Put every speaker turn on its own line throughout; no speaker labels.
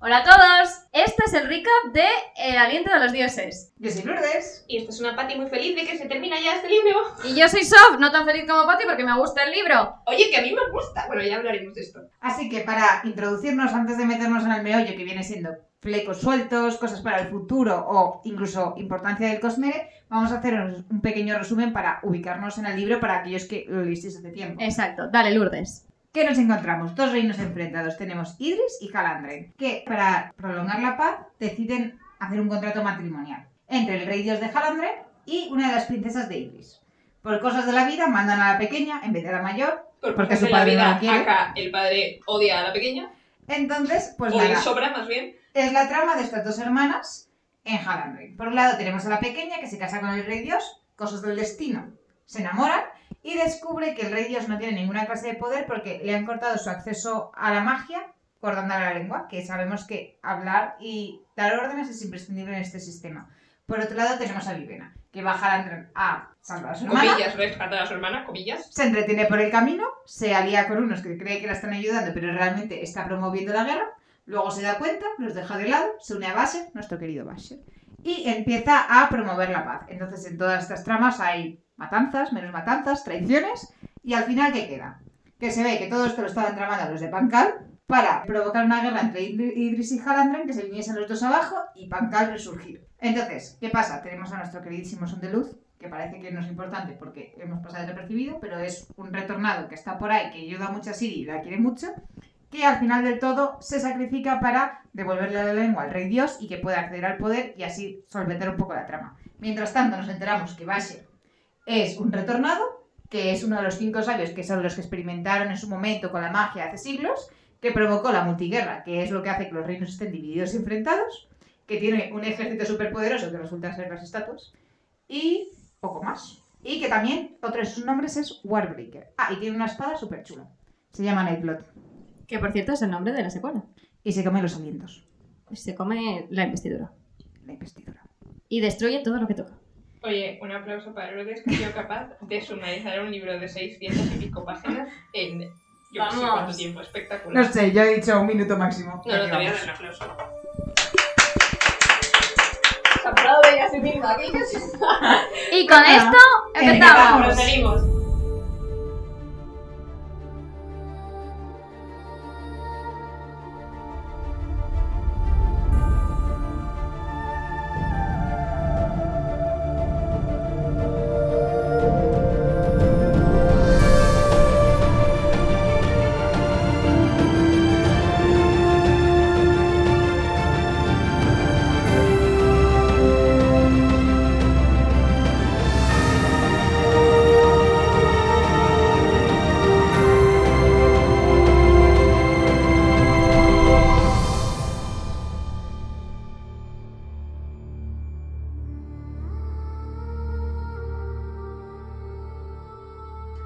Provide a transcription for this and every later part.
Hola a todos, este es el recap de El aliento de los dioses.
Yo soy Lourdes.
Y esta es una Patti muy feliz de que se termina ya este libro.
Y yo soy Sof, no tan feliz como Patti porque me gusta el libro.
Oye, que a mí me gusta. Bueno, ya hablaremos de esto.
Así que para introducirnos antes de meternos en el meollo que viene siendo flecos sueltos, cosas para el futuro o incluso importancia del Cosmere, vamos a hacer un- un pequeño resumen para ubicarnos en el libro para aquellos que lo leísteis hace tiempo.
Exacto, dale Lourdes.
¿Qué nos encontramos? Dos reinos enfrentados. Tenemos Idris y Calandre, que para prolongar la paz deciden hacer un contrato matrimonial entre el rey dios de Calandre y una de las princesas de Idris. Por cosas de la vida mandan a la pequeña en vez de a la mayor. Porque
cosas
su
de la
padre no
vida,
la quiere.
acá, el padre odia a la pequeña,
Entonces, pues
o le
nada,
sobra más bien.
es la trama de estas dos hermanas en Calandre. Por un lado tenemos a la pequeña que se casa con el rey dios, cosas del destino. Se enamoran y descubre que el rey dios no tiene ninguna clase de poder porque le han cortado su acceso a la magia cortándole la lengua, que sabemos que hablar y dar órdenes es imprescindible en este sistema. Por otro lado tenemos a Vivena, que va a Jalandren a salvar a su hermana,
Comillas, rescatar a su hermana, comillas.
se entretiene por el camino, se alía con unos que cree que la están ayudando, pero realmente está promoviendo la guerra. Luego se da cuenta, los deja de lado, se une a Basher, nuestro querido Basher, y empieza a promover la paz. Entonces, en todas estas tramas hay matanzas, menos matanzas, traiciones, y al final, ¿qué queda? Que se ve que todo esto lo estaban tramando los de Pankal para provocar una guerra entre Idri- Idris y Halandren, que se viniesen los dos abajo y Pankal resurgir. Entonces, ¿qué pasa? Tenemos a nuestro queridísimo Son de Luz, que parece que no es importante porque hemos pasado desapercibido, pero es un retornado que está por ahí, que ayuda mucho a Siri y la quiere mucho, que al final del todo se sacrifica para devolverle la lengua al rey Dios y que pueda acceder al poder y así solventar un poco la trama. Mientras tanto nos enteramos que Basher es un retornado, que es uno de los cinco sabios que son los que experimentaron en su momento con la magia hace siglos, que provocó la multiguerra, que es lo que hace que los reinos estén divididos y enfrentados, que tiene un ejército superpoderoso que resulta ser los estatuas, y poco más. Y que también otro de sus nombres es Warbreaker. Ah, y tiene una espada súper chula. Se llama Nightblood.
Que por cierto es el nombre de la secuela.
Y se come los alientos.
Se come la investidura.
La investidura.
Y destruye todo lo que toca.
Oye, un aplauso para Lourdes que ha sido capaz de sumarizar un libro de 600 y pico páginas en yo no sé
Vamos.
cuánto tiempo. Espectacular.
sé, yo he dicho un minuto máximo.
No, no, te voy a dar un
Vamos.
aplauso. Se aplaude y así mismo Ah, aquí.
Y con
Venga,
esto
venga,
empezamos.
vamos.
salimos.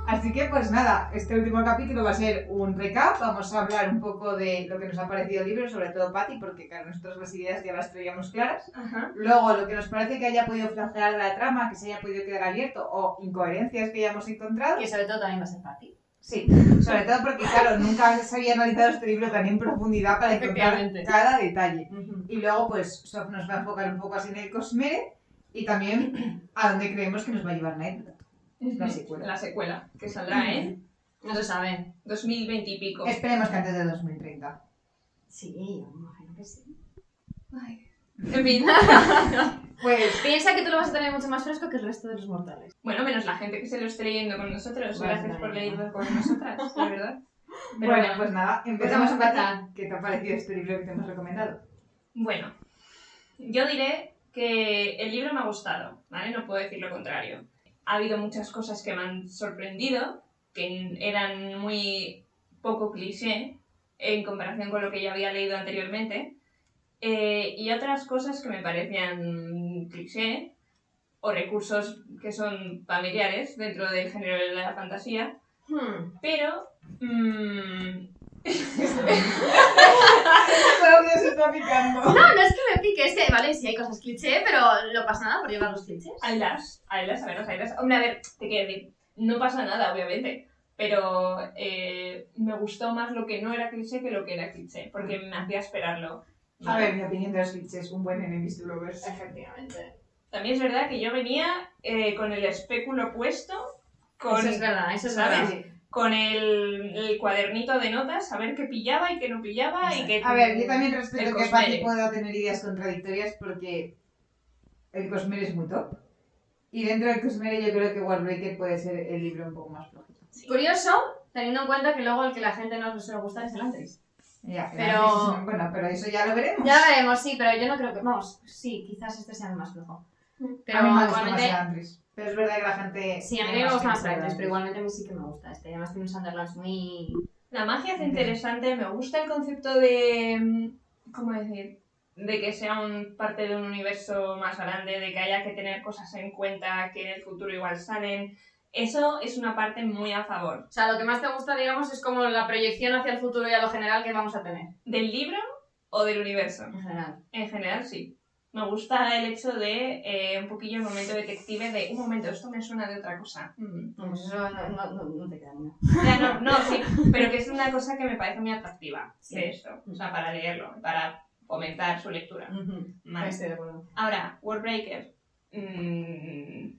Así que pues nada, este último capítulo va a ser un recap. Vamos a hablar un poco de lo que nos ha parecido el libro, sobre todo Patty, porque claro, nosotros las ideas ya las traíamos claras.
Ajá.
Luego, lo que nos parece que haya podido flagelar la trama, que se haya podido quedar abierto o incoherencias que hayamos encontrado.
Que sobre todo también va a ser fácil.
Sí, sobre todo porque, claro, nunca se había analizado este libro tan en profundidad para encontrar
Efectivamente.
cada detalle. Y luego, pues, Sof nos va a enfocar un poco así en el Cosmere y también a dónde creemos que nos va a llevar Nightblood. La secuela.
La secuela, que saldrá en
No se sabe.
2020 y pico.
Esperemos que antes de 2030.
Sí, yo me imagino que sí.
Ay.
En fin.
Pues,
Piensa que tú lo vas a tener mucho más fresco que el resto de los mortales.
Bueno, menos la gente que se lo esté leyendo con nosotros.
Vale,
Gracias por
vale.
leerlo con nosotras, de verdad. Pero
bueno,
bueno.
pues nada, empezamos
Empezamos
a
a
Pati. ¿Qué te ha parecido este libro que te hemos recomendado?
Bueno, yo diré que el libro me ha gustado, ¿vale? No puedo decir lo contrario. Ha habido muchas cosas que me han sorprendido, que eran muy poco cliché en comparación con lo que ya había leído anteriormente, eh, y otras cosas que me parecían cliché o recursos que son familiares dentro del género de la fantasía,
Hmm.
pero... mm,
Claudia se está picando.
No, no es que me pique, es que, vale, sí hay cosas cliché, pero no pasa nada por llevar los clichés.
Hay las, hay las, a ver, hay las. Hombre, a ver, te quiero decir, no pasa nada, obviamente, pero eh, me gustó más lo que no era cliché que lo que era cliché, porque me hacía esperarlo.
A ver, mi opinión de los clichés, un buen enemies to lovers.
Efectivamente.
También es verdad que yo venía eh, con el espéculo puesto, con,
Eso es verdad, eso es
¿sabes?
verdad.
con el, el cuadernito de notas, a ver qué pillaba y qué no pillaba y qué...
A ver, yo también respeto
el
que
Cosmere.
Patti pueda tener ideas contradictorias porque el Cosmere es muy top. Y dentro del Cosmere yo creo que Warbreaker puede ser el libro un poco más flojito.
Curioso, teniendo en cuenta que luego el que la gente no suele gustar es el Andrés.
Ya,
Pero-
antes es un- Bueno, pero eso ya lo veremos.
Ya veremos, sí, pero yo no creo que. Vamos, sí, quizás este sea el más flojo. Pero
a mí me gusta más el
igualmente.
Andrés. Pero es verdad que la gente...
Sí, a mí
tiene
me gusta más
gente
el Andrés,
de
pero igualmente a mí sí que me gusta este. Además tiene un Sunderland muy.
La magia es
Ujú.
interesante, me gusta el concepto de... mm, ¿Cómo decir? De que sea un, parte de un universo más grande, de que haya que tener cosas en cuenta que en el futuro igual salen. Eso es una parte muy a favor.
O sea, lo que más te gusta, digamos, es como la proyección hacia el futuro y a lo general que vamos a tener.
¿Del libro o del universo?
En
Mm.
general.
En general, sí. Me gusta el hecho de eh, un poquillo el momento detective de un momento, esto me suena de otra cosa. Mm.
Pues eso no, no- no- no te queda nada.
Ya, no, no, sí, pero que es una cosa que me parece muy atractiva
Sí.
de esto. O sea, para leerlo, para fomentar su lectura. Vale.
Pues
Estoy de acuerdo.
Ahora, Worldbreaker. Mm,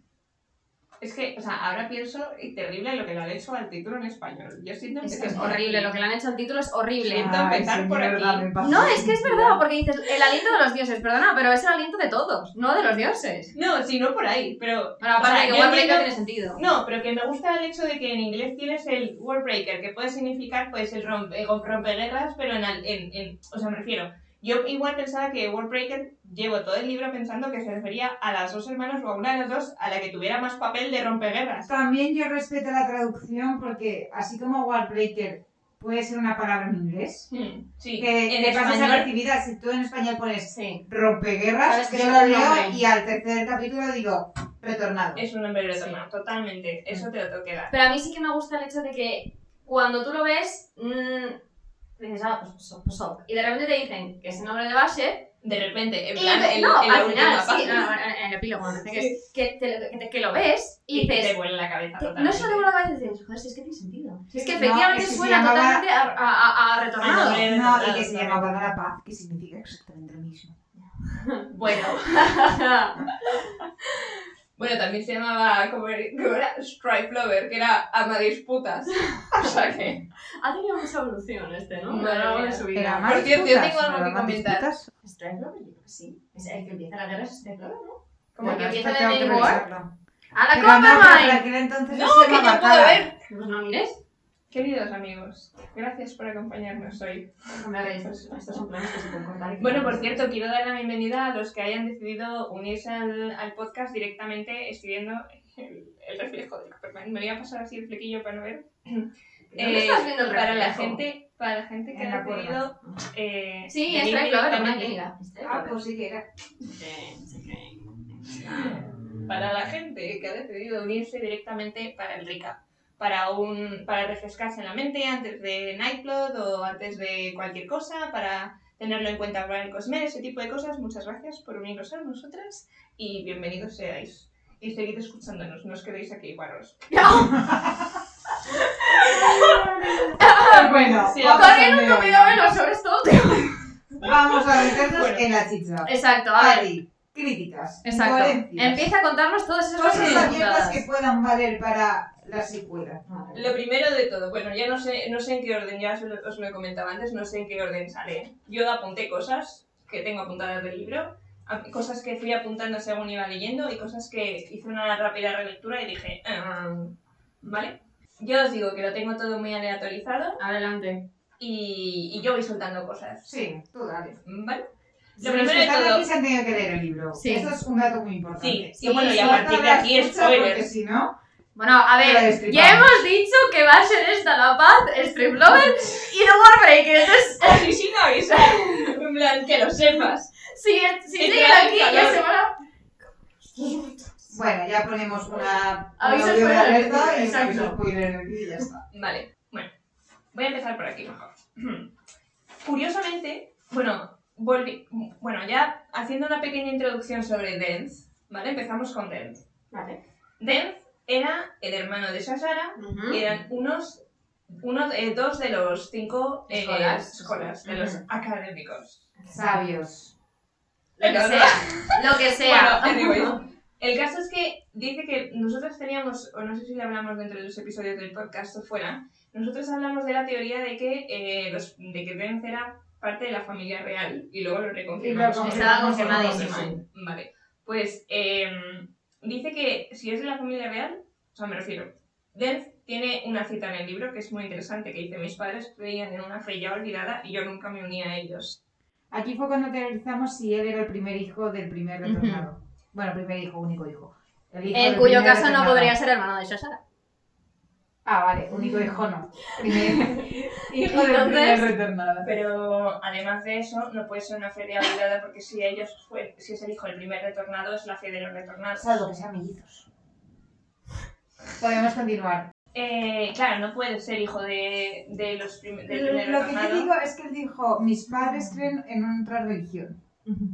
es que, o sea, ahora pienso y terrible lo que le han hecho al título en español. Yo siento que
Es que es horrible, lo que le han hecho al título es horrible.
Siento
Ay,
empezar por
señor,
aquí.
dame paz.
No, es que es verdad, porque dices el aliento de los dioses, perdona, pero es el aliento de todos, no de los dioses.
No, sí, no por ahí, pero...
Bueno,
O
aparte
sea,
de que
yo
Warbreaker
entiendo-
tiene sentido.
No, pero que me gusta el hecho de que en inglés tienes el Worldbreaker, que puede significar pues el rompe, rompeguerras, pero en, al- en, en- O sea, me refiero... Yo igual pensaba que Worldbreaker, llevo todo el libro pensando que se refería a las dos hermanas o a una de las dos a la que tuviera más papel de rompeguerras.
También yo respeto la traducción porque así como Warbreaker puede ser una palabra en inglés,
Hmm, sí,
que, que
en
pasa
español
desapercibida, si tú en español pones
Sí. Sabes
rompeguerras,
que
yo
es
lo
un
leo
nombre.
y al tercer capítulo digo, retornado.
es un hombre retornado, totalmente.
Mm.
Eso te lo tengo que dar.
Pero a mí sí que me gusta el hecho de que cuando tú lo ves, mm, dices, ah, pues, pues, pues, pues, y de repente te dicen que es el nombre de Basher,
De repente, en
Y
plan,
te-
en-
no,
en la
al final,
última
sí,
página,
no, no, en el epílogo, me parece que, es- que, te lo- que te- que lo ves y
y te
dices,
vuelve la cabeza
te-
totalmente.
no solo la cabeza y dices, joder, si es que tiene sentido. Si es que
No,
efectivamente
es que se
suena
llamaba-
totalmente a, a, a- a retornado.
Ah,
No,
retornado,
y que se
también.
llamaba la paz, que significa exactamente lo mismo.
Bueno, bueno, también se llamaba, como era? Strife Lover, que era ama disputas. O sea que...
ha tenido mucha evolución este, ¿no?
Madre
A lo largo de
mía.
su
Pero
vida.
más
Por cierto, yo
disputas,
tengo algo
pero
que
más
comentar.
disputas,
Strike Lover, yo creo que sí. Es el que empieza la guerra es este Strike Lover, ¿no?
Como
Bueno,
que...
empieza
esto
la
tengo que
Civil War.
revisarlo.
¡A la
Pero no, pero en
Coppermine!
aquel entonces
Ah, No,
se
que
llamaba
yo puedo
Tara.
ver.
Pues no mires.
Queridos amigos, gracias por acompañarnos hoy.
Hombre, estos, estos son planes que se pueden cortar. y que
Bueno,
no
por
se-
cierto, quiero dar la bienvenida a los que hayan decidido unirse al, al podcast directamente escribiendo el, el reflejo de Copperman. Me voy a pasar así el flequillo para no ver.
¿Dónde
Eh,
estás viendo el
para la
reflejo?
gente, para la gente que
En
ha
la cuerda.
decidido eh,
Sí,
venir
Strike Lover, también
directamente.
Ah, pues sí que era.
para la gente que ha decidido unirse directamente para el recap, para un para refrescarse en la mente antes de Nightblood o antes de cualquier cosa, para tenerlo en cuenta para el Cosmere, ese tipo de cosas. Muchas gracias por uniros a nosotras y bienvenidos seáis. Y seguid escuchándonos, no os quedéis aquí guarros.
Bueno,
Ah, Sí,
vamos
Todavía
al
nunca
meollo.
me daban los sobres todos.
Vamos a meternos
Bueno.
en la chicha.
Exacto, a ver.
Patti, críticas,
Exacto.
incoherencias,
Empieza a contarnos todas esas cosas.
cosas abiertas
apuntadas.
que puedan valer para la secuela.
Lo primero de todo, bueno, ya no sé, no sé en qué orden, ya os lo, os lo he comentado antes, no sé en qué orden sale. Yo apunté cosas que tengo apuntadas del libro, a- cosas que fui apuntando según iba leyendo y cosas que hice una rápida relectura y dije, "Ah", ¿vale? Yo os digo que lo tengo todo muy aleatorizado
Adelante.
y, y yo voy soltando cosas,
Sí, tú dale.
¿vale?
Lo
primero de todo-
se han tenido que leer el libro.
Sí.
Esto es un dato muy importante.
Sí, sí,
Y
bueno, y a
suelta
partir de
la
aquí
escucha Porque
spoilers.
si no,
Bueno, a
Ahora
ver,
destripamos.
ya hemos dicho que va a ser esta la paz, Strip Lover y The Warbreaker. Entonces,
Así sin avisar, en plan, que lo sepas.
si, si
Sí,
siguen
claro,
aquí, ya
claro.
se van a.
bueno, ya ponemos una
Aviso
un audio de
spoiler en el
alerta
vídeo,
y un aviso
exacto.
spoiler en el vídeo y ya está.
Vale, bueno, voy a empezar por aquí mejor. Curiosamente, bueno, volvi- bueno, ya haciendo una pequeña introducción sobre Denz, ¿vale? Empezamos con Denz.
Vale.
Denz era el hermano de Shashara, eran unos uno, eh, dos de los cinco eh,
Escolas.
escolas, de los
Ujú.
académicos.
Sabios.
Lo que sea, lo que sea.
Pues Bueno, anyway. El caso es que dice que nosotros teníamos, o no sé si lo hablamos dentro de los episodios del podcast o fuera, nosotros hablamos de la teoría de que, eh, los, de que Vence era parte de la familia real y luego lo reconfirmamos.
Y lo
Estaba
confirmamos,
confirmadísimo.
Vale, pues eh, dice que si es de la familia real, o sea, me refiero, Dent tiene una cita en el libro que es muy interesante, que dice, mis padres creían en una fe ya olvidada y yo nunca me uní a ellos.
Aquí fue cuando teorizamos si él era el primer hijo del primer
Ujú.
retornado. Bueno, primer hijo, único hijo. El hijo
En
del
cuyo
primer
caso no
retornado.
podría ser hermano de Shoshara.
Ah, vale, único hijo no. Primer hijo del primer
Entonces-
retornado.
Pero además de eso, no puede ser una fe ya olvidada porque si ellos fue, si es el hijo del primer retornado, es la fe de los retornados.
Salvo que sean mellizos. Podemos continuar.
Eh, claro, no puede ser hijo de, de los prim- del primer
Lo que yo
retornado.
digo es que él dijo, mis padres creen en otra religión,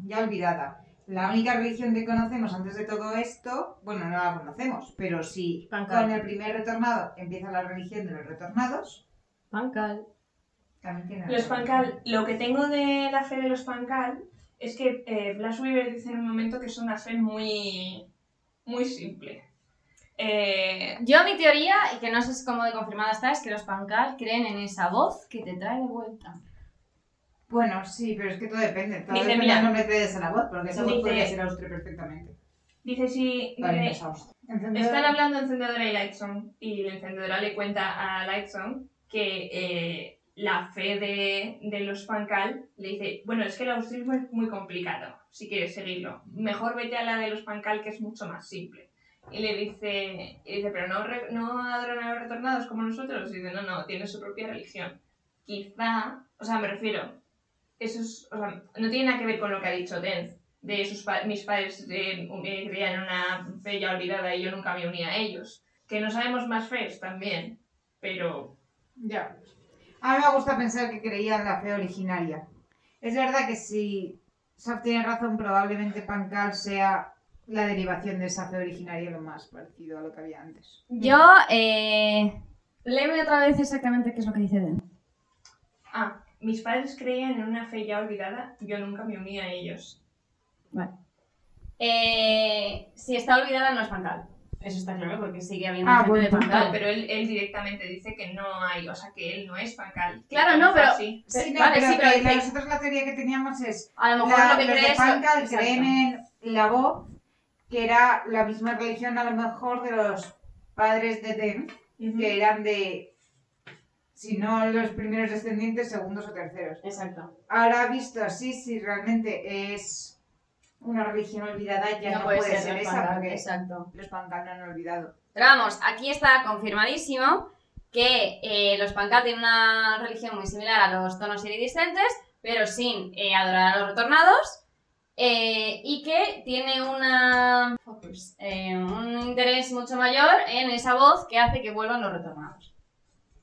ya olvidada. La única religión que conocemos antes de todo esto, bueno, no la conocemos, pero si
Bancal.
con el primer retornado empieza la religión de los retornados,
Bancal.
también tiene...
Los Pancal, lo que tengo de la fe de los Pancal es que eh, Blas Weaver dice en un momento que es una fe muy, muy simple. Eh,
Yo mi teoría, y que no sé cómo de confirmada está, es que los Pancal creen en esa voz que te trae de vuelta.
Bueno, sí, pero es que todo depende. Todo
Dice,
depende
mira.
del nombre que le des a la voz, porque esa voz
Dice-
podría ser austria perfectamente.
dice si...
Vale, no
dice-
es austria. Encendedor.
Están hablando Encendedora y Lightson y la Encendedora le cuenta a Lightson que eh, la fe de, de los Pancal le dice, bueno, es que el austrismo es muy complicado, si quieres seguirlo, mejor vete a la de los Pancal que es mucho más simple. Y le dice, y dice pero no, re- no adoran a los retornados como nosotros. Y dice, no, no, tiene su propia religión. Quizá, o sea, me refiero, eso es, o sea, no tiene nada que ver con lo que ha dicho Denz, de sus pa- mis padres eh, que creían en una fe ya olvidada y yo nunca me uní a ellos. Que no sabemos más fees también, pero
Ya. A mí me gusta pensar que creían la fe originaria. Es verdad que si Saf tiene razón, probablemente Pancal sea la derivación de esa fe originaria lo más parecido a lo que había antes.
Mm. Yo, eh... Léeme otra vez exactamente qué es lo que dice Den.
ah, mis padres creían en una fe ya olvidada y yo nunca me uní a ellos.
Eh, si está olvidada no es Pancal. Eso está claro, porque sigue habiendo
Ah,
gente
bueno,
de Pancal.
No, pero él, él directamente dice que no hay, o sea, que él no es Pancal.
Claro, no, pero-
Sí.
Sí, no,
vale,
pero,
sí, pero
que-
dice-
nosotros la teoría que teníamos es
a lo mejor
la-
lo que
los
crees...
de Pancal
Exacto.
creen en la voz, que era la misma religión a lo mejor de los padres de Ten, que eran de, si no los primeros descendientes, segundos o terceros.
Exacto.
ahora visto así, si realmente es una religión olvidada, ya no, puede, ser,
los
esa,
Pancal,
porque
Exacto.
los pancal no han olvidado.
Pero vamos, aquí está confirmadísimo que eh, los Pancal tienen una religión muy similar a los tonos iridiscentes, pero sin eh, adorar a los retornados, eh, y que tiene una, focus, eh, un interés mucho mayor en esa voz que hace que vuelvan los retornados.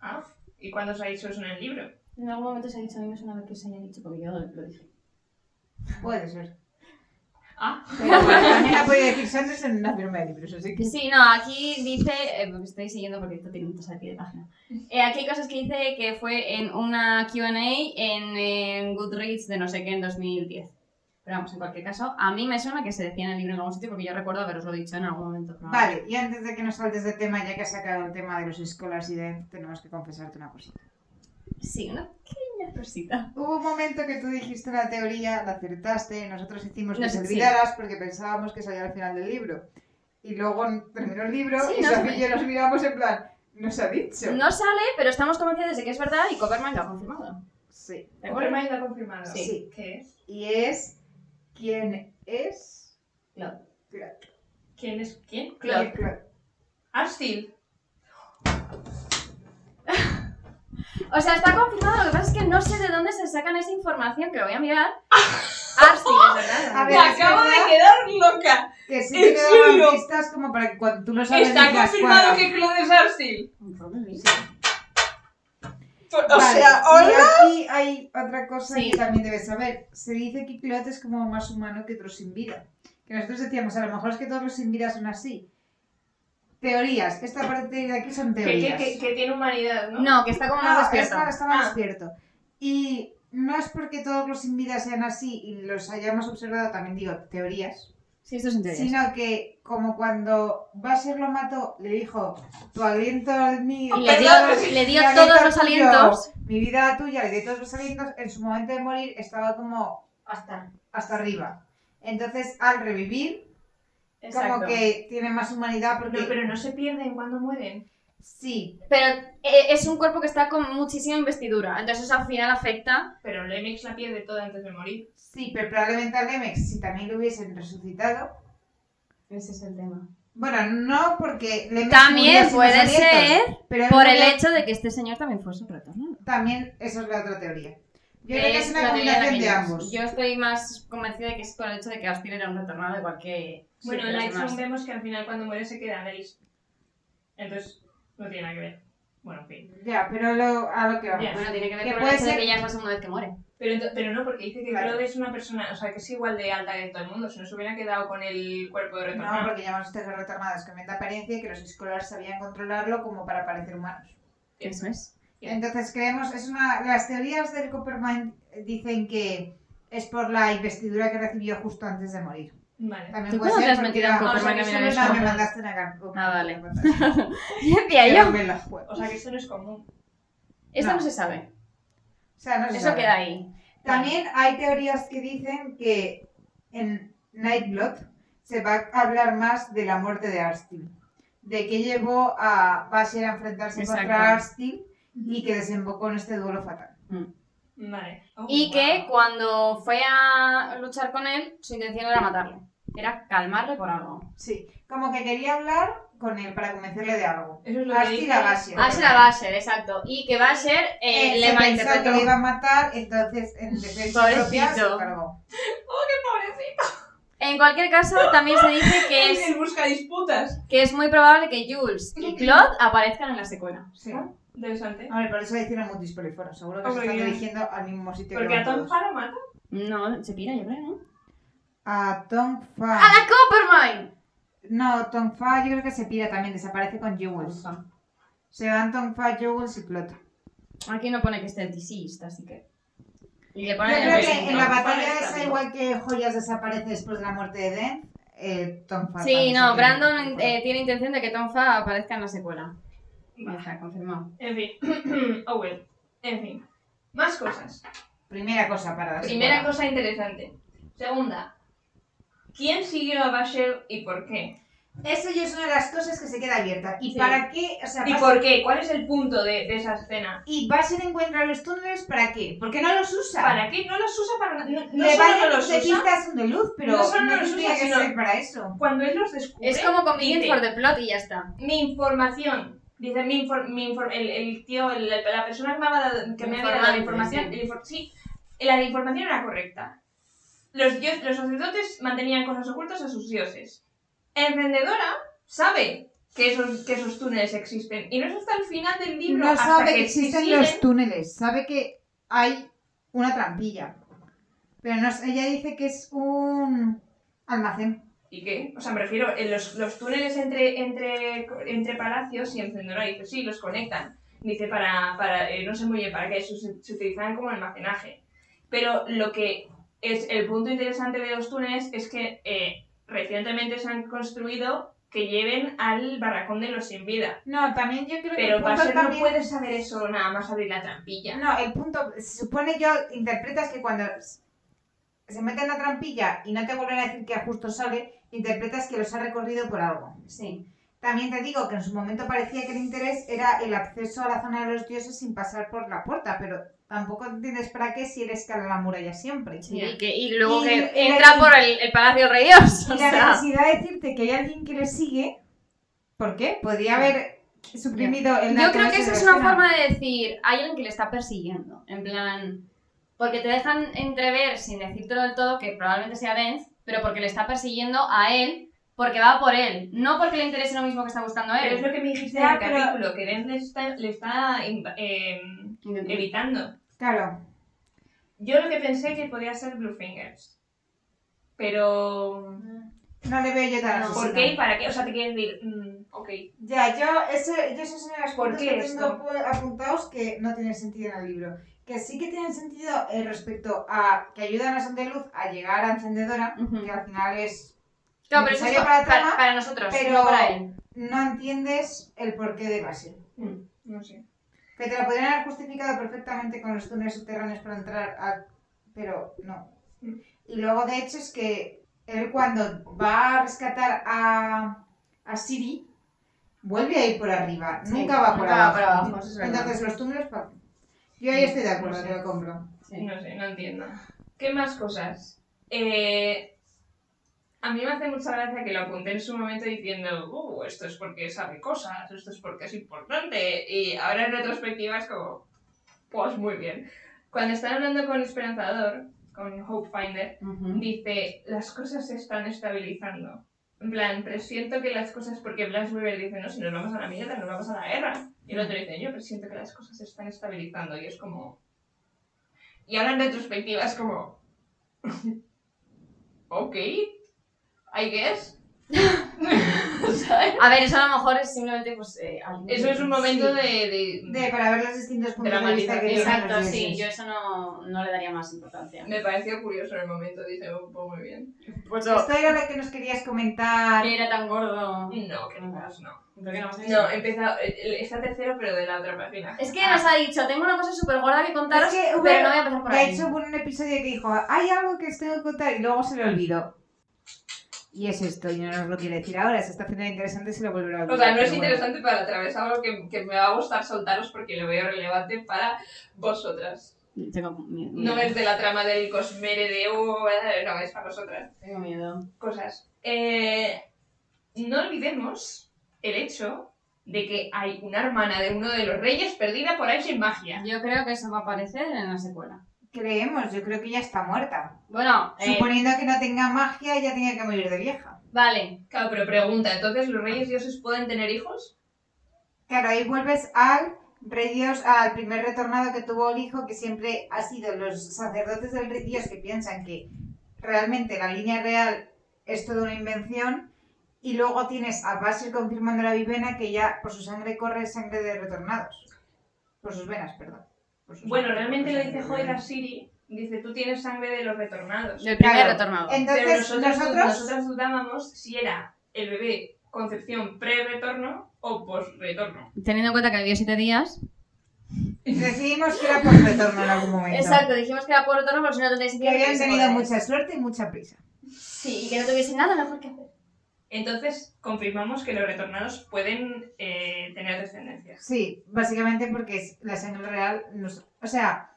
Ah, ¿y cuándo se ha dicho eso en el libro?
En algún momento se ha dicho, a mí me suena que se haya dicho, porque yo lo dije.
Puede ser.
Ah,
Pero bueno, también la puede decir Sanders en una firma de libros, así que...
Sí, no, aquí dice, eh, porque estoy siguiendo porque esto tiene muchos al pie de página. Eh, aquí hay cosas que dice que fue en una QA en, en Goodreads de no sé qué en 2010. Pero vamos, en cualquier caso, a mí me suena que se decía en el libro en algún sitio porque yo recuerdo haberoslo dicho en algún momento. pero
Vale, y antes de que nos saltes de tema, ya que has sacado el tema de los escolas y de... tenemos que confesarte una cosita.
Sí, una pequeña cosita.
Hubo un momento que tú dijiste la teoría, la acertaste, nosotros hicimos que
No
se
sé, sí.
olvidaras porque pensábamos que salía al final del libro. Y luego terminó el libro
Sí,
y
no
Sofía
sé.
y yo nos miramos en plan, nos ha dicho.
No sale, pero estamos convencidos de que es verdad y Copperman lo ha confirmado.
Sí.
¿De acuerdo?
Copperman lo ha confirmado.
Sí.
¿Qué es?
y es quién es
Claro.
Claro.
¿Quién es quién?
Claro.
Claro.
Arstil.
O sea, está confirmado, lo que pasa es que no sé de dónde se sacan esa información, que lo voy a mirar. Arsi, es verdad.
A ver,
Me
es
acabo de
verdad.
quedar loca.
Que sí
¿En
que te daban
serio?
pistas como para que cuando tú lo sabes
Está
digas
confirmado
cuál.
que Claude es Arsil. O
Vale,
sea,
y
hola.
aquí hay otra cosa
Sí.
que también debes saber. Se dice que Cleot es como más humano que otros sin vida. Que nosotros decíamos, a lo mejor es que todos los sin vida son así. Teorías. Esta parte de aquí son
Que, que-
teorías.
que- que tiene humanidad, ¿no?
No, que está como más
No,
despierto.
Está, está más
Ah.
despierto. Y no es porque todos los sin vida sean así y los hayamos observado, también digo teorías,
Sí, esto es interesante.
sino que como cuando Basher lo mató, le dijo tu aliento al mío.
Y le dio,
perdón,
le dio
mi aliento
todos
al
los
tuyo,
alientos.
Mi vida a tuya, le dio todos los alientos. En su momento de morir estaba como
Hasta.
hasta arriba. Entonces, al revivir,
Exacto.
como que tiene más humanidad porque...
No, pero no se pierden cuando mueren.
Sí,
Pero eh, es un cuerpo que está con muchísima investidura. Entonces eso al final afecta.
Pero Lemix la pierde toda antes de morir.
sí, pero probablemente al Lemex, si también lo hubiesen resucitado,
Ese es el tema.
Bueno, no porque le
También
murió sin los
puede
alientos,
ser
pero él
por el
murió-
hecho de que este señor también fuese un retornado.
También, eso es la otra teoría. Yo
Que
creo que es
es
una
la teoría
combinación de
la Minos.
ambos.
Yo estoy más convencida de que es por el hecho de que Austin era un retornado igual que...
Bueno,
sí,
en
los
Lightstone
demás.
vemos que al final cuando muere se queda Daenerys. Entonces, no tiene nada que ver. Bueno, en fin.
Ya, pero lo- a lo que vamos.
Ya.
Bueno, tiene que ver
Que
con el
puede
hecho de
ser-
que ya es la segunda vez que muere.
Pero, ento- pero no, porque dice que
Claro.
Claude es una persona, o sea, que es igual de alta que todo el mundo. Si no se hubiera quedado con el cuerpo de retornado.
No, porque llamamos a estos retornados con menta apariencia y que los escolares sabían controlarlo como para parecer humanos.
Eso es.
Ya.
Entonces creemos, es una. Las teorías del Coppermind dicen que es por la investidura que recibió justo antes de morir.
Vale.
También
¿Tú
puede
cómo
ser
te has
porque
metido
era-
en Coppermind
Ah, o sea,
a mí
que
no
solo
me
me
suena.
mandaste una carta.
Ah, vale. Y decía
Que no
yo,
me la juego.
O sea, que esto no es común.
esto no
no.
se sabe.
O sea, no se
Eso
sabe.
queda ahí.
También hay teorías que dicen que en Nightblood se va a hablar más de la muerte de Arstin, de que llevó a Basher a enfrentarse
Exacto.
contra Arstin y que desembocó en este duelo fatal.
Vale. Oh,
Y
wow.
que cuando fue a luchar con él, su intención era matarle. Era calmarle por algo.
Sí, como que quería hablar con él para convencerle de algo.
Eso es lo que
Así
dice.
la base.
Ah, ese era Basher, exacto. Y que Basher eh,
Él
le
se pensó que
malinterpretó.
le iba a matar, entonces en defensa propia se
Pobrecito.
cargó.
¡Pobrecito!
En cualquier caso, también se dice que
Es...
es,
el busca disputas.
que es muy probable que Jules y Claude aparezcan en la secuela.
Sí.
Ah, Interesante.
Hombre, por eso le hicieron multis seguro que se
Hombre,
están
bien.
dirigiendo al mismo sitio
Porque
que van
a Tom
todos.
Faro mata.
No, se pira, yo creo, ¿no?
A Tom Fan.
¡A ¡Ah, la Coppermine!
No, Tonfa yo creo que se pira también, desaparece con Jules. Se van Tonfa, Jules y Plot.
Aquí no pone que esté el deceased, así que... Y le
Yo
ponen el
creo que
recinto.
en la
Vale,
batalla
está
esa,
bien.
igual que Joyas desaparece después de la muerte de Den, eh, Tonfa.
Sí, no, Brandon eh, tiene intención de que Tom Fa aparezca en la secuela. Ya está, confirmado.
En fin. Owen. En fin. Más cosas.
Primera cosa para la
Primera
secuela.
cosa interesante. Segunda. ¿Quién siguió a Basher y por qué?
Eso ya es una de las cosas que se queda abierta. ¿Y
Sí.
para qué? O sea,
¿Y
Basher-
por qué? ¿Cuál es el punto de, de esa escena?
¿Y Basher encuentra los túneles para qué? ¿Por qué no los usa?
¿Para qué? No los usa para nada. No, no
Le
solo
vale
no los
de
usa.
pistas de luz, pero
No solo no los
tendría
usa,
que
sino-
ser para eso.
Cuando él los descubre.
Es como convenient
dice,
for the plot y ya está.
Mi información. Dice mi, infor- mi infor- el, el tío, el- la persona que me, había dado, que me había dado la
Informante,
información.
sí.
el infor- sí, la información era correcta. Los, dios- los sacerdotes mantenían cosas ocultas a sus dioses. Emprendedora sabe que esos, que esos túneles existen. Y no es hasta el final del libro
No
hasta
sabe
que
que existen
siguen-
los túneles, sabe que hay una trampilla. Pero no, sé, ella dice que es un almacén.
¿Y qué? O sea, me refiero, en los, los túneles entre, entre, entre palacios y Encendedora dice, sí, los conectan. Dice, para, para eh, no sé muy bien para qué, se, se utilizaban como almacenaje. Pero lo que es el punto interesante de los túneles es que eh, recientemente se han construido que lleven al barracón de los sin vida.
No, también yo creo que
Pero
el punto
Basher no
también-
puede saber eso nada más abrir la trampilla.
No, el punto, se supone yo, interpretas que cuando s- se mete en la trampilla y no te vuelven a decir que justo sale, interpretas que los ha recorrido por algo.
Sí.
También te digo que en su momento parecía que el interés era el acceso a la zona de los dioses sin pasar por la puerta, pero tampoco entiendes para qué si él escala la muralla siempre.
Y, que, y luego
Y-
que
y-
entra por el, el Palacio del Rey Dios. O
Y la
sea,
necesidad de decirte que hay alguien que le sigue, ¿por qué? Podría haber suprimido el
yo creo
dato
que esa
ese de
es
la
una
escena.
forma de decir, hay alguien que le está persiguiendo. En plan, porque te dejan entrever, sin decírtelo del todo, que probablemente sea Benz, pero porque le está persiguiendo a él, porque va por él. No porque le interese lo mismo que está buscando a
Pero es
él.
lo que me dijiste
Ya,
en el
pero-
capítulo, que Dent le está, le está inv- eh, evitando.
Claro,
Yo lo que pensé que podía ser Blue Fingers. Pero.
No le veo yo tan
Ah, No,
asesino.
¿Por qué y para qué? O sea, te quieren decir, mm, ok.
Ya, yo, ese, yo esos son los
¿Por
puntos
qué
que
esto?
tengo pu- apuntados que no tienen sentido en el libro. Que sí que tienen sentido eh, respecto a que ayudan a Santa Luz a llegar a Encendedora,
Ujú.
que al final es...
Claro, pero eso es
Necesario para la
para,
trama,
para nosotros,
pero-
no para él.
No entiendes el porqué de Basil.
Mm, no sé.
Que te lo podrían haber justificado perfectamente con los túneles subterráneos para entrar a... Pero no.
Mm.
Y luego, de hecho, es que él cuando va a rescatar a, a Siri, vuelve a ir por arriba.
Sí,
nunca va por
nunca va
abajo.
por abajo, eso es verdad. pues
Entonces, los túneles... pa- Yo ahí estoy de acuerdo,
Sí.
te lo compro.
Sí.
No sé, no entiendo. ¿Qué más cosas? Eh, a mí me hace mucha gracia que lo apunté en su momento diciendo, "Uh, esto es porque sabe cosas, esto es porque es importante. Y ahora en retrospectiva es como, pues muy bien. Cuando están hablando con Esperanzador, con Hopefinder,
Ujú.
dice, las cosas se están estabilizando. En plan, presiento que las cosas, porque Blas Weaver dice, no, si nos vamos a la mierda, nos vamos a la guerra. Y el otro dice, yo presiento que las cosas se están estabilizando. Y es como... Y ahora en retrospectiva es como... ok, I guess. ¿Sabes?
A ver, eso a lo mejor es simplemente, pues... eh, alguien-
Eso es un momento
Sí.
de- de...
De, para ver los distintos puntos de vista que
Dramatización.
tienen
Exacto,
los
sí,
dioses.
yo eso no, no le daría más importancia.
Me pareció curioso en el momento, dije, oh, pues muy bien.
Pues
Esto era lo que nos querías comentar.
que era tan gordo.
No, que no, no.
Creo que no hemos dicho.
No, empieza... eh, Está tercero, pero de la otra página.
Es que nos ha dicho, tengo una cosa súper gorda que contaros,
Ah. Es que hubo-
pero no voy a pasar por
De
ahí.
hecho, hubo un episodio que dijo, hay algo que os tengo que contar y luego se lo olvidó. Y es esto, y no nos lo quiere decir ahora, se está haciendo interesante se lo volverá a olvidar.
O sea, no
pero
es
bueno.
interesante para atravesarlo, que, que me va a gustar soltaros porque lo veo relevante para vosotras.
Tengo miedo.
No es de la trama del cosmere de... "Uh, eh", no, es para vosotras.
Tengo miedo.
Cosas. Eh, no olvidemos el hecho de que hay una hermana de uno de los reyes perdida por ahí sin magia.
Yo creo que eso va a aparecer en la secuela.
Creemos, yo creo que ya está muerta.
Bueno, eh,
Suponiendo que no tenga magia, ya tenía que morir de vieja.
vale.
Claro, pero pregunta, ¿entonces los reyes dioses pueden tener hijos?
Claro, ahí vuelves al rey dios, al primer retornado que tuvo el hijo, que siempre ha sido los sacerdotes del rey dios que piensan que realmente la línea real es toda una invención. Y luego tienes a Basil confirmando la vivena que ya por su sangre corre sangre de retornados. Por sus venas, perdón. Por sus
Bueno,
venas,
realmente
por
lo
su
dice
sangre de
Joel a
venas.
Siri. Dice, tú tienes sangre de los retornados.
El primer
Claro.
retornado.
Entonces,
Pero nosotros,
nosotros-
nosotras dudábamos si era el bebé concepción pre-retorno o post-retorno.
Teniendo en cuenta que vivió siete días.
Decidimos que era por retorno en algún momento.
Exacto, dijimos que era por retorno, pero si no tendréis
Que
que
habían tenido mucha suerte y mucha prisa.
Sí, y que no tuviese nada mejor que hacer.
Entonces, confirmamos que los retornados pueden eh, tener descendencia.
Sí, básicamente porque es- la sangre real nos... O sea,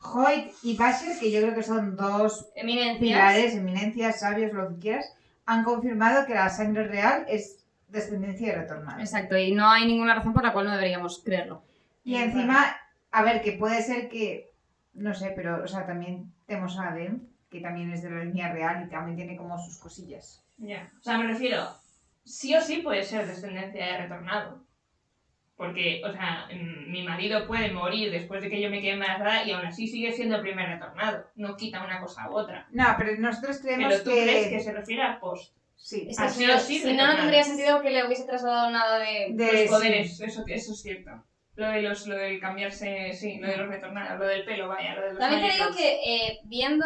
Hoyt y Basher, que yo creo que son dos
Eminencias.
pilares, eminencias, sabios, lo que quieras, han confirmado que la sangre real es descendencia de retornada.
Exacto, y no hay ninguna razón por la cual no deberíamos creerlo.
Y encima, a ver, que puede ser que... No sé, pero, o sea, también tenemos a Adem, que también es de la línea real y también tiene como sus cosillas.
Ya. O sea, me refiero, sí o sí puede ser descendencia de retornado. Porque, o sea, mm, mi marido puede morir después de que yo me quede embarazada y aún así sigue siendo el primer retornado. No quita una cosa u otra.
No, pero nosotros creemos
Pero tú
que...
crees que se refiere a post.
Sí.
Es que
Así
Ah, si no,
o sí,
si no, no
retornado.
tendría sentido que le hubiese trasladado nada de...
De-
Los
sí.
poderes, eso, eso es cierto. Lo de los, lo del cambiarse, sí, lo de los retornados, lo del pelo, vaya, lo de los
También te digo
manicos.
que eh, viendo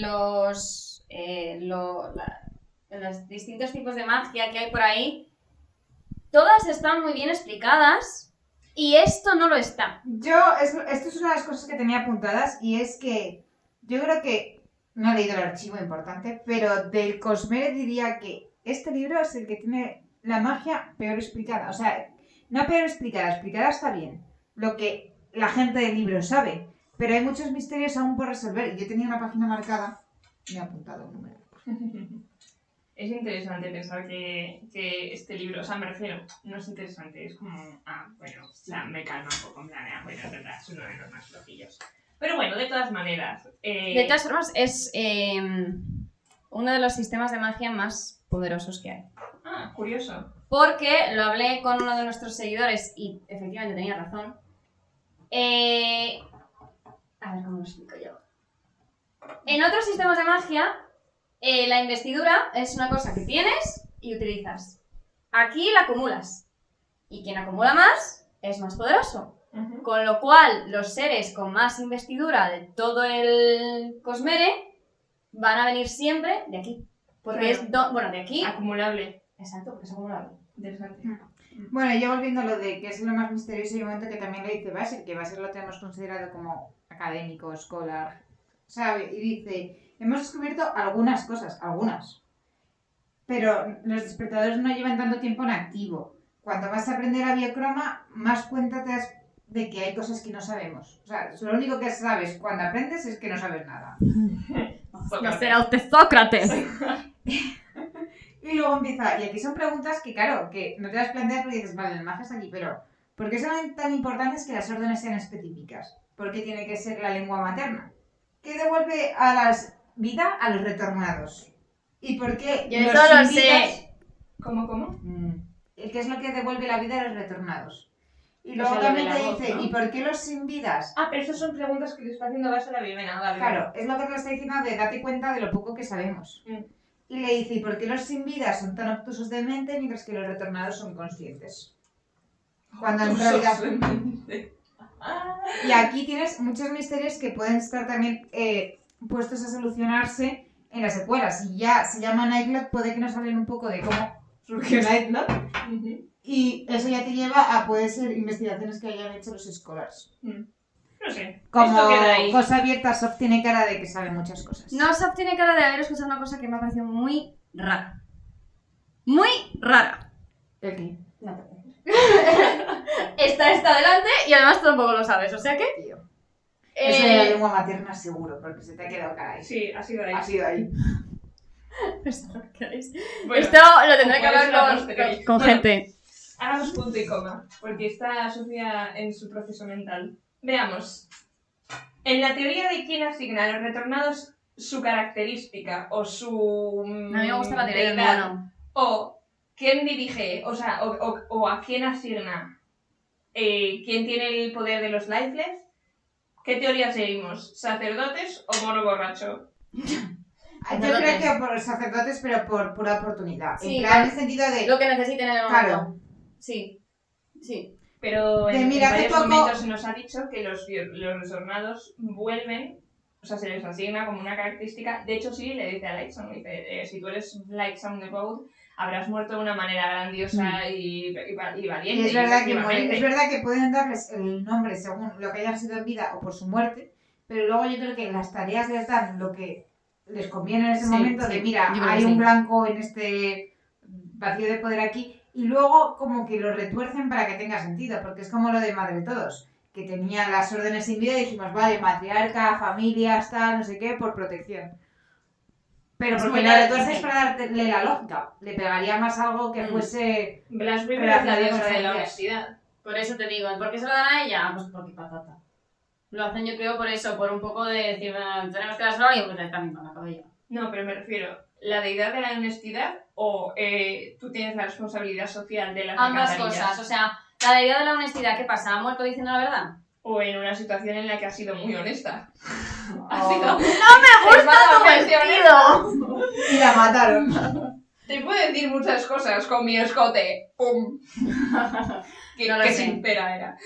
los, eh, lo- la- los distintos tipos de magia que hay por ahí, todas están muy bien explicadas y esto no lo está.
Yo, es- esto es una de las cosas que tenía apuntadas y es que yo creo que, no he leído el archivo importante, pero del Cosmere diría que este libro es el que tiene la magia peor explicada. O sea, no peor explicada, explicada está bien, lo que la gente del libro sabe, pero hay muchos misterios aún por resolver. Yo tenía una página marcada, me he apuntado un número.
Es interesante pensar que, que este libro, o sea, me refiero, no es interesante, es como, ah, bueno, o sea, me calma un poco, en plan, ah, bueno, es verdad, es uno de los más flojillos. Pero bueno, de todas maneras, eh,
De todas formas, es eh, uno de los sistemas de magia más poderosos que hay.
ah, curioso.
Porque lo hablé con uno de nuestros seguidores y efectivamente tenía razón. Eh, a ver cómo lo explico yo. En otros sistemas de magia, Eh, la investidura es una cosa que tienes y utilizas. Aquí la acumulas. Y quien acumula más es más poderoso.
Ujú.
Con lo cual, los seres con más investidura de todo el Cosmere van a venir siempre de aquí. Porque
Claro.
es. do- bueno, de aquí.
Acumulable.
Exacto, porque es acumulable.
Interesante.
Bueno, yo volviendo a lo de que es lo más misterioso y un momento que también lo dice Basil, que Basil lo tenemos considerado como académico, escolar, ¿sabe? Y dice, hemos descubierto algunas cosas, algunas. Pero los despertadores no llevan tanto tiempo en activo. Cuando vas a aprender a biocroma, más cuenta te das de que hay cosas que no sabemos. O sea, lo único que sabes cuando aprendes es que no sabes nada.
Sócrates.
usted Sócrates.
Y luego empieza, y aquí son preguntas que, claro, que no te las planteas porque dices, vale, el magia está aquí, pero ¿por qué son tan importantes que las órdenes sean específicas? ¿Por qué tiene que ser la lengua materna? ¿Qué devuelve a las vida a los retornados? ¿Y por qué
Yo eso lo
invitas-
sé.
¿Cómo, cómo?
Mm. ¿Qué es lo que devuelve la vida a los retornados? Y
O sea,
luego
lo de
también
la
te
voz,
dice,
¿no?
¿y por qué los sin vidas?
Ah, pero esas son preguntas que te está haciendo vas a la vivena, vale.
Claro, es lo que te está diciendo de date cuenta de lo poco que sabemos.
Mm.
Y le dice, ¿y por qué los sin vida son tan obtusos de mente mientras que los retornados son conscientes? Cuando en realidad... Y aquí tienes muchos misterios que pueden estar también eh, puestos a solucionarse en las secuelas. Si ya se llama Nightlot, puede que nos hablen un poco de cómo surgió Nightlot.
Ujú.
Y eso ya te lleva a, puede ser, investigaciones que hayan hecho los scholars.
No sé.
Como
Esto queda ahí.
cosa abierta, Soft tiene cara de que sabe muchas cosas.
No, Sof tiene cara de haber escuchado una cosa que me ha parecido muy rara. Muy rara.
¿El qué?
No te preocupes.
Está, está adelante y además tú tampoco lo sabes, o sea que.
Tío.
eh,
Eso de la lengua materna seguro, porque se te ha quedado cara ahí.
Sí, ha sido ahí.
Ha sido ahí.
¿qué queréis?
Bueno,
Esto lo tendré que
como
hablar
es la
con,
posteriori.
con
Bueno.
gente.
hagamos punto y coma, porque está asocia en su proceso mental. Veamos. En la teoría de quién asigna a los retornados su característica o su. mm,
A mí me gusta la teoría del
deidad,
mono.
O quién dirige, o sea, o, o- o a quién asigna, eh, quién tiene el poder de los lifeless. ¿Qué teoría seguimos? ¿Sacerdotes o mono borracho?
Yo
Sacerdotes.
creo que por sacerdotes, pero por pura oportunidad.
Sí,
en
claro.
plan, en el sentido de.
Lo que necesiten en el momento.
Claro.
Sí. Sí.
Pero en,
Que mira,
en
hace
varios
poco-
momentos se nos ha dicho que los, bio- los retornados vuelven, o sea, se les asigna como una característica. De hecho, sí, le dice a Lightsound, dice, eh, si tú eres Lightsound the Boat, habrás muerto de una manera grandiosa y, y va- y
Mm. y
valiente.
es verdad, que
efectivamente.
pueden- es verdad que pueden darles el nombre según lo que hayan sido en vida o por su muerte, pero luego yo creo que las tareas les dan lo que les conviene en ese
Sí,
momento
sí,
de mira,
yo creo
hay
que
un
sí.
blanco en este vacío de poder aquí y luego como que lo retuercen para que tenga sentido, porque es como lo de Madre Todos, que tenía las órdenes sin vida y dijimos, vale, matriarca, familias, tal, no sé qué, por protección. Pero
Es
porque
muy
lo
la-
retuerces
sí.
para darle la lógica, le pegaría más algo que
Mm.
fuese...
Blas Weaver es la
Relacionado
diosa
con
de la
familias.
honestidad.
Por eso te digo, ¿por qué se lo dan a ella? Pues porque patata. Lo hacen yo creo por eso, por un poco de decir, "Ah, tenemos que dárselo a alguien, pues también con la cabella.
No, pero me refiero, ¿la deidad de la honestidad o eh, tú tienes la responsabilidad social de las
Ambas
alcantarillas?
cosas, o sea, la deidad de la honestidad, ¿qué pasa? ¿Ha muerto diciendo la verdad?
O en una situación en la que has sido muy honesta.
Oh.
Has sido
gusta tu
extremadamente
vestido!
honesta.
Y la mataron.
Te puedo decir muchas cosas con mi escote. ¡Pum! que
No lo
que
sé.
sincera era.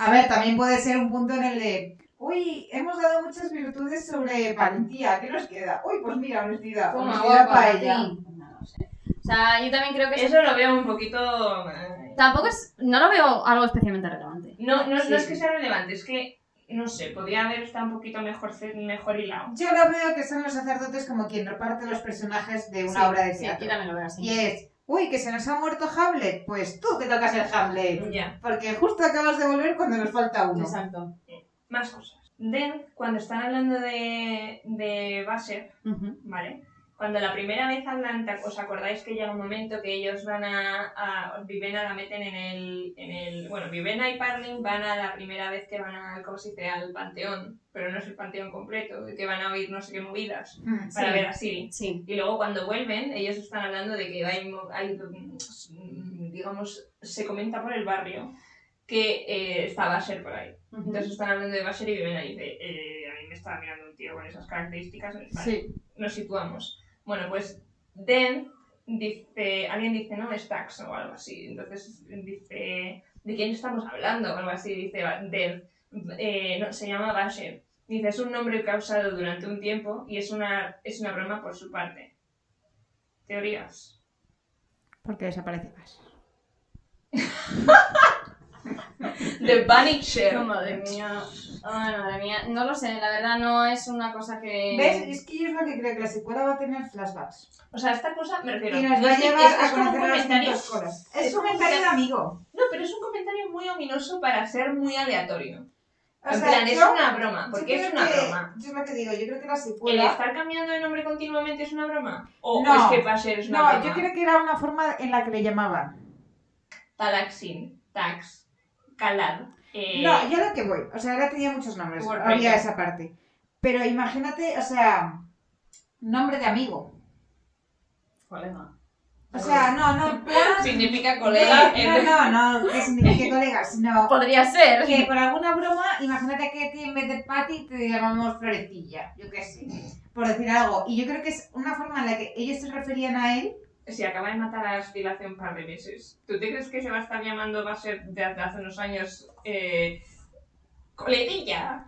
A ver, también puede ser un punto en el de. Uy, hemos dado muchas virtudes sobre valentía. ¿Qué nos queda? Uy, pues mira, honestidad.
Toma,
honestidad
guapa,
para ella.
sí. pues No lo sé. O sea, yo también creo que
Eso lo veo un poquito... eh,
Tampoco es. No lo veo algo especialmente relevante.
No, no,
Sí,
no es
sí.
que sea relevante, es que, no sé, podría haber estado un poquito mejor, mejor hilado.
Yo lo veo que son los sacerdotes como quien reparte los personajes de una
Sí,
obra de
sí,
teatro.
yo también lo veo así.
y es, uy, que se nos ha muerto Hamlet. Pues tú te tocas el Hamlet.
Ya.
Porque justo acabas de volver cuando nos falta uno.
Exacto.
Más cosas. Den, cuando están hablando de, de Basher,
Ujú.
¿vale? Cuando la primera vez hablan, ¿te- ¿os acordáis que llega un momento que ellos van a, a Vivena la meten en el, en el... Bueno, Vivena y Parling van a la primera vez que van al, ¿cómo se dice? Al panteón, pero no es el panteón completo, que van a oír no sé qué movidas
Mm.
para
Sí.
ver a Siri.
Sí.
Y luego cuando vuelven, ellos están hablando de que hay, mo- hay, mm, digamos, se comenta por el barrio que eh, está Basher por ahí.
Ujú.
Entonces están hablando de Basher y Vivena dice, eh, a mí me estaba mirando un tío con esas características. Vale,
Sí.
Nos situamos. Bueno, pues Den dice, alguien dice, no, es Tax o algo así. Entonces dice, ¿de quién estamos hablando? O algo así, dice Den. Eh, no, se llama Basher. Dice, es un nombre que ha usado durante un tiempo y es una, es una broma por su parte. Teorías.
Porque desaparece más.
The Panic Share.
Oh, Madre mía. Ay, madre mía. No lo sé, la verdad no es una cosa que.
¿Ves? Es que yo es lo que creo que la secuela va a tener flashbacks.
O sea, esta cosa me refiero.
Y nos
no
va a
es que-
llevar
es- es
a
como un
conocer a las
comentario-
tantas cosas. Es un
como un
comentario de
comentario-
amigo.
No, pero es un comentario muy ominoso para ser muy aleatorio.
O
en
sea,
plan, es
yo-
una broma,
yo
porque es
creo
una
que-
broma.
Yo es lo que digo, yo creo que la
¿El
secuela...
estar cambiando de nombre continuamente es una broma? ¿O
No.
es que Basher es una
No,
broma?
yo creo que era una forma en la que le llamaban.
Talaxin, Tax, Calad. eh,
No, yo a lo que voy. O sea, ahora tenía muchos nombres.
Warbreaker.
Había esa parte. Pero imagínate, o sea, nombre de amigo.
Problema.
O sea, no, no, en plan-
Significa colega. eh,
No, no, no, no, que signifique colega, sino
Podría ser.
que por alguna broma, imagínate que a ti en vez de Patty te llamamos Florecilla, yo qué sé, por decir algo. Y yo creo que es una forma en la que ellos se referían a él.
Si acaba de matar a Aspil hace un par de meses, ¿tú te crees que se va a estar llamando Basher desde hace unos años eh, coleguilla?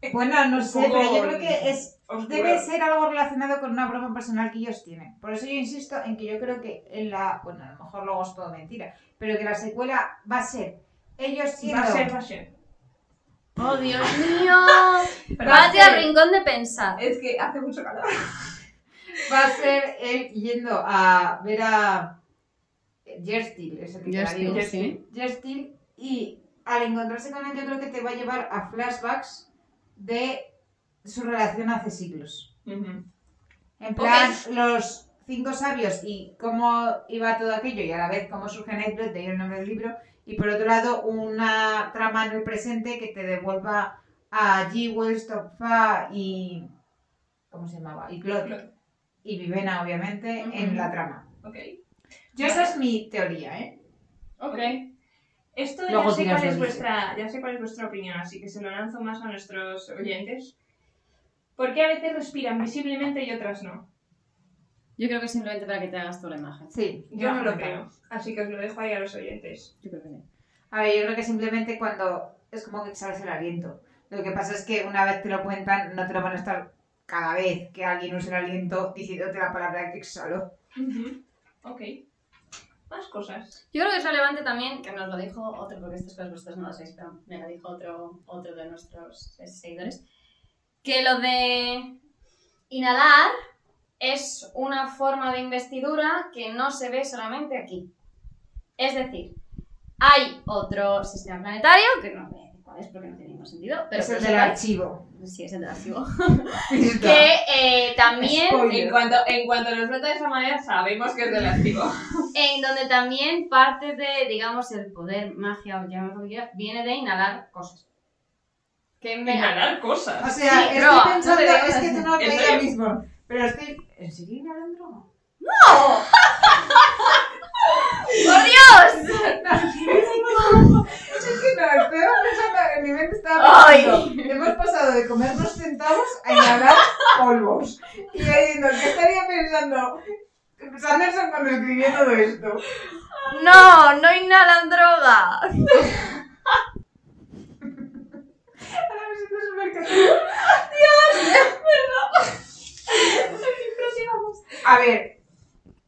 Eh,
Bueno, no sé, pero yo creo que es
Oscuro.
Debe ser algo relacionado con una broma personal que ellos tienen. Por eso yo insisto en que yo creo que en la. Bueno, a lo mejor luego es todo mentira. Pero que la secuela va a ser ellos siendo.
Va a ser Basher.
Oh, Dios mío.
Pero
Vete
hace-
al rincón de pensar.
Es que hace mucho calor.
Va a ser él yendo a ver a. Jerstil, es el que te la digo.
Yerstil.
sí.
Jerstil. Y al encontrarse con él, yo creo que te va a llevar a flashbacks de su relación hace siglos. En plan, los cinco sabios y cómo iba todo aquello y a la vez cómo surge Nightblood, de ahí el nombre del libro, y por otro lado una trama en el presente que te devuelva a G. Wells, Topfa y... ¿Cómo se llamaba? Y Claude.
Claude.
Y Vivena, obviamente, en
Ujú.
la trama.
Ok.
Yo esa es mi teoría, ¿eh?
Ok. Esto
Luego
ya sé,
dirás
cuál
lo
es
mismo.
vuestra, ya sé cuál es vuestra opinión, así que se lo lanzo más a nuestros oyentes. ¿Por qué a veces respiran visiblemente y otras no?
Yo creo que es simplemente para que te hagas tú la imagen.
Sí.
Yo no lo creo, así que os lo dejo ahí a los oyentes.
Yo creo que sí.
A ver, yo creo que simplemente cuando es como que sabes el aliento. Lo que pasa es que una vez te lo cuentan, no te lo van a estar cada vez que alguien usa el aliento diciéndote la palabra exhalo.
Ok. Más cosas.
Yo creo que es relevante también, que nos lo dijo otro, porque estas cosas vosotros no las sabéis, pero me lo dijo otro, otro de nuestros eh, seguidores, que lo de inhalar es una forma de investidura que no se ve solamente aquí. Es decir, hay otro sistema planetario, que no sé cuál es porque no tiene ningún sentido, pero
es el
pues
del
hay-
archivo.
Sí, es el del archivo. que eh, también
En cuanto, en cuanto nos meta de esa manera, sabemos que es del activo.
En donde también parte de, digamos, el poder, magia o llámalo como quieras, viene de inhalar cosas. Que me...
Inhalar
O
cosas.
sea,
Sí,
estoy
droga,
pensando,
no te
es que tú no lo
Eso
crees
es.
mismo. Pero estoy. ¿En serio inhalan droga?
¡Por Dios!
Es que no, estoy pensando, en mi mente estaba pensando. Hemos pasado de comernos centavos a inhalar polvos. Y yo diciendo, ¿qué estaría pensando? Sanderson cuando escribió todo esto.
¡No! ¡No inhalan droga!
Ahora me siento súper cansada. A ver,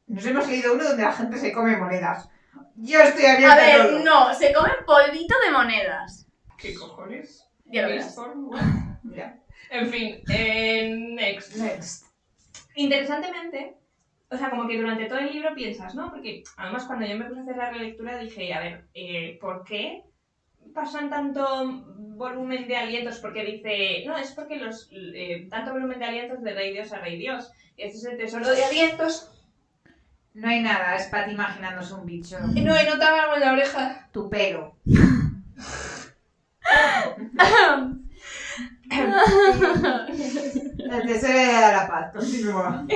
nos hemos leído uno donde la gente se come monedas. Yo estoy abierta
A ver,
todo.
no, se comen polvito de monedas.
¿Qué cojones?
Ya lo verás.
Ya.
En fin, eh, next.
Next.
Interesantemente, o sea, como que durante todo el libro piensas, ¿no? Porque además cuando yo me puse a hacer la relectura dije, a ver, eh, ¿por qué pasan tanto volumen de alientos? Porque dice, no, es porque los eh, tanto volumen de alientos de rey dios a rey dios. Y este es el tesoro de alientos.
No hay nada, es Pat imaginándose un bicho.
No, he notado algo en la oreja.
Tu pelo. El tercero de la paz, continúa.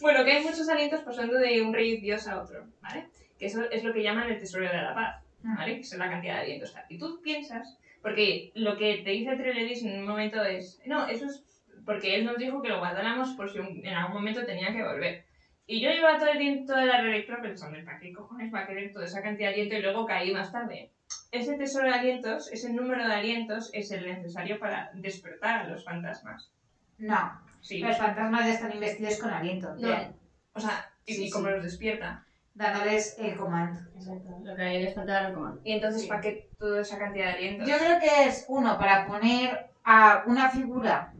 Bueno, que hay muchos alientos pasando de un rey dios a otro, ¿vale? Que eso es lo que llaman el tesoro de la paz. ¿vale? Que es la cantidad de alientos. Y tú piensas Porque lo que te dice Trelevis en un momento es, no, eso es porque él nos dijo que lo guardáramos por si un- en algún momento tenía que volver. Y yo iba todo el día, toda la relectura pensando, ¿para qué cojones va a querer toda esa cantidad de aliento? Y luego caí más tarde. Ese tesoro de alientos, ese número de alientos, es el necesario para despertar a los fantasmas.
No,
Sí.
los fantasmas ya están investidos con aliento,
No.
bien,
O sea, y
Sí, sí.
como los despierta.
dándoles el comando.
Lo que les faltaba era el comando.
Y entonces, ¿para qué toda esa cantidad de alientos?
Yo creo que es uno para poner a una figura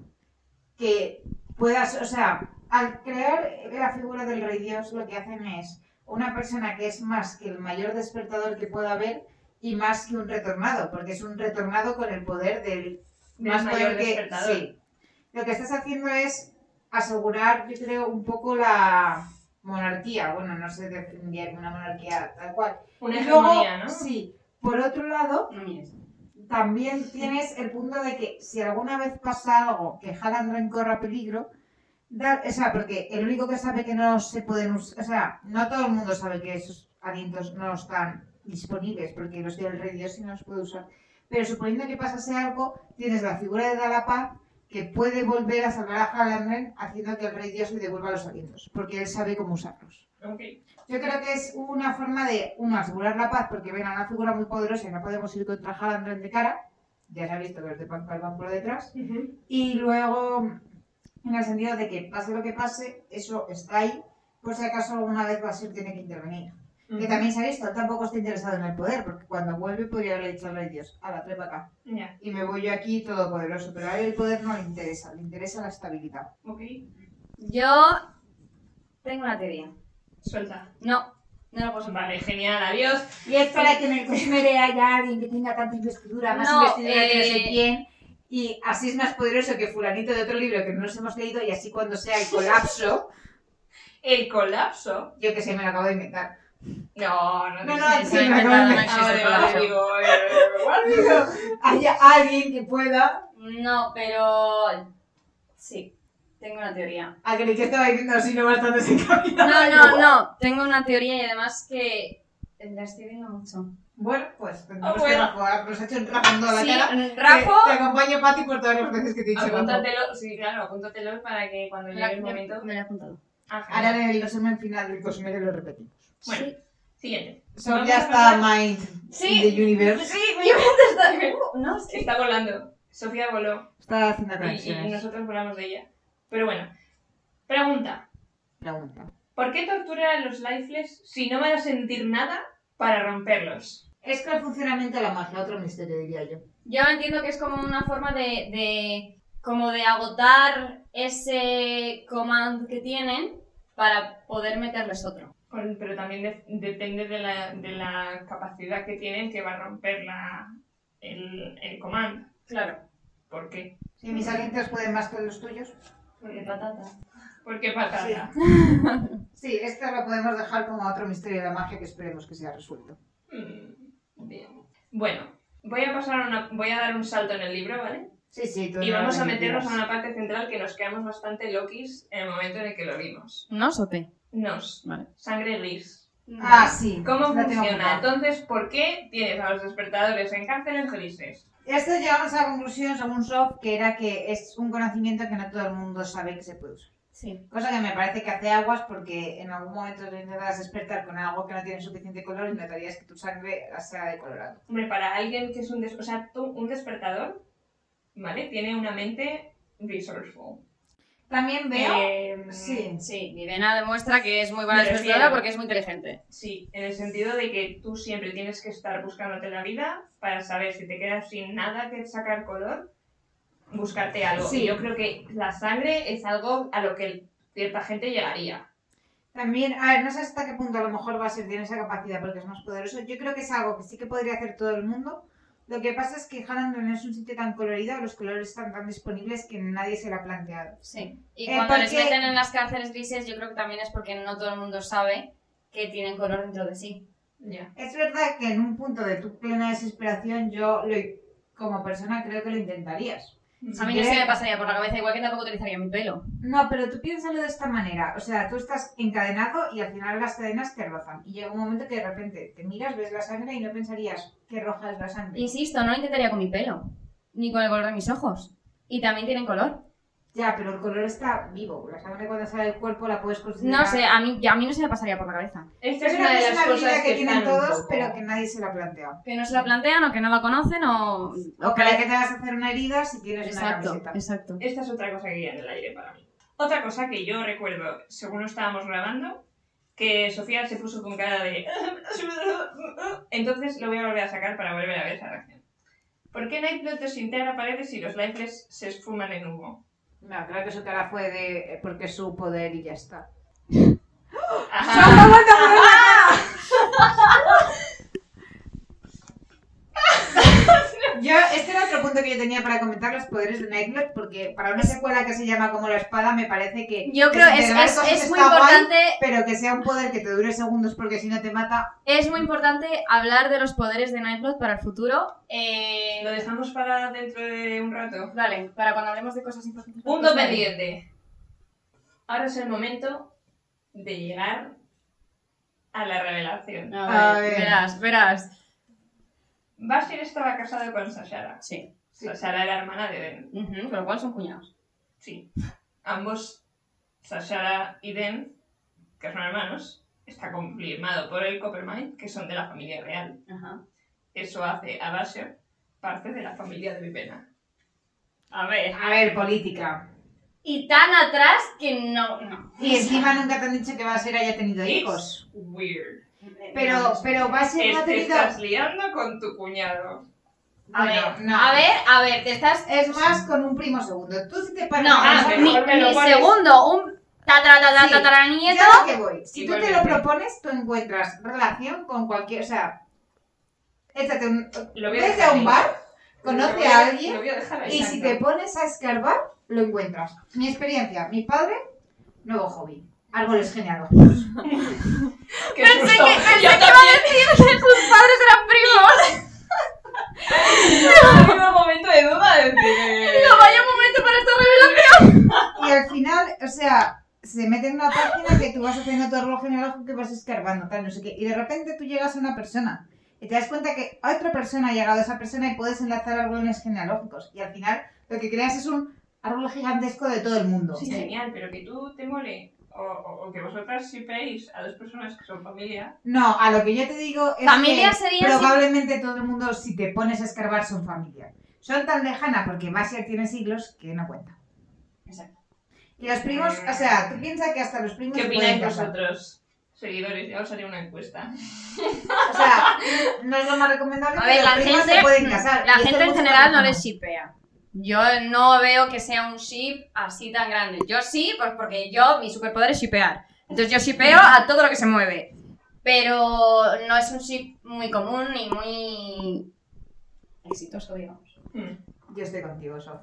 que puedas, o sea, al crear la figura del rey Dios lo que hacen es una persona que es más que el mayor despertador que pueda haber y más que un retornado, porque es un retornado con el poder del
Del
más
mayor
poder que-
despertador.
sí. Lo que estás haciendo es asegurar, yo creo, un poco la monarquía, bueno, no se defendía como una monarquía tal cual.
Una
Y luego,
hegemonía, ¿no?
Sí. Por otro lado,
No mires.
también tienes el punto de que si alguna vez pasa algo que Halandren corra peligro, da- o sea, porque el único que sabe que no se pueden usar, o sea, no todo el mundo sabe que esos alientos no están disponibles porque los tiene el rey Dios y no los puede usar. Pero suponiendo que pasase algo, tienes la figura de Dalapaz que puede volver a salvar a Halandren haciendo que el rey Dios le devuelva los alientos, porque él sabe cómo usarlos.
Ok.
Yo creo que es una forma de, uno, asegurar la paz, porque ven a una figura muy poderosa y no podemos ir contra Halandren de cara. Ya se ha visto que los de Pampal van por detrás. Y luego, en el sentido de que pase lo que pase, eso está ahí, por si acaso alguna vez Basir tiene que intervenir. Que también se ha visto, él tampoco está interesado en el poder, porque cuando vuelve podría haberle dicho al rey Dios, a la trepa acá.
Ya,
Y me voy yo aquí todopoderoso, pero a él el poder no le interesa, le interesa la estabilidad.
ok.
Yo tengo una teoría.
Suelta.
No, no lo puedo soltar.
Vale, genial, adiós.
Y es para que en el Cosmere haya alguien que tenga tanta investidura, más
No,
investidura que no sé
eh,
quién. Y así es más poderoso que fulanito de otro libro que no nos hemos leído y así cuando sea el colapso,
El colapso.
yo que sé, me lo acabo de inventar.
No, no
No,
te
no,
sientes.
sí, me lo acabo de inventar.
existe el
Ahora,
colapso.
digo, eh, ¿cuál digo?
Haya alguien que pueda,
No, pero. Sí, tengo una teoría.
a que le que estaba diciendo así no bastante ese camino.
No, no, no. Tengo una teoría y además que la estoy viendo mucho.
Bueno, pues tendremos
Ah, bueno.
que rafa, nos ha hecho un rafa en toda la
Oh, Sí,
cara.
Rafa.
Te, te acompaño, Pati, por todas las veces que te he dicho rafa.
Apúntatelo, sí, claro, apúntatelo para que cuando llegue el momento.
Me lo he apuntado.
Ah, genial.
Ahora en el resumen final del Cosmere lo repetimos.
Bueno,
Sí.
siguiente.
So,
Vamos
ya
a
está
pasar-
Mind
Sí.
the Universe.
Sí, mi mente está. No, sí.
Está volando. Sofía voló
Está haciendo
y, y
conexiones.
nosotros volamos de ella. Pero bueno, pregunta:
Pregunta.
¿por qué torturar a los lifeless si no van a sentir nada para romperlos?
Es que el funcionamiento de la magia, otro misterio, diría yo.
Yo entiendo que es como una forma de, de- como de agotar ese command que tienen para poder meterles otro.
Con- Pero también de- depende de la, de la capacidad que tienen que va a romper la, el, el comando.
Claro.
¿Por qué?
Si mis alientos pueden más que los tuyos.
Porque
patata.
Porque patata.
Sí, esto lo podemos dejar como otro misterio de la magia que esperemos que sea resuelto.
Mm, bien. Bueno, voy a pasar a una, voy a dar un salto en el libro, ¿vale?
Sí, sí, tú
Y
no
vamos
lo
a meternos a
repetirás.
una parte central que nos quedamos bastante loquis en el momento en el que lo vimos.
¿No o qué?
Nos,
Vale.
sangre gris.
Ah, sí.
¿Cómo
la tengo
funciona?
apuntada.
Entonces, ¿por qué tienes a los despertadores en cárceles grises?
Esto llegamos a la conclusión, según Sof, que era que es un conocimiento que no todo el mundo sabe que se puede usar.
Sí.
Cosa que me parece que hace aguas porque en algún momento te intentas despertar con algo que no tiene suficiente color y notarías que tu sangre sea decolorada.
Hombre, para alguien que es un, des- o sea, tú, un despertador, ¿vale? Tiene una mente resourceful.
También veo...
Eh,
Em,
sí.
Sí, Vivena demuestra que es muy buena
Me refiero.
despertadora porque es muy inteligente.
Sí, en el sentido de que tú siempre tienes que estar buscándote la vida para saber si te quedas sin nada que sacar color, buscarte algo.
Sí.
Y yo creo que la sangre es algo a lo que cierta gente llegaría.
También, a ver, no sé hasta qué punto a lo mejor va a ser tiene esa capacidad porque es más poderoso. Yo creo que es algo que sí que podría hacer todo el mundo. Lo que pasa es que Halandron es un sitio tan colorido, los colores están tan disponibles que nadie se lo ha planteado.
Sí. Y
Eh,
cuando les
porque-
meten en las cárceles grises, yo creo que también es porque no todo el mundo sabe que tienen color dentro de sí.
Ya.
Es verdad que en un punto de tu plena desesperación yo, lo, como persona, creo que lo intentarías.
A mí no se me pasaría por la cabeza, igual que tampoco utilizaría mi pelo.
No, pero tú piénsalo de esta manera. O sea, tú estás encadenado y al final las cadenas te rozan. Y llega un momento que de repente te miras, ves la sangre y no pensarías que roja es la sangre.
Insisto, no lo intentaría con mi pelo, ni con el color de mis ojos. Y también tienen color.
Ya, pero el color está vivo. La sangre cuando sale del cuerpo la puedes considerar.
No sé, a mí, a mí no se me pasaría por la cabeza.
Esta
Es
es
una,
una de
es
las
una
cosas
habilidad que, tienen
están un
todos,
poco-
pero que nadie se la plantea.
Que no se la plantean o que no la conocen o...
O que la que te vas a hacer una herida si tienes una camiseta.
exacto.
Esta es otra cosa que ya en el aire para mí. Otra cosa que yo recuerdo, según lo estábamos grabando, que Sofía se puso con cara de... Entonces lo voy a volver a sacar para volver a ver esa reacción. ¿Por qué Nightblood desintegra paredes y los lifeless se esfuman en humo?
No, creo que su cara fue de eh, porque es su poder y ya está.
Ah.
Ajá.
¡No aguanta por la cara! Yo, este era otro punto que yo tenía para comentar los poderes de Nightblood, porque para una secuela que se llama como la espada, me parece que.
Yo creo es,
desintegrar
es,
Eh, cosas
es muy
está guay,
importante,
pero que sea un poder que te dure segundos porque si no te mata.
es muy importante hablar de los poderes de Nightblood para el futuro. Eh,
Lo dejamos para dentro de un rato. Pues
Vale, para cuando hablemos de cosas importantes.
Punto pendiente. Ahora es el momento de llegar a la revelación.
A
A
ver,
ver.
verás, verás.
Basir estaba casado con Sashara.
Sí.
Sashara era hermana de Ben.
Ujú, con lo cual son cuñados.
Sí. Ambos, Sashara y Den, que son hermanos, está confirmado por el Coppermine que son de la familia real.
Ajá.
Eso hace a Basher parte de la familia de Vipena.
A ver.
A ver, política.
Y tan atrás que no, no.
Y encima nunca te han dicho que va a ser haya tenido
It's
hijos.
Weird.
Pero, pero va a ser
Es-
una
te
tenido.
estás liando con tu cuñado.
A
Bueno,
ver,
no.
a ver, a ver, te estás...
Es más con un primo segundo. Tú si te paras.
No,
Ah,
mi,
mejor me lo
mi
pones.
segundo, un tatara, tatara,
Sí.
tatara, nieto.
Ya que voy. Si
Sí,
tú te
vuelve.
lo propones, tú encuentras relación con cualquier. O sea, échate un.
Lo voy a
Vete
dejar
a un
ahí.
bar,
Lo
conoce
voy
a alguien
Lo voy a dejar ahí.
y si te pones a escarbar, lo encuentras. Mi experiencia, mi padre, nuevo hobby. Árboles genealógicos.
¡Qué susto! Yo
sus padres eran primos.
también tengo un momento de duda de decir...
vaya momento para esta revelación.
Y al final, o sea, se mete en una página que tú vas haciendo tu árbol genealógico y vas escarbando, tal, no sé qué. Y de repente tú llegas a una persona y te das cuenta que otra persona ha llegado a esa persona y puedes enlazar árboles genealógicos. Y al final lo que creas es un árbol gigantesco de todo el mundo.
Sí, genial, pero que tú te mole o, o- o que vosotras shipéis a dos personas que son familia,
No, a lo que yo te digo es
Familia
que
sería
probablemente todo el mundo, si te pones a escarbar, son familia. Son tan lejana porque Basia tiene siglos que no cuenta.
Exacto.
Y los primos, o sea, tú piensas que hasta los primos
¿Qué
se
opináis
pueden casar.
vosotros, seguidores? Vamos a hacer una encuesta.
O sea, no es lo más recomendable.
A
pero
ver,
los
la
primos
gente, mm,
se pueden casar.
la
Y
gente
esto
en
es
general no
mucho
les
más
shipea. Yo no veo que sea un ship así tan grande. Yo sí, pues porque yo, mi superpoder es shipear. Entonces yo shipeo a todo lo que se mueve. Pero no es un ship muy común ni muy exitoso, digamos.
Hmm.
común. Yo estoy contigo, Sof.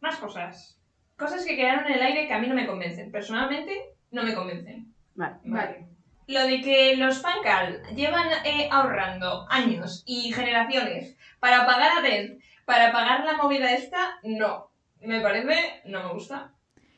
Más cosas. Cosas que quedaron en el aire que a mí no me convencen. Personalmente, no me convencen.
Vale.
Lo de que los fancal llevan eh, ahorrando años y generaciones para pagar a Dent, para pagar la movida esta, no. Me parece, no me gusta.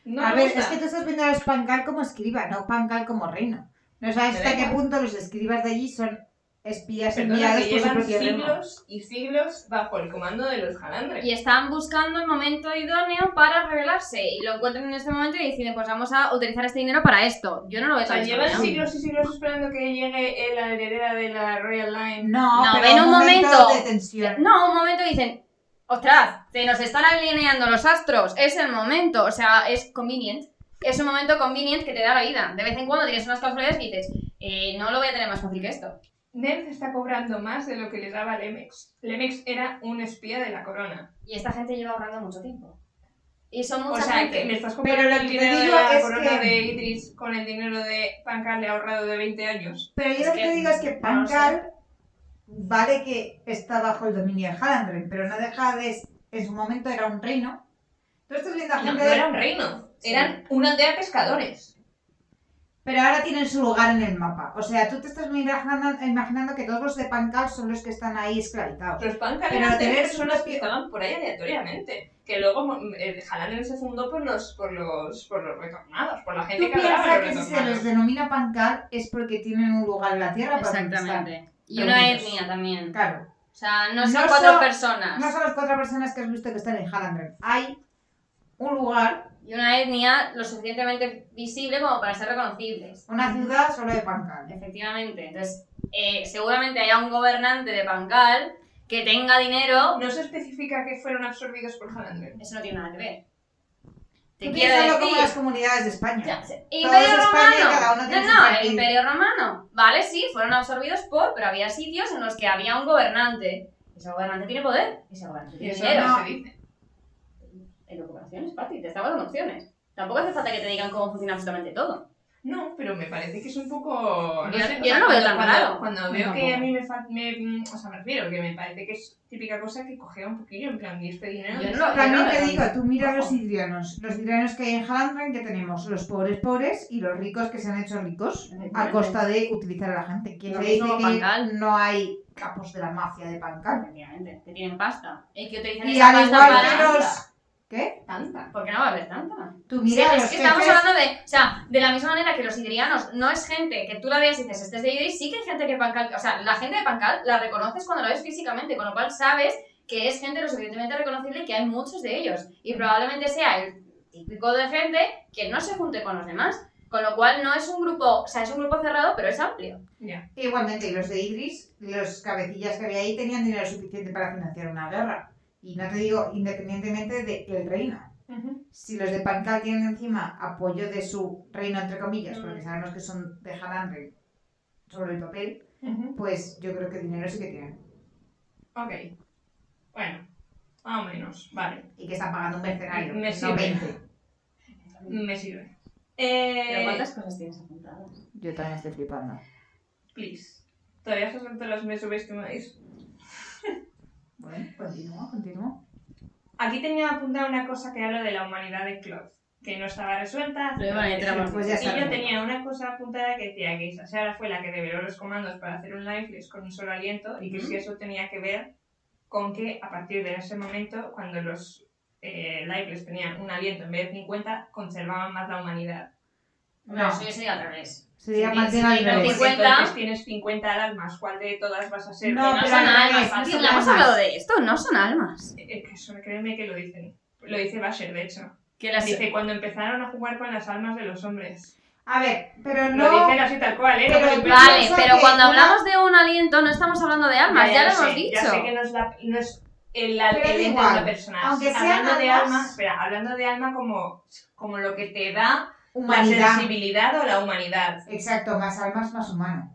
No
a
me
ver,
gusta.
es que tú estás viendo a los pancal como escriba, no pancal como reino. No sabes
Me da
hasta qué
igual.
punto los escribas de allí son espías
Perdona,
enviados
que
por su
llevan
propio reino.
siglos y siglos bajo el comando de los jalandres.
Y están buscando el momento idóneo para revelarse. Y lo encuentran en este momento y deciden, pues vamos a utilizar este dinero para esto. Yo no lo veo
O sea,
tan
llevan
extraño.
siglos y siglos esperando que llegue eh, la heredera de la Royal Line.
No,
No,
pero
ven un momento.
de tensión.
No, un momento dicen, ostras, se nos están alineando los astros, es el momento, o sea, es convenient. Es un momento convenient que te da la vida. De vez en cuando tienes unas casualidades que dices, eh, no lo voy a tener más fácil que esto.
Nerf está cobrando más de lo que le daba Lemex. Lemex era un espía de la corona.
Y esta gente lleva ahorrando mucho tiempo. Y son
O
mucha
sea,
gente.
que me estás
Pero
comparando
lo
el
que te
dinero de
digo
la
es que-
corona de Idris con el dinero de Pancar le ahorrado de 20 años.
Pero yo
Es
lo que
que-
te digo es que
no lo
pancal vale que está bajo el dominio de Halandren, pero no deja de. En su momento era un reino. Tú estás viendo a
No,
gente
no
de-
era un reino. Eran una aldea de pescadores.
Pero ahora tienen su lugar en el mapa. O sea, tú te estás imaginando, imaginando que todos los de Pancal son los que están ahí esclavizados.
Los Pancar
Pero
eran
tener
personas
sus-
que estaban por ahí aleatoriamente. que luego mm, eh, Haaland se fundó por los, por los, por los retornados, por la gente
Tú
que
piensas
hablaba de
que si
los
se los
retornados.
denomina pancal es porque tienen un lugar en la tierra para conquistar.
Exactamente. Y una
Reunidos.
etnia también.
Claro.
O sea, no son
No
cuatro
son-
personas.
No son las cuatro personas que has visto que están en Haaland. Hay un lugar,
Y una etnia lo suficientemente visible como para ser reconocibles.
una ciudad solo de ¿eh? pancal.
Efectivamente. Entonces, eh, seguramente haya un gobernante de Pancal que tenga dinero.
No se especifica que fueron absorbidos por Haaland.
Eso no tiene nada que ver. Te
Tú
quiero
piénsalo como las
decir.
comunidades de España.
Ya sé.
es
Imperio
España y cada
Romano.
uno tiene su
No, no, el
partido.
Imperio Romano. Vale, sí, fueron absorbidos por, pero había sitios en los que había un gobernante. Ese gobernante tiene poder, ese gobernante
Y
tiene
eso
dinero.
no se dice.
En ocupaciones, Pati, te estamos dando opciones. Tampoco hace falta que te digan cómo funciona absolutamente todo.
No, pero me parece que es un poco...
Yo-
sé, o
yo
sea,
no lo veo
cuando-
tan
cuando-
raro.
Cuando
Yo
veo que
tampoco.
a mí me, fa- me- mm, O sea, me refiero, que me parece que es típica cosa que cogea un poquillo, en plan, y este dinero...
Yo no
¿dónde
lo-
sale?
También
no,
te
no,
digo, tú mira
Ojo.
los hidrianos. Los hidrianos que hay en Haaland, que tenemos los pobres pobres y los ricos que se han hecho ricos a costa de utilizar a la gente. Quien
Lo
te dice
mismo
que
con Bangal.
no hay capos de la mafia de pancal.
Efectivamente, que tienen pasta. Es que utilizan
Y
esa
al
pasta
igual
para
que los...
tanta.
¿qué?
tanta. ¿Por qué no va a haber tanta?
Tú
Sí,
mira a
es
los
que estamos
jefes-
hablando de. O sea, de la misma manera que los sirianos no es gente que tú la veas y dices, este es de Idris, sí que hay gente que Pancal. O sea, la gente de Pancal la reconoces cuando la ves físicamente, con lo cual sabes que es gente lo suficientemente reconocible y que hay muchos de ellos. Y probablemente sea el típico de gente que no se junte con los demás. Con lo cual no es un grupo, o sea, es un grupo cerrado, pero es amplio.
Ya.
Igualmente, los de Idris, los cabecillas que había ahí tenían dinero suficiente para financiar una guerra. Y no te digo, independientemente del reino.
Ujú.
Si los de Pancal tienen encima apoyo de su reino, entre comillas,
Mm.
porque sabemos que son de Halandre sobre el papel,
Ujú.
pues yo creo que dinero sí que tienen.
Ok. Bueno. Más o menos. Vale.
Y que están pagando un mercenario.
Me
no
sirve.
20.
Me sirve.
Pero
Eh...
¿cuántas cosas tienes apuntadas?
Yo también estoy flipando.
Please. Todavía se son todas las me subestimáis.
Bueno, continúa, continúa.
Aquí tenía apuntada una cosa que habla de la humanidad de Claude, que no estaba resuelta.
Pero bueno, entramos.
Pues ya
y yo
está.
tenía una cosa apuntada que decía que Isasara fue la que reveló los comandos para hacer un lifeless con un solo aliento y que si eso tenía que ver con que a partir de ese momento, cuando los eh, lifeless tenían un aliento en vez de 50, conservaban más la humanidad.
Bueno,
No.
eso ya sería al revés.
Sería
Si
más bien
tienes-
al
si tienes
revés.
50.
Entonces tienes 50 alarmas, ¿cuál de todas vas a ser?
No,
Que
No
pero
son
al
almas,
revés,
Pati,
no son
le hemos
almas.
hablado de esto, no son almas.
Eh, que eso, créeme que lo dicen. Lo dice Basher, de hecho.
Que las...
Dice, cuando empezaron a jugar con las almas de los hombres.
A ver, pero no.
Lo dicen así tal cual, ¿eh?
Pero
No me lo invento.
Vale,
piensa
pero
que
cuando
una-
hablamos de un aliento no estamos hablando de almas, ya,
lo
lo hemos
sé,
dicho.
Ya sé que no es, la, no es el al-
Pero
el
da
ente
igual,
de una persona.
aunque sean
hablando de
almas-
alma, espera, hablando de alma como, como lo que te da la
Humanidad.
sensibilidad o la humanidad.
Exacto, más almas, más humano.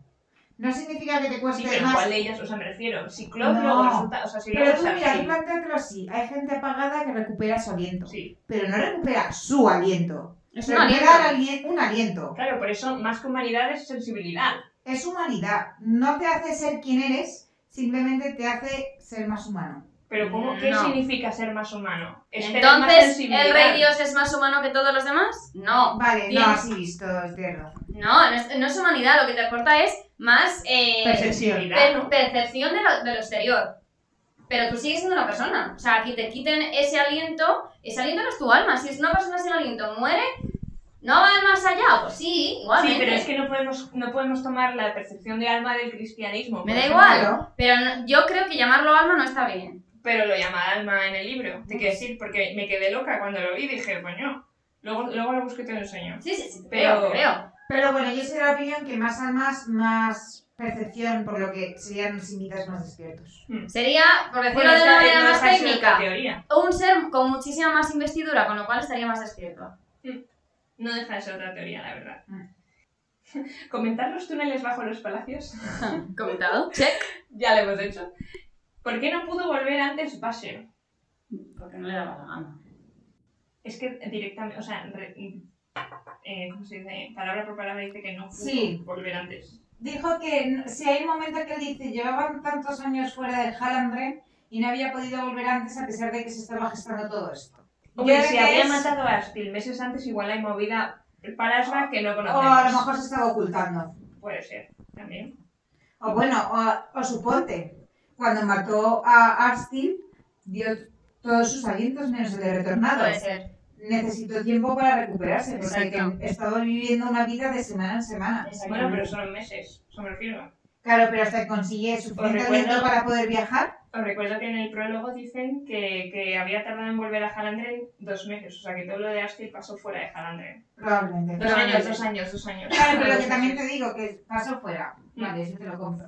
No significa Pues que te cueste
Sí, pero
más.
¿cuál de ellas? O sea, me refiero, si Claude
No.
luego resulta... O sea, si
Pero
luego
tú
sale-
mira,
sí,
tú plantéatelo así. Hay gente apagada que recupera su aliento,
sí.
pero no recupera su aliento.
Es un
Recupera
aliento.
el alien- un aliento.
Claro, por eso, más que humanidad es sensibilidad.
Es humanidad. No te hace ser quien eres, simplemente te hace ser más humano.
Pero ¿cómo, ¿qué
Mm, No.
significa ser más humano? Es tener más
Entonces, ¿el
sensibilidad.
rey Dios es más humano que todos los demás? No,
Vale,
Bien.
no, así visto, es de razón.
no, no es, no es humanidad, lo que te aporta es más eh,
Percepción.
per-
Sensibilidad, ¿no?
percepción de lo, de lo exterior. Pero tú sigues siendo una persona. O sea, que te quiten ese aliento, ese aliento no es tu alma. Si es una persona sin aliento, muere, ¿no va al más allá? Pues sí, igualmente.
Sí, pero es que no podemos, no podemos tomar la percepción de alma del cristianismo.
Me
por
da
ejemplo,
igual.
Claro.
Pero no- yo creo que llamarlo alma no está bien.
Pero lo llama alma en el libro. Te quiero decir, porque me quedé loca cuando lo vi y dije, coño. Luego, luego lo busqué y te lo enseño.
Sí, sí, sí,
Pero-
pero creo.
Pero bueno, yo soy de la opinión que más almas, más percepción, por lo que serían los imitas más despiertos.
Sería, por decirlo
Bueno,
de
esa-
una manera
no
más
deja de ser otra
técnica,
teoría.
un ser con muchísima más investidura, con lo cual estaría más despierto.
No deja de ser otra teoría, la verdad.
Mm.
Comentar los túneles bajo los palacios.
¿Comentado? Check.
ya lo hemos hecho. ¿Por qué no pudo volver antes Basher?
Porque no le daba la gana.
Es que directamente, o sea, re- eh, ¿cómo se dice? Palabra por palabra dice que no pudo
Sí.
volver antes.
Dijo que no- si hay un momento que él dice, llevaban tantos años fuera del Halandren y no había podido volver antes a pesar de que se estaba gestando todo esto.
Hombre,
Yo
si
creo que
había
es-
matado a Astil meses antes, igual hay movida para Asla que
O
no
Ah, a lo
conocemos.
mejor se estaba ocultando.
Puede ser, también.
O bueno, o, o suponte, cuando mató a Arstil, dio todos sus alientos menos el de
Ah,
retornado.
Pues.
Puede ser.
Necesito tiempo para recuperarse, porque
Exacto.
he estado viviendo una vida de semana en semana.
Bueno, pero son meses, eso me refiero.
Claro, pero hasta que consigue suficiente
recuerdo-
aliento para poder viajar,
Os recuerdo que en el prólogo dicen que, que había tardado en volver a Halandren dos meses, o sea que todo lo de Astil pasó fuera de Halandren.
probablemente. pues,
Dos años, dos años, dos años.
Claro, pero lo que también te digo, que paso fuera.
Mm.
Vale, eso te lo compro.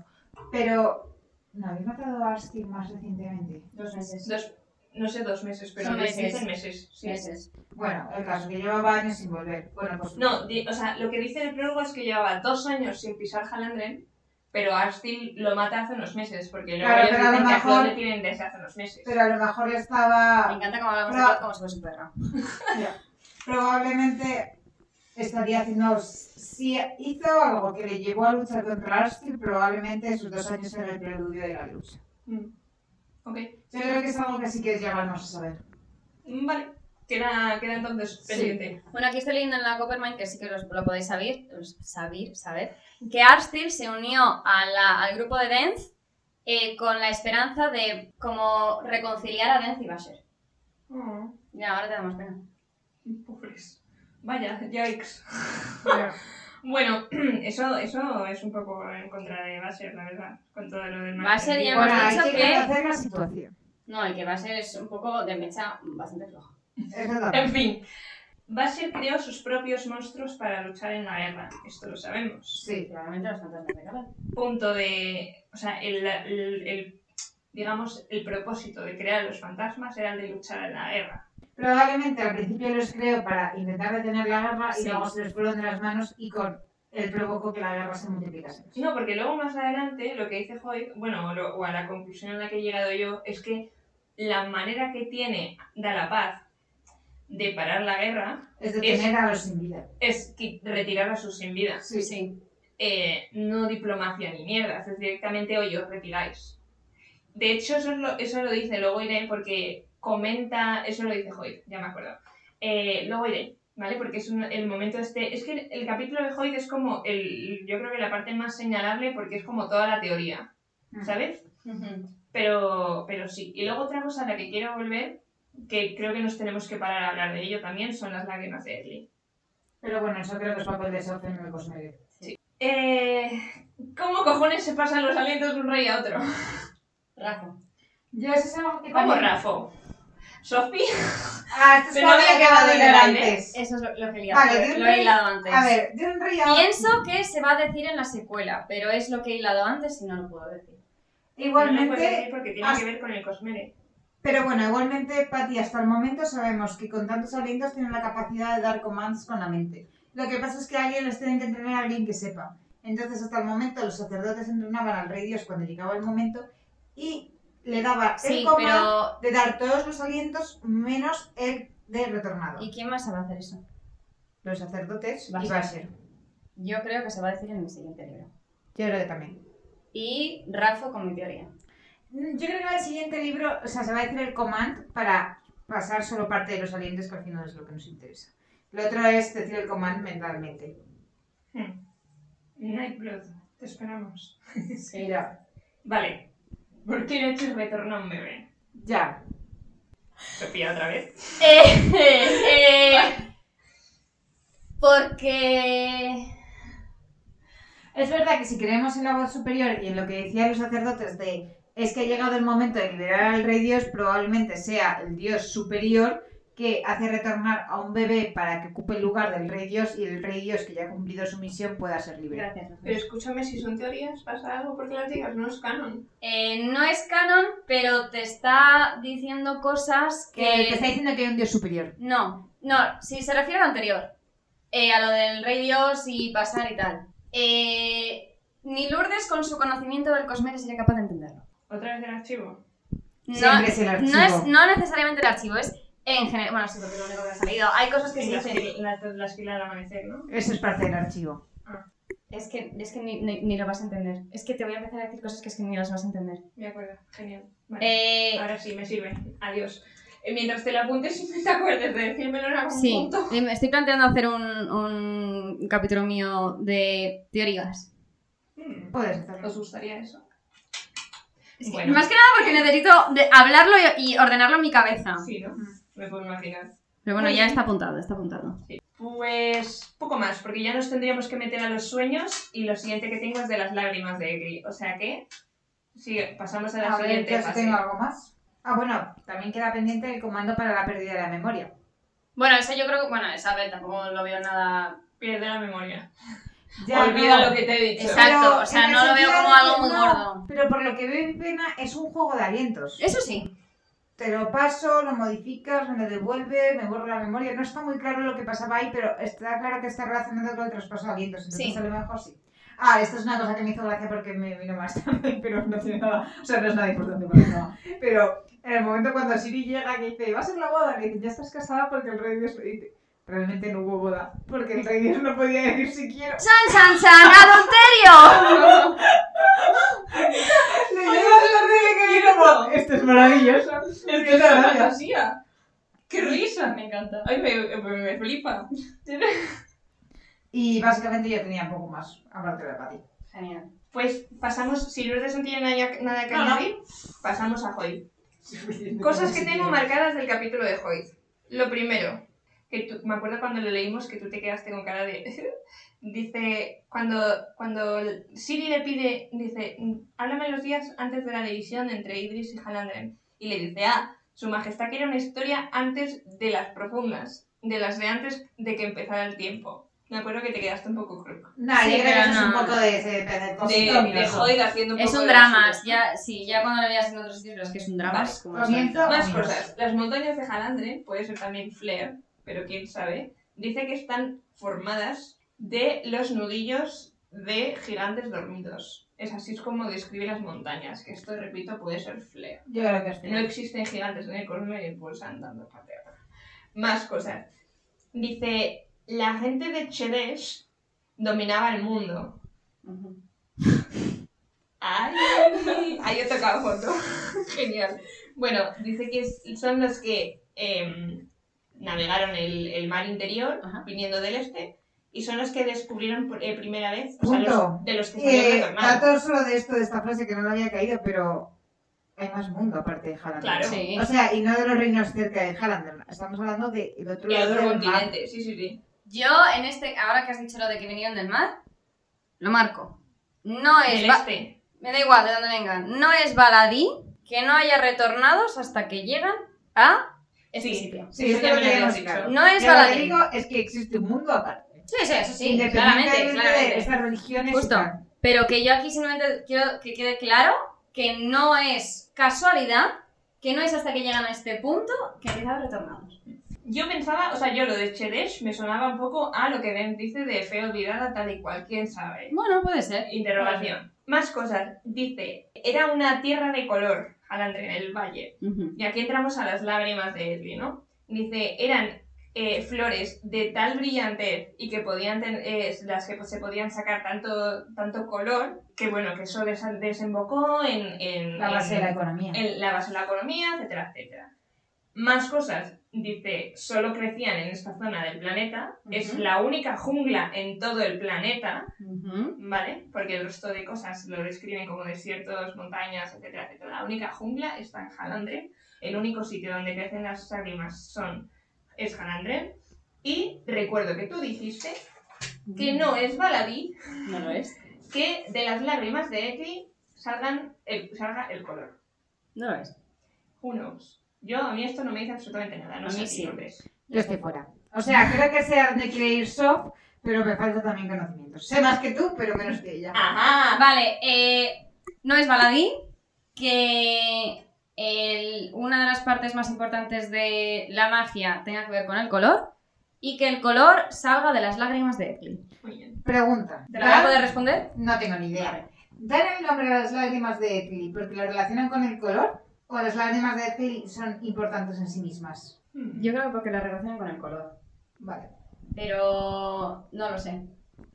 Pero, ¿no habéis matado a Asti más recientemente?
Dos meses.
Dos, no sé, dos meses, pero
Son meses.
dicen meses. sí.
meses.
Bueno, el caso que llevaba años sin volver. Bueno, pues
No, di- o sea, lo que dice el prólogo es que llevaba dos años sin pisar Halandren, pero Astil lo mata hace unos meses, porque luego
Claro,
ellos
pero a lo
dicen que a
mejor-
Claude le tienen desde hace unos meses.
Pero a lo mejor le
Me
estaba.
encanta cómo hablamos de
No.
Claude como si fuese un perro.
Probablemente estaría haciendo. Si hizo algo que le llevó a luchar contra Asti, probablemente sus dos años en el preludio de la lucha.
Mm. Ok,
Yo creo que es algo que sí que llegaremos a saber.
Mm, vale. Queda, queda entonces pendiente.
Bueno, aquí estoy leyendo en la Coppermine, que sí que los- lo podéis saber, los- saber, saber, que Arstil se unió a la- al grupo de Dance eh, con la esperanza de como reconciliar a Dance y Basher.
Oh,
Ya, ahora te damos pena.
pobres. Vaya, yikes.
Pero,
Bueno, eso, eso es un poco en contra de Basher, la verdad, con todo lo del
Basher
malentendido.
ya
bueno,
hemos
hay
dicho
que
que-
conocer la situación.
No, el que Basher es un poco de mecha bastante floja.
Exactamente.
Em-
En fin. Basher creó sus propios monstruos para luchar en la guerra. Esto lo sabemos.
Sí.
Probablemente los fantasmas de Cabal.
Punto de. O sea, el, el- el- digamos, el propósito de crear los fantasmas era el de luchar en la guerra.
Probablemente al principio los creó para intentar detener la guerra y
Sí.
luego se les fueron de las manos y con él provocó que la guerra se multiplicase.
No, porque luego más adelante lo que dice Hoyt, bueno, lo- o a la conclusión a la que he llegado yo, es que la manera que tiene Dalapaz de parar la guerra
Es detener a los sin vida.
es qui- retirar a sus sin vida.
Sí,
sí.
eh, no diplomacia ni mierdas, es directamente hoy os retiráis. De hecho, eso, es lo, eso lo dice, luego iré porque comenta, eso lo dice Hoyt, ya me acuerdo. Eh, luego iré, ¿vale? Porque es un- el momento este, es que el, el capítulo de Hoyt es como, el, yo creo que la parte más señalable porque es como toda la teoría, ¿sabes?
Ujú.
Pero, pero sí. Y luego otra cosa a la que quiero volver, que creo que nos tenemos que parar a hablar de ello también, son las lágrimas de Edley.
Pero bueno, eso creo que es papel de Sophie en el Cosmere.
Eh, ¿Cómo cojones se pasan los alientos de un rey a otro?
Rafa.
Yo eso es algo que
¿Cómo
también-
Rafa? ¿Sofía?
Ah, esto es
Pero
algo
no
que
había
acaba de hilar
quedado en el aire.
antes.
Eso es lo, lo que he
Vale,
liado.
de un
lo he
rey-
hilado antes.
A ver, de un rey a otro,
Pienso que se va a decir en la secuela, pero es lo que he hilado antes y no lo puedo decir.
No lo puedo decir
Igualmente,
porque tiene
as-
que ver con el Cosmere.
pero bueno, igualmente, Patty, hasta el momento sabemos que con tantos alientos tienen la capacidad de dar commands con la mente. Lo que pasa es que a alguien les tienen que entrenar a alguien que sepa. Entonces, hasta el momento, los sacerdotes entrenaban al rey Dios cuando llegaba el momento y le daba el
Sí,
command
pero
de dar todos los alientos menos el de retornado.
¿y quién más sabe hacer eso?
Los sacerdotes y
Basher.
Basher.
Yo creo que se va a decir en el siguiente libro.
Yo creo que también.
Y Rafa con mi teoría.
Mm, Yo creo que va el siguiente libro, o sea, se va a decir el command para pasar solo parte de los alientos, que al final es lo que nos interesa. Lo otro es decir el command mentalmente.
Hmm. Nightblood, te esperamos.
Mira,
Vale. ¿Por qué no he hecho retorno a un bebé?
ya.
Sofía, otra vez.
Eh, eh, eh, porque...
Es verdad que si creemos en la voz superior y en lo que decían los sacerdotes de es que ha llegado el momento de liberar al rey Dios, probablemente sea el Dios superior que hace retornar a un bebé para que ocupe el lugar del rey Dios y el rey Dios que ya ha cumplido su misión pueda ser liberado.
Gracias. Rafa.
Pero escúchame, si son teorías, pasa algo porque las digas, no es canon.
Eh, no es canon, pero te está diciendo cosas que...
Que te está diciendo que hay un Dios superior.
No, no, si se refiere a lo anterior, eh, a lo del rey Dios y pasar y tal. Eh, ni Lourdes con su conocimiento del cosmere sería capaz de entenderlo.
¿Otra vez el archivo?
No,
Siempre es el archivo.
no es no necesariamente el archivo, es en general... Bueno, sí, porque es lo único que ha salido. Hay cosas que
En
se
las,
dicen...
fil- las, las filas del amanecer, ¿no?
Eso es parte del archivo.
Es que, es que ni, ni- ni lo vas a entender. Es que te voy a empezar a decir cosas que es que ni las vas a entender.
Me acuerdo, genial. Vale.
Eh,
Ahora sí, me sirve. Adiós. Eh, mientras te la apuntes y me te acuerdes de decírmelo en algún
sí,
punto.
eh, me estoy planteando hacer un, un capítulo mío de teorías.
Hmm.
Puedes hacerlo.
¿Os gustaría eso?
Es que
Bueno.
Más que nada porque necesito de- hablarlo y, y ordenarlo en mi cabeza.
Sí, ¿no? Me puedo imaginar.
Pero bueno, ya está apuntado, está apuntado.
Pues poco más, porque ya nos tendríamos que meter a los sueños y lo siguiente que tengo es de las lágrimas de Egli. O sea que, sí, pasamos a la
A ver,
siguiente
yo si
fase.
tengo algo más. Ah, bueno, también queda pendiente el comando para la pérdida de la memoria.
Bueno, esa yo creo que. Bueno, esa a ver, tampoco lo veo nada.
Pierde la memoria.
Ya
Olvida
no.
lo que te he dicho.
Exacto,
Pero
o sea,
en el
no lo veo
sentido
como
de
algo
que
muy
no.
gordo.
Pero por lo que veo mi pena es un juego de alientos.
Eso sí.
Te lo paso, lo modificas, me lo devuelve, me borra la memoria. No está muy claro lo que pasaba ahí, pero está claro que está relacionado con el traspaso de alientos. Entonces
Sí.
a lo mejor sí. Ah, esto es una cosa que me hizo gracia porque me vino más tarde, pero no tiene nada, o sea, no es nada importante para nada. Pero en el momento cuando Siri llega que dice, vas a la boda, le dicen, ya estás casada porque el rey Dios lo dice. Realmente no hubo boda, porque el rey Dios no podía decir si quiero.
¡Chan, chan, chan! ¡Adulterio!
Le llega el rey de que como, esto es maravilloso.
Es
que es una
fantasía. ¡Qué risa!
Me encanta.
Ay, me, me, me flipa.
Y básicamente yo tenía poco más, aparte de Pati.
Genial.
Pues pasamos, si Lourdes no tiene nada, nada que
No, no.
añadir, pasamos a Hoy. Cosas que tengo marcadas del capítulo de Hoy. Lo primero, que tú- me acuerdo cuando lo leímos que tú te quedaste con cara de... dice, cuando, cuando Siri le pide, dice, háblame los días antes de la división entre Idris y Halandren. Y le dice, ah, su majestad quiere una historia antes de las profundas, de las de antes de que empezara el tiempo. Me acuerdo que te quedaste un poco crudo.
No,
Sí,
yo creo que
pero
eso es un
no.
poco de, de, de cosito
De, de
miedoso.
Hoy haciendo un
Es
poco
un
de
drama.
basura.
Ya, sí, ya cuando lo veas en otros sitios, pero es que es un drama.
Vale.
es como-
Comienzo.
Más
amigos.
cosas. Las montañas de Jalandre, puede ser también Flair, pero quién sabe, dice que están formadas de los nudillos de gigantes dormidos. Es así es como describe las montañas, que esto, repito, puede ser Flair.
Yo creo que Eh, es
No existen gigantes en el cosmos y pulsan dando pateadas. Más cosas. Dice, la gente de Chedesh dominaba el mundo.
Ujú.
Ay, ahí he tocado foto. Genial. Bueno, dice que es- son los que em, navegaron el, el mar interior
Ajá.
viniendo del este y son los que descubrieron por eh, primera vez, o sea,
Punto.
los, de los que
Eh,
salieron retornados.
dato solo de esto, de esta frase que no le había caído, pero hay más mundo aparte de Haaland.
Claro.
Sí.
O sea, y no de los reinos cerca de Haaland. Estamos hablando del el otro
Y
lado
otro
del mar.
continente, sí, sí, sí.
Yo, en este, ahora que has dicho lo de que vinieron del mar, lo marco. No Ah, es.
El
va-
este.
Me da igual de dónde vengan. No es baladí que no haya retornados hasta que llegan a este
Sí.
sitio.
Sí,
Eso
esto
ya
lo
me lo
tenemos
habías dicho.
claro.
No es
Yo lo que
baladí.
digo es que existe un mundo aparte.
Sí, sí, eso sí, claramente,
Independientemente de
claramente.
estas religiones. y
Justo.
tal.
Pero que yo aquí simplemente quiero que quede claro que no es casualidad, que no es hasta que llegan a este punto que empiezan los retornados.
Yo pensaba, o sea, yo lo de Chedesh me sonaba un poco a lo que Ben dice de fe olvidada tal y cual, quién sabe.
Bueno, puede ser.
Interrogación. Más cosas. Dice, era una tierra de color, Alandre, en el valle. Y aquí entramos a las lágrimas de Edwin, ¿no? Dice, eran eh, flores de tal brillantez y que podían ten- eh, las que se podían sacar tanto, tanto color, que bueno, que eso desa- desembocó en, en-
La base de la
en-
economía.
Eh.
en la base de la economía, etcétera, etcétera. Más cosas, dice, solo crecían en esta zona del planeta, es
Ujú.
la única jungla en todo el planeta,
Ujú.
¿vale? Porque el resto de cosas lo describen como desiertos, montañas, etcétera, etcétera. La única jungla está en Jalandren. El único sitio donde crecen las lágrimas son, es Jalandren. Y recuerdo que tú dijiste que no es baladí
No lo es.
que de las lágrimas de Eki salgan el, salga el color.
No lo es.
Who knows? Yo, a mí esto no me dice absolutamente nada. No
A
sé
mí
si
sí.
lo ves.
Yo estoy fuera. O sea, creo que sé a dónde quiere ir Sof, pero me falta también conocimientos. Sé más que tú, pero menos que ella.
Ah.
¡Ajá!
Vale, eh, no es baladí que el- una de las partes más importantes de la magia tenga que ver con el color y que el color salga de las lágrimas de Eckley.
Muy bien.
Pregunta.
¿Te la voy a
¿Dan?
poder responder?
No tengo ni idea. ¿Dan el nombre a las lágrimas de Ethel porque lo relacionan con el color? ¿O las lágrimas de Ethel son importantes en sí mismas?
Hmm.
Yo creo que porque la relacionan con el color.
Vale.
Pero no lo sé.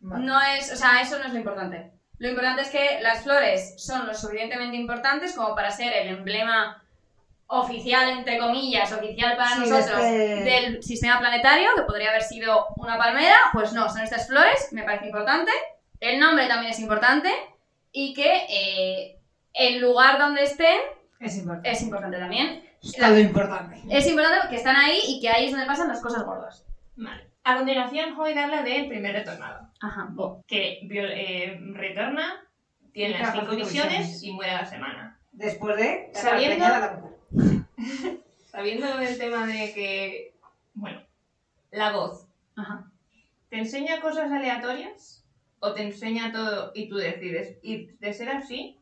vale.
No es, o sea, eso no es lo importante. Lo importante es que las flores son lo suficientemente importantes como para ser el emblema oficial, entre comillas, oficial para
Sí,
nosotros
este-
del sistema planetario, que podría haber sido una palmera, pues no, son estas flores, me parece importante. El nombre también es importante y que eh, el lugar donde estén
Es importante.
es importante también.
Es todo importante.
Es importante que están ahí y que ahí es donde pasan las cosas gordas.
Vale. A continuación, Hoyd habla del primer retornado,
Ajá.
que viol- eh, retorna, tiene
Y
las
caza
cinco
cinco
visiones
visiones.
y muere a la semana.
Después de
Sabiendo-
preñada la mujer.
Sabiendo lo del tema de que, bueno, la voz,
Ajá.
¿te enseña cosas aleatorias o te enseña todo y tú decides? Y de ser así,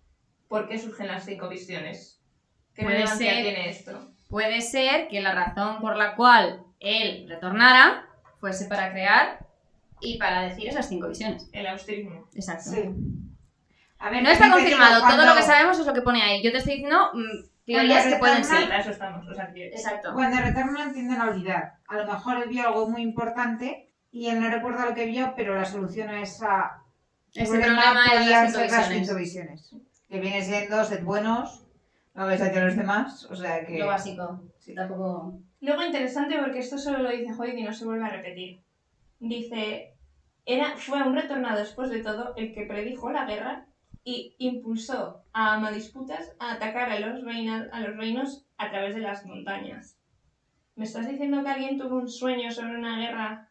¿por qué surgen las cinco visiones? ¿Qué
Puede
relevancia
ser-
tiene esto?
Puede ser que la razón por la cual él retornara fuese para crear y para decir esas cinco visiones.
El autismo.
Exacto.
Sí. A ver,
Mm. No está
también te digo,
confirmado, todo
cuando-
lo que sabemos es lo que pone ahí. Yo te estoy diciendo mm, teorías que
retorna-
pueden
Sí,
ser.
para eso estamos. O sea, que-
Exacto.
Cuando retornan tienden a olvidar. A lo mejor él vio algo muy importante y él no recuerda lo que vio, pero la solución a esa
Ese problema es
podrían
las
ser las
intuiciones.
cinco visiones. Que viene siendo sed buenos, no ves hacia los demás, o sea que...
Lo básico.
Sí.
Tampoco.
Luego interesante porque esto solo lo dice Hoyt y no se vuelve a repetir. Dice, era, fue un retornado después de todo el que predijo la guerra y impulsó a Amadisputas a atacar a los, reina- a los reinos a través de las montañas. ¿Me estás diciendo que alguien tuvo un sueño sobre una guerra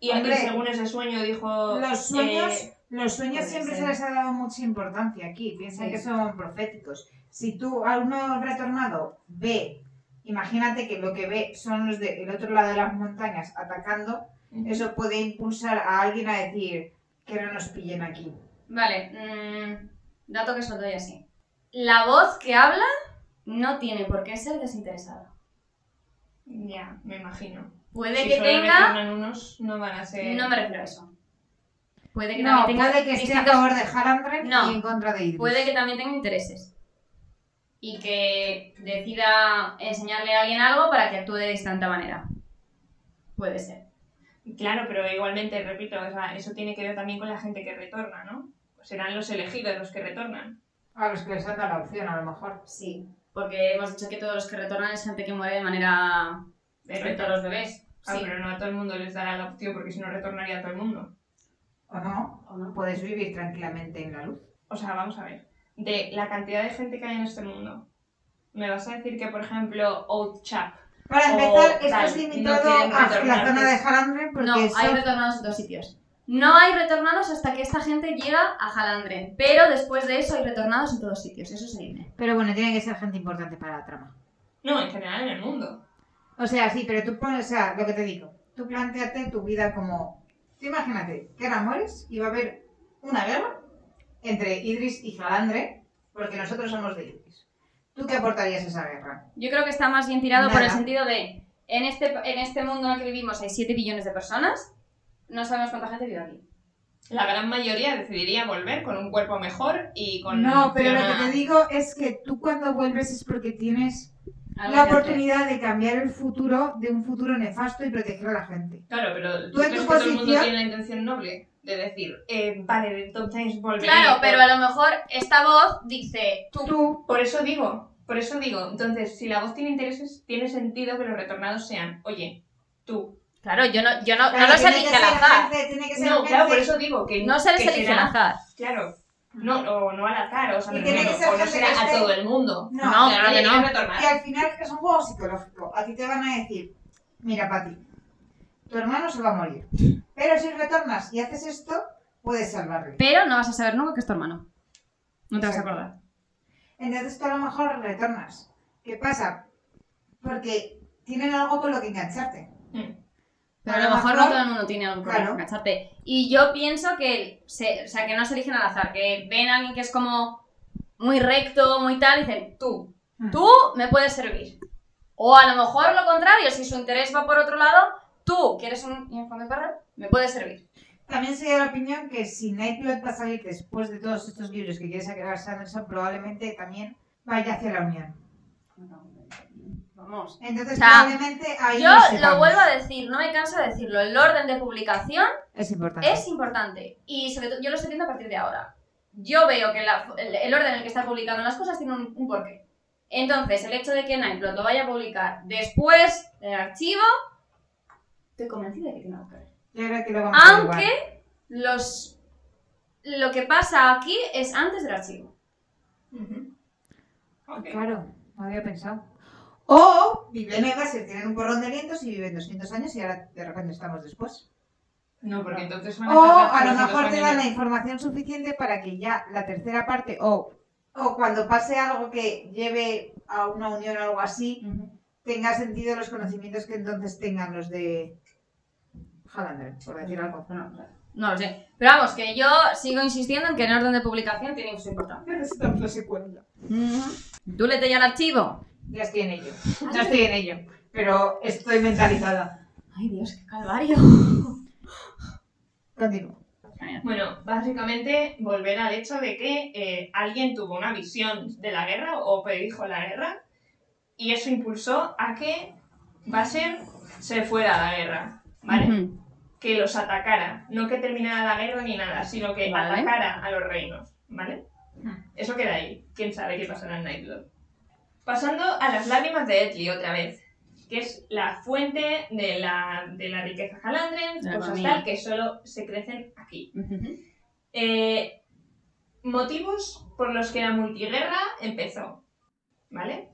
y alguien
Hombre,
según ese sueño dijo...
Los sueños,
eh,
los sueños
puede
siempre se
ser.
les ha dado mucha importancia aquí, piensa
Sí.
que son proféticos. Si tú a uno retornado ve, imagínate que lo que ve son los del otro lado de las montañas atacando, eso puede impulsar a alguien a decir que no nos pillen aquí.
Vale, mm, dato que os lo doy así. La voz que habla no tiene por qué ser desinteresada.
Ya, me imagino.
Puede
si
que
solo
tenga...
retornan unos, no van a ser...
No me refiero a eso. Puede que
No,
también tenga...
puede que esté a
distintos-
favor de Halandren
No.
y en contra de Idris.
Puede que también tenga intereses. Y que decida enseñarle a alguien algo para que actúe de distinta manera. Puede ser.
Claro, pero igualmente, repito, o sea, eso tiene que ver también con la gente que retorna, ¿no? Serán los elegidos los que retornan.
A los que les han dado la opción, a lo mejor.
Sí. Porque hemos dicho que todos los que retornan es gente que muere de manera... Respecto a los bebés.
Ah,
Sí.
pero no a todo el mundo les dará la opción porque si no retornaría a todo el mundo.
O no,
¿O no?
puedes vivir tranquilamente en la luz.
O sea, vamos a ver. De la cantidad de gente que hay en este mundo. ¿Me vas a decir que, por ejemplo, Old Chap?
Para
O
empezar, esto
tal,
es
no
limitado
quieren
a la
retornar,
zona de
es-
Halandren porque
No,
eso-
hay retornados en dos sitios. No hay retornados hasta que esta gente llega a Jalandren, pero después de eso hay retornados en todos sitios, eso se dice.
Pero bueno, tiene que ser gente importante para la trama.
No, en general en el mundo.
O sea, sí, pero tú pones, o sea, lo que te digo, tú planteate tu vida como... Tú imagínate que ahora mueres y va a haber una guerra entre Idris y Halandre, porque nosotros somos de Idris. ¿Tú qué aportarías a esa guerra?
Yo creo que está más bien tirado por el
Nada.
sentido de, en este, en este mundo en el que vivimos hay 7 billones de personas, no sabemos cuánta gente vive aquí.
La gran mayoría decidiría volver con un cuerpo mejor y con...
No, pero lo que
una-
te digo es que tú cuando vuelves es porque tienes
Algo
la
que hacer.
oportunidad de cambiar el futuro de un futuro nefasto y proteger a la gente.
Claro, pero ¿tú,
Tú en
crees
tu
que todo el mundo
posición-
tiene la intención noble de decir, eh, vale, entonces volveré...
Claro,
por-
pero a lo mejor esta voz dice, tú,
Tú,
Por eso digo, por eso digo. Entonces, si la voz tiene intereses, tiene sentido que los retornados sean, oye, tú.
claro, yo no, yo no,
Claro,
no los
tiene que
elige al
ser
azar,
gente- tiene que ser
No,
gente-
claro, por eso digo que
no se les
que
elige al
será-
azar.
Claro, no, o no al azar, o sea,
Y
me
tiene que
refiero,
ser
o no
gente
será
que
a
esté-
todo el mundo.
No,
No,
Pero
claro que
nadie
no.
quiere retornar.
Y al final es un juego psicológico. A ti te van a decir, mira, Pati, tu hermano se va a morir. Pero si retornas y haces esto, puedes salvarle.
Pero no vas a saber nunca que es tu hermano. No te vas a
Exacto.
acordar.
Entonces tú a lo mejor retornas. ¿Qué pasa? Porque tienen algo con lo que engancharte.
Mm.
Pero a lo mejor no todo el mundo tiene algo con
Claro.
lo que engancharte. Y yo pienso que, se, o sea, que no se eligen al azar, que ven a alguien que es como muy recto, muy tal, y dicen, tú,
Mm.
tú me puedes servir. O a lo mejor lo contrario, si su interés va por otro lado, tú, que eres un hijo de perro, me puedes servir.
También soy de la opinión que si Nightblood va a salir después de todos estos libros que quiere sacar Sanderson, probablemente también vaya hacia la unión.
Vamos.
Entonces
O sea,
probablemente ahí
Yo
nos
lo
sepamos.
vuelvo a decir, no me canso de decirlo, el orden de publicación
Es importante.
Es importante. Y sobre todo, yo lo estoy viendo a partir de ahora. Yo veo que la- el, el orden en el que está publicando las cosas tiene un, un porqué. Entonces, el hecho de que Nightblood lo vaya a publicar después del archivo, estoy convencida de que tiene algo que ver.
Yo creo que lo vamos a averiguar.
Aunque los, lo que pasa aquí es antes del archivo.
Mm. Ok.
Claro, no había pensado. O Villanueva se tienen un porrón de vientos y viven 200 años y ahora de repente estamos después.
No, porque entonces van a
O
tardar
a lo
300
mejor te
años.
dan la información suficiente para que ya la tercera parte o, o cuando pase algo que lleve a una unión o algo así, tenga sentido los conocimientos que entonces tengan los de Halander, por decir algo.
No lo sé. Pero vamos, que yo sigo insistiendo en que en orden de publicación tiene su importancia. Tú le ya el archivo.
Ya estoy en ello, ya estoy en ello, pero estoy mentalizada.
Ay, Dios, qué calvario.
Continúo.
Bueno, básicamente volver al hecho de que eh, alguien tuvo una visión de la guerra o predijo la guerra y eso impulsó a que Basher se fuera a la guerra, ¿vale?
Ujú.
Que los atacara, no que terminara la guerra ni nada, sino que
Vale. Ah.
atacara a los reinos, ¿vale? Eso queda ahí, quién sabe qué pasará en Nightlord. Pasando a las lágrimas de Etli otra vez, que es la fuente de la, de la riqueza Halandren,
La
cosas
economía.
tal que solo se crecen aquí.
Ujú.
Eh, motivos por los que la multiguerra empezó. ¿Vale?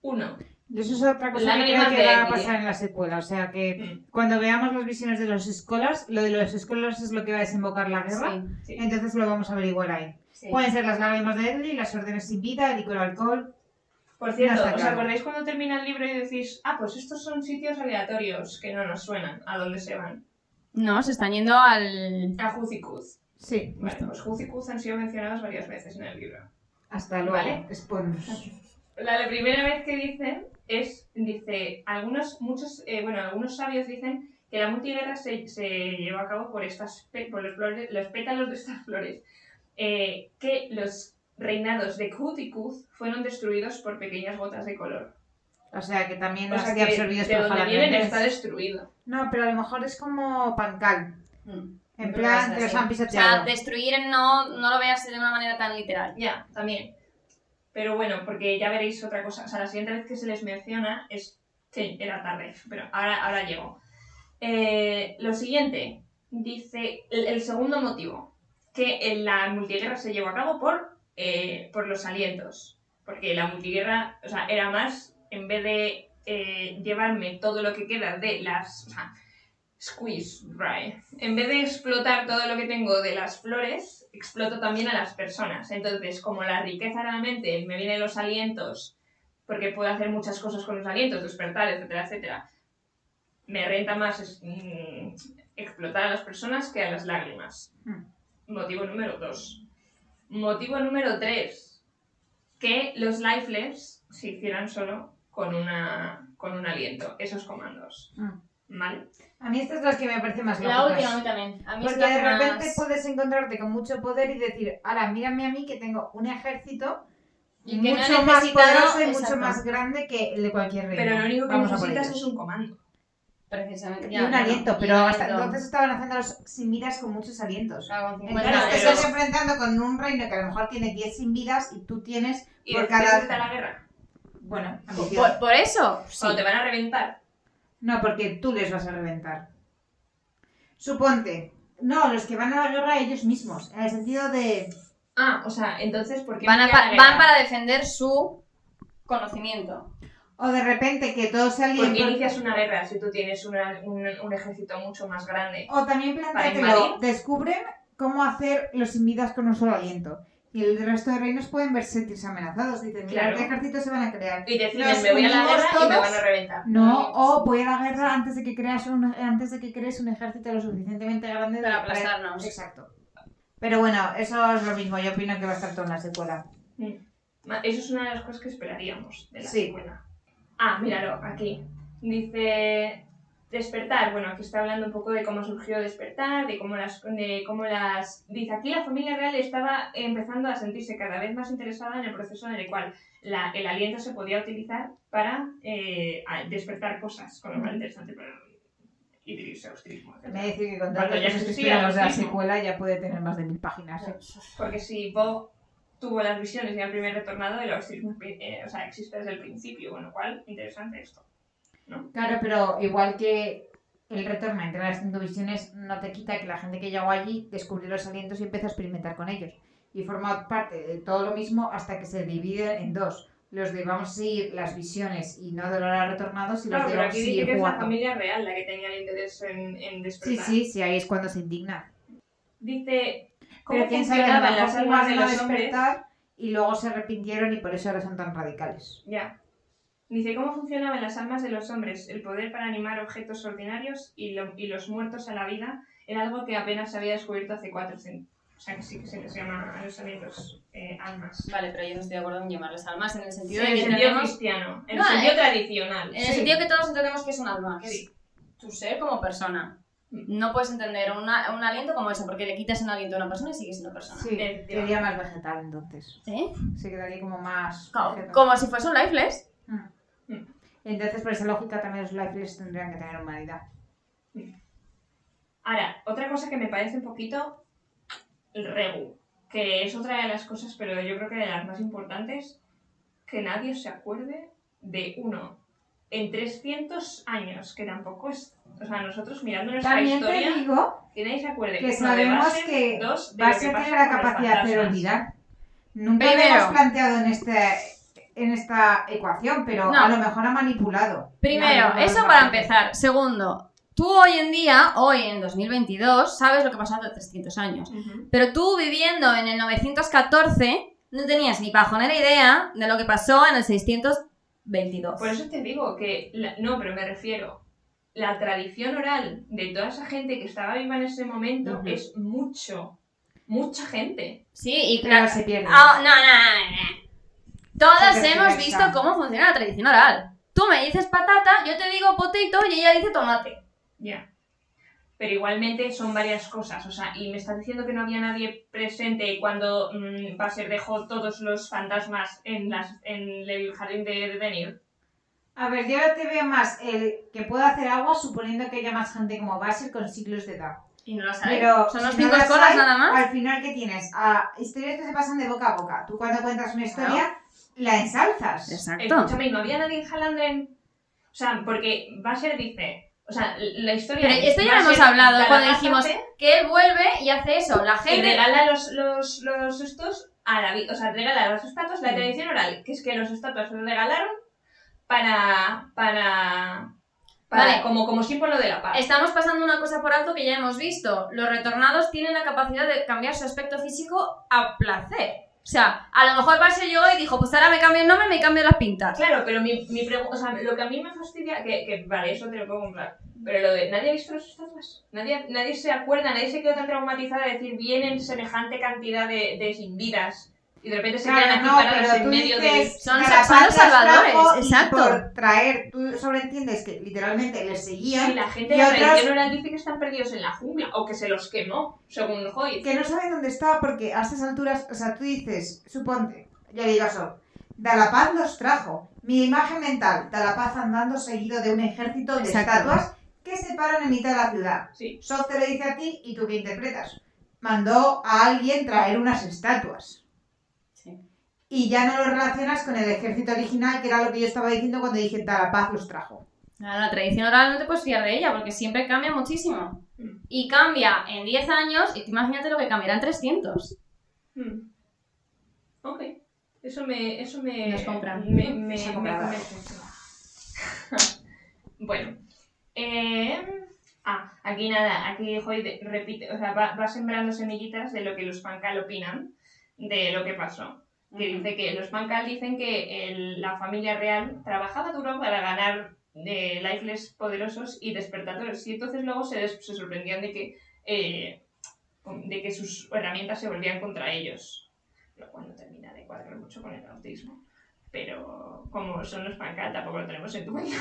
Uno.
Y Eso es otra cosa que
Lágrimas
creo que
de
va a
Emily.
pasar en la secuela. O sea que
mm,
cuando veamos las visiones de los escolas, lo de los escolas es lo que va a desembocar la guerra.
Sí.
sí.
Entonces lo vamos a averiguar ahí.
Sí.
Pueden ser las lágrimas de Edley, las órdenes sin vida, el licor alcohol.
Por cierto,
No está
¿os
claro.
acordáis cuando termina el libro y decís, ah, pues estos son sitios aleatorios que no nos suenan a dónde se van?
No, se están yendo al.
A Juzicuz.
Sí,
Vale, pues Juzicuz han sido mencionados varias veces en el libro.
hasta luego.
Vale.
Spoilers.
La, la primera vez que dicen es, dice, algunos, muchos, eh, bueno, algunos sabios dicen que la multiguerra se, se llevó a cabo por, estas, pe- por los, flores- los pétalos de estas flores, eh, que los reinados de Kut y Kuz fueron destruidos por pequeñas gotas de color.
O sea que también
O
nos
sea
han
que
absorbidos
de
por
donde vienen está
jalapeños.
destruido.
No, pero a lo mejor es como pancal.
Mm.
En
Pero
plan,
es
que los
así.
han
O sea,
pisoteado.
destruir no, no lo veas de una manera tan literal.
Ya, también. Pero bueno, porque ya veréis otra cosa. O sea, la siguiente vez que se les menciona es... Sí, era tarde, pero ahora, ahora llego. Eh, lo siguiente, dice el, el segundo motivo, que en la multiguerra se llevó a cabo por, eh, por los alientos. Porque la multiguerra, o sea, era más, en vez de eh, llevarme todo lo que queda de las... O sea, squeeze dry. En vez de explotar todo lo que tengo de las flores, exploto también a las personas. Entonces, como la riqueza realmente me viene de los alientos, porque puedo hacer muchas cosas con los alientos, despertar, etcétera, etcétera, me renta más es- mm, explotar a las personas que a las lágrimas.
Mm.
Motivo número dos. Motivo número tres. Que los lifeless se hicieran solo con, una, con un aliento, esos comandos.
Mm.
¿Vale?
A mí estas son las que me parecen más
La
lógicas.
última, a mí también. A mí es
Porque
que
de
más-
repente pues, puedes encontrarte con mucho poder y decir, ahora mírame a mí que tengo un ejército
Y que no he
mucho más
necesitado-
poderoso y
Exacto.
mucho más grande que el de cualquier reino.
Pero lo único que
Vamos a por
necesitas
ellos.
es un comando.
Precisamente.
Y
ya,
un
ya,
aliento,
ya,
pero
ya,
hasta
ya.
entonces estaban haciendo los sin vidas con muchos alientos.
Claro, con cincuenta
Entonces te
años.
pero-
estás enfrentando con un reino que a lo mejor tiene 10 sin vidas y tú tienes,
Y
Por
después
cada-
está la guerra.
bueno,
Por, por eso, sí.
Cuando te van a reventar.
No, porque tú les vas a reventar. Suponte, no, los que van a la guerra ellos mismos, en el sentido de...
Ah, o sea, entonces, ¿por qué
Van, a
me voy
pa-
la guerra?
van para defender su conocimiento.
O de repente que todos se
¿Por
alíen
qué
con-
inicias una guerra si tú tienes una- un, un ejército mucho más grande?
O también
Para
planteatelo,
invadir.
descubren cómo hacer los invidas con un solo aliento. Y el resto de reinos pueden verse sentirse amenazados. Dicen, mira,
Claro.
¿qué ejércitos se van a crear?
Y deciden,
Nos
me voy a la
unimos
guerra y me
todos.
van a reventar.
No, o voy a la guerra antes de que creas un, antes de que crees un ejército lo suficientemente grande
Para
de-
aplastarnos.
Exacto. Pero bueno, eso es lo mismo. Yo opino que va a estar todo en la secuela.
Ma- Eso es una de las cosas que esperaríamos de la
Sí.
secuela. Ah, míralo, aquí. Dice despertar. Bueno, aquí está hablando un poco de cómo surgió despertar, de cómo las, de cómo las. Dice aquí la familia real estaba empezando a sentirse cada vez más interesada en el proceso en el cual la- el aliento se podía utilizar para eh, a- despertar cosas, con lo cual interesante para Idris Austrismo.
Me decir que con tantas
Cuando ya
cosas que
existía,
esperamos
lo
de la
mismo.
secuela ya puede tener más de mil páginas. ¿eh?
Porque si Bob tuvo las visiones y era el primer retornado, el autismo o sea, existe desde el principio, con lo cual, interesante esto.
Claro, pero igual que el retorno entre las cinco visiones no te quita que la gente que llegó allí descubrió los alientos y empezó a experimentar con ellos. Y forma parte de todo lo mismo hasta que se divide en dos. los de vamos a seguir las visiones y no Dora retornados y los
Claro,
de
pero
vamos a
aquí dice que
seguir
es la
jugando.
familia real la que tenía el interés en, en
Sí,
despertar.
sí, sí, ahí es cuando se indigna.
Dice cómo
Pero quién sabe, a lo
funcionaban
mejor
las almas de
jugaron a
los hombres.
despertar y luego se arrepintieron y por eso ahora son tan radicales.
Ya. Dice cómo funcionaban las almas de los hombres, el poder para animar objetos ordinarios y, lo- y los muertos a la vida era algo que apenas se había descubierto hace cuatro cen- O sea que sí que se les llama a los eventos eh, almas.
Vale, pero yo no estoy de acuerdo en llamarles almas en el
En
sentido de
el
que
sentido
tenemos-
cristiano, en
No,
el sentido
eh,
tradicional.
En
sí.
el sentido que todos entendemos que es un alma, que
Sí.
es tu ser como persona.
Mm.
No puedes entender una- un aliento como eso, porque le quitas un aliento a una persona y sigues siendo persona.
Sí,
Efectivamente.
sería más vegetal entonces.
¿Eh?
Se quedaría como más.
Como,
vegetal.
como si fuese un lifeless.
Mm. Mm. Entonces, por esa lógica, también los lifeless tendrían que tener humanidad.
Ahora, otra cosa que me parece un poquito el regu, que es otra de las cosas, pero yo creo que de las más importantes, que nadie se acuerde de uno en 300 años, que tampoco es... O sea, nosotros mirando nuestra
También te
historia,
digo
que nadie se acuerde.
que
uno, de
sabemos
Basel,
que
dos, de
va a
lo que
ser
pasa
tener la
con los
capacidad de
fantasmas.
olvidar. Nunca
Primero.
lo hemos planteado en, este, en esta ecuación, pero
No.
a lo mejor ha manipulado.
Primero,
Claro,
eso
claro.
para empezar. Segundo, tú hoy en día, hoy en 2022, sabes lo que pasó hace 300 años.
Ujú.
Pero tú viviendo en el 914, no tenías ni pajonera idea de lo que pasó en el 622.
Por eso te digo que, la- no, pero me refiero, la tradición oral de toda esa gente que estaba viva en ese momento
Ujú.
es mucho, mucha gente.
Sí, y
Pero
claro.
se pierde.
Ah, no, no, no, no.
Se
Todas
refiere
hemos
a
visto
esa.
cómo funciona la tradición oral. Tú me dices patata, yo te digo potato y ella dice tomate.
Ya. Pero igualmente son varias cosas, o sea, y me estás diciendo que no había nadie presente cuando mm, Basser dejó todos los fantasmas en, las, en el jardín de Denir.
A ver, yo te veo más el que pueda hacer agua suponiendo que haya más gente como Basel con siglos de edad.
Y no lo sabes.
Pero
Son los
si no
cinco
las
escolas
hay,
nada más.
Al final, ¿qué tienes? A historias que se pasan de boca a boca. Tú cuando cuentas una historia, la ensalzas.
Escúchame, ¿y no había nadie en Halandren? O sea, porque Basser dice, o sea, la historia...
Pero
es
esto ya lo hemos
Basser
hablado
da la
cuando
pata
dijimos
fe
Que él vuelve y hace eso. La
Y
gente.
regala los, los, los estos a David, o sea, regala las estatuas,
Mm.
la tradición oral, que es que los estatuas los regalaron para... para... para
Vale.
como, como símbolo de la paz.
Estamos pasando una cosa por alto que ya hemos visto. Los retornados tienen la capacidad de cambiar su aspecto físico a placer. O sea, a lo mejor Basel yo y dijo, pues ahora me cambio el nombre y me cambio las pintas.
Claro, pero mi, mi pregunta, o sea, lo que a mí me fastidia, que, que vale, eso te lo puedo comprar, pero lo de, ¿nadie ha visto los estatuas? Nadie, nadie se acuerda, nadie se quedó tan traumatizada de decir, vienen semejante cantidad de, de sin vidas, y de repente se
Claro,
quedan aquí
no,
parados
pero
en
tú
medio
dices,
Son
Garapatas
saxonos salvadores,
trajo y
exacto.
Por traer, tú sobreentiendes que literalmente les
de... Y
seguían,
la gente
Y
de la
otras-
tradición oral dice que están perdidos en la jungla, o que se los quemó, según Hoyt.
que no saben dónde está porque a estas alturas, o sea, tú dices, suponte, ya le digas, oh, Dalapaz los trajo. Mi imagen mental, Dalapaz andando seguido de un ejército de
Exacto.
estatuas que se paran en mitad de la ciudad.
Sí.
Soft te lo dice a ti y tú qué interpretas. Mandó a alguien traer unas estatuas.
Sí.
Y ya no lo relacionas con el ejército original, que era lo que yo estaba diciendo cuando dije Dalapaz los trajo.
Claro, la tradición oral no te puedes fiar de ella porque siempre cambia muchísimo.
Mm.
Y cambia en 10 años y tú imagínate lo que cambiará en 300.
Hmm. Ok, eso me... Eso me
Nos compran.
Me, me,
Se ha
me
comprado.
convence. bueno. eh, ah, aquí nada, aquí Hoy repite, o sea, va, va sembrando semillitas de lo que los Pancal opinan, de lo que pasó. Que dice que los Pancal dicen que el- la familia real trabajaba duro para ganar eh, lifeless poderosos y despertadores. Y entonces luego se, des- se sorprendían de que eh, de que sus herramientas se volvían contra ellos. Lo cual no termina de cuadrar mucho con el autismo. Pero como son los pancal, tampoco lo tenemos en cuenta.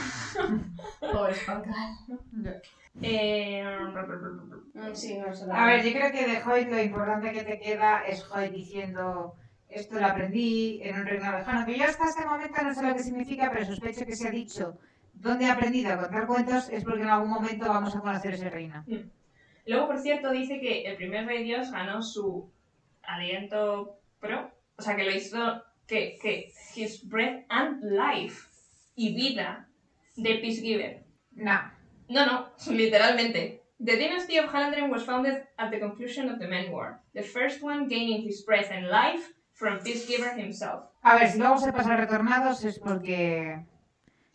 Pobres pancal.
Eh,
Mm, Sí, no, eso
A ver, yo creo que de Hoyt lo importante que te queda es Hoyt diciendo esto lo aprendí en un reino lejano, que yo hasta este momento no sé lo que significa, pero sospecho que se ha dicho dónde he aprendido a contar cuentos es porque en algún momento vamos a conocer ese reino.
Mm. Luego, por cierto, dice que el primer rey Dios ganó su aliento pro. O sea, que lo hizo que, que his breath and life y vida de Peace Giver.
No,
No, no, literalmente. The dynasty of Halandrim was founded at the conclusion of the Man War, the first one gaining his breath and life from Peacekeeper himself.
A ver, si luego se pasa a retornados es porque.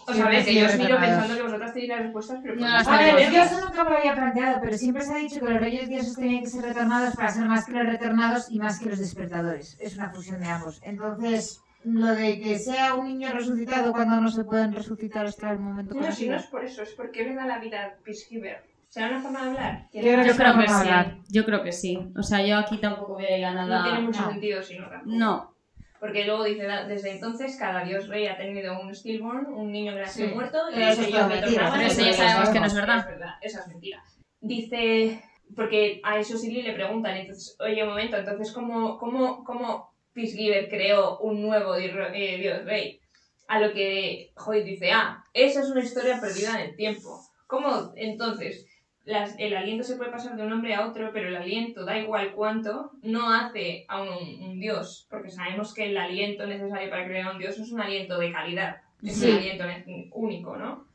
Os
Sí,
habéis
sí,
que yo os
sí,
miro
retornados.
pensando que vosotras tenéis las respuestas, pero
No
pues
las
A ver,
tenemos.
yo eso nunca me lo había planteado, pero siempre se ha dicho que los reyes dioses tenían que ser retornados para ser más que los retornados y más que los despertadores. Es una fusión de ambos. Entonces, lo de que sea un niño resucitado cuando no se pueden resucitar hasta el momento
No, si
conocido.
no es por eso, es porque le da la vida a Peacekeeper. ¿Será una forma de hablar?
Yo creo
Yo creo
que es una
que
forma de hablar.
sí. Yo creo que sí. O sea, yo aquí tampoco veía
No tiene
nada.
mucho
no.
sentido si no tampoco.
No.
Porque luego dice, "Da- desde entonces cada dios rey ha tenido un stillborn, un niño que nació
Sí.
muerto, y
Pero eso es
ellos
todo
me
mentira,
tornaban
pero
y
eso
me
ya sabemos que no es
tornaban".
verdad.
Esa es mentira. Dice, porque a eso sí le preguntan, entonces, oye, un momento, entonces, ¿cómo, cómo, cómo Peacegiver creó un nuevo di- eh, dios rey? A lo que Hoyt dice, ah, esa es una historia perdida en el tiempo. ¿Cómo entonces las- el aliento se puede pasar de un hombre a otro, pero el aliento, da igual cuánto, no hace a un, un dios, porque sabemos que el aliento necesario para crear un dios es un aliento de calidad, es
Sí.
un aliento ne- único, ¿no?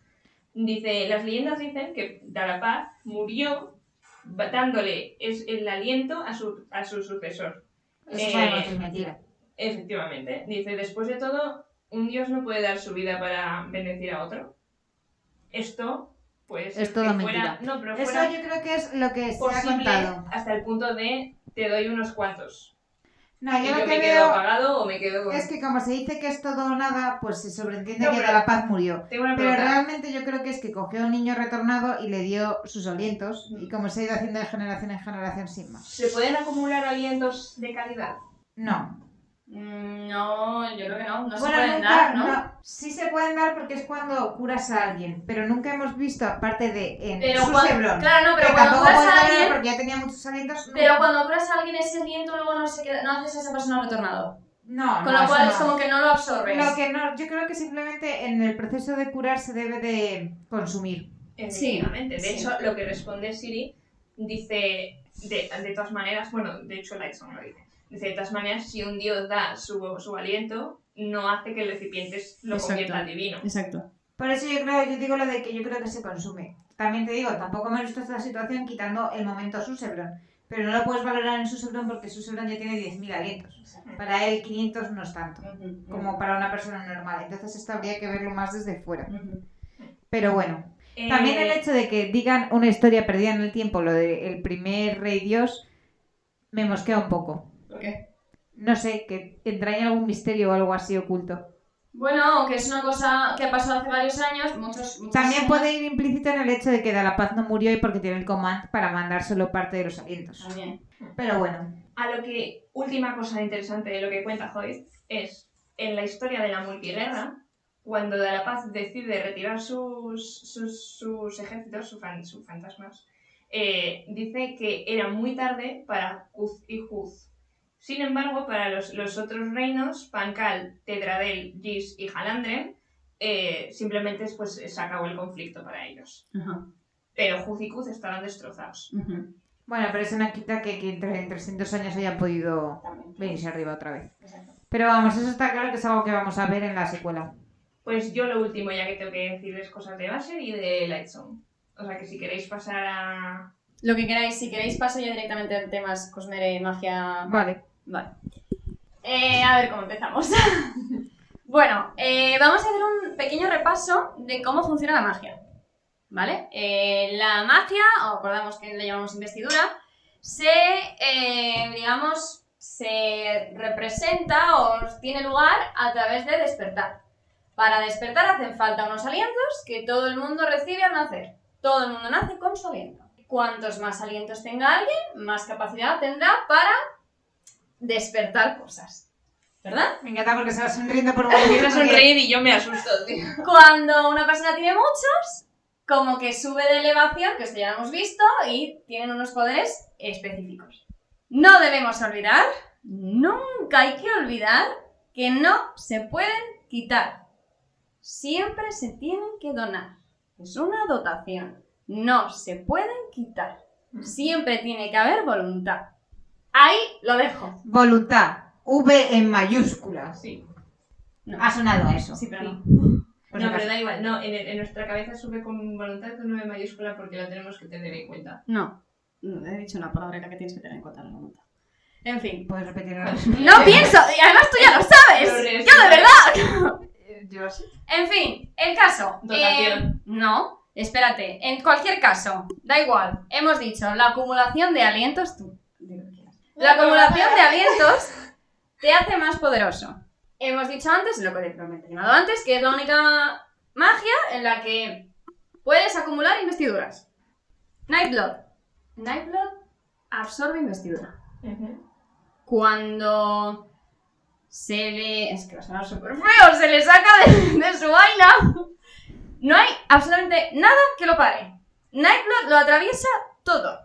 Dice, las leyendas dicen que Darapaz murió ba- dándole es- el aliento a su, a su sucesor.
Eso
Eh,
sabemos que es mentira.
Efectivamente. Dice, después de todo, un dios no puede dar su vida para bendecir a otro. Esto, pues...
Es
que
todo mentira.
fuera- No, pero
Eso
fuera-
yo creo que es lo que se ha
posible
contado.
hasta el punto de te doy unos cuantos.
No,
Y
yo
yo
lo
me
que
quedo
veo
apagado o me quedo con...
es que como se dice que es todo o nada, pues se sobreentiende
No,
que
pero-
la paz murió.
Tengo una
Pero
pregunta.
realmente yo creo que es que cogió a un niño retornado y le dio sus alientos, y como se ha ido haciendo de generación en generación sin más.
¿Se pueden acumular alientos de calidad?
No,
Mm, No, yo creo que no. No se
Bueno,
pueden
nunca-
dar, ¿no?
Sí se pueden dar porque es cuando curas a alguien, pero nunca hemos visto, aparte de en
Pero
su
cuando,
Chevron,
claro, no, pero
que
cuando
tampoco
curas
puedes
a
darle
alguien,
porque ya tenía muchos alientos. no-
pero cuando curas a alguien ese aliento luego no se queda, no haces a esa persona retornado.
no,
Con
no,
lo cual
eso
es
no.
como que no lo absorbes.
Lo que no, yo creo que simplemente en el proceso de curar se debe de consumir.
Efectivamente. de
sí.
hecho, lo que responde Siri dice, de, de todas maneras, bueno, de hecho Lightson lo dice, dice, de todas maneras, si un dios da su, su aliento, no hace que el recipiente lo
Exacto.
convierta en divino.
Exacto.
Por eso yo creo, yo digo lo de que yo creo que se consume. También te digo, tampoco me he visto esta situación quitando el momento Susebron, pero no lo puedes valorar en Susebron porque Susebron ya tiene 10.000 alientos. Para él 500 no es tanto. como para una persona normal. Entonces esto habría que verlo más desde fuera. Pero bueno,
Eh,
también el hecho de que digan una historia perdida en el tiempo, lo del primer rey dios, me mosquea un poco.
¿Por qué?
No sé, que entraña algún misterio o algo así oculto.
Bueno, que es una cosa que ha pasado hace varios años, muchos, muchos
También
años.
puede ir implícito en el hecho de que Dalapaz no murió y porque tiene el command para mandar solo parte de los alientos.
También.
Pero bueno,
A lo que, última cosa interesante de lo que cuenta Hoyt, es en la historia de la multiguerra, cuando De la Paz decide retirar sus, sus, sus ejércitos, sus, fan- sus fantasmas, eh, dice que era muy tarde para Kuz y Juz. Sin embargo, para los, los otros reinos, Pancal, Tetradel, Gis y Halandren, eh, simplemente pues, se acabó el conflicto para ellos. Pero Juz y Kuz estaban destrozados.
bueno, pero eso no quita que, que entre- en 300 años hayan podido venirse arriba otra vez. Pero vamos, eso está claro que es algo que vamos a ver en la secuela.
Pues yo lo último, ya que tengo que decirles cosas de Basher y de Lightsong. O sea que si queréis pasar a...
Lo que queráis, si queréis paso ya directamente a temas cosmere, magia...
Vale.
Vale. Eh, a ver cómo empezamos. bueno, eh, vamos a hacer un pequeño repaso de cómo funciona la magia. ¿Vale? Eh, la magia, o acordamos que le llamamos investidura, se, eh, digamos, se representa o tiene lugar a través de despertar. Para despertar hacen falta unos alientos que todo el mundo recibe al nacer. Todo el mundo nace con su aliento. Cuantos más alientos tenga alguien, más capacidad tendrá para despertar cosas. ¿Verdad?
Me encanta porque se va sonriendo por un
Quiero
momento. porque-
sonreír y yo me asusto, tío.
Cuando una persona tiene muchos, como que sube de elevación, que esto ya lo hemos visto, y tienen unos poderes específicos. No debemos olvidar, nunca hay que olvidar que no se pueden quitar. Siempre se tienen que donar. Es una dotación. No se pueden quitar. Siempre tiene que haber voluntad. Ahí lo dejo.
Voluntad. V en mayúsculas.
Ah, Sí.
No.
Ha sonado a eso. Pues
Sí, pero no.
Por
no,
si
pero
acaso.
da igual. No, en, en nuestra cabeza sube con voluntad con 9 mayúscula porque lo tenemos que tener en cuenta.
No, he dicho una palabra que tienes que tener en cuenta en En fin.
¿Puedes repetir ahora?
No pienso, y además tú ya lo
Lo
sabes. Yo de
resumo.
verdad.
Eh, Yo así.
En fin, el caso.
Dotación.
eh, no, espérate. En cualquier caso, da igual. Hemos dicho la acumulación de alientos tú.
Digo, ¿qué haces?
La acumulación de alientos te hace más poderoso. Hemos dicho antes, lo que te he mencionado antes, que es la única magia en la que puedes acumular investiduras. Nightblood. Nightblood absorbe investidura. Cuando se le... Es que va a sonar súper feo, se le saca de, de su vaina. No hay absolutamente nada que lo pare. Nightblood lo atraviesa todo.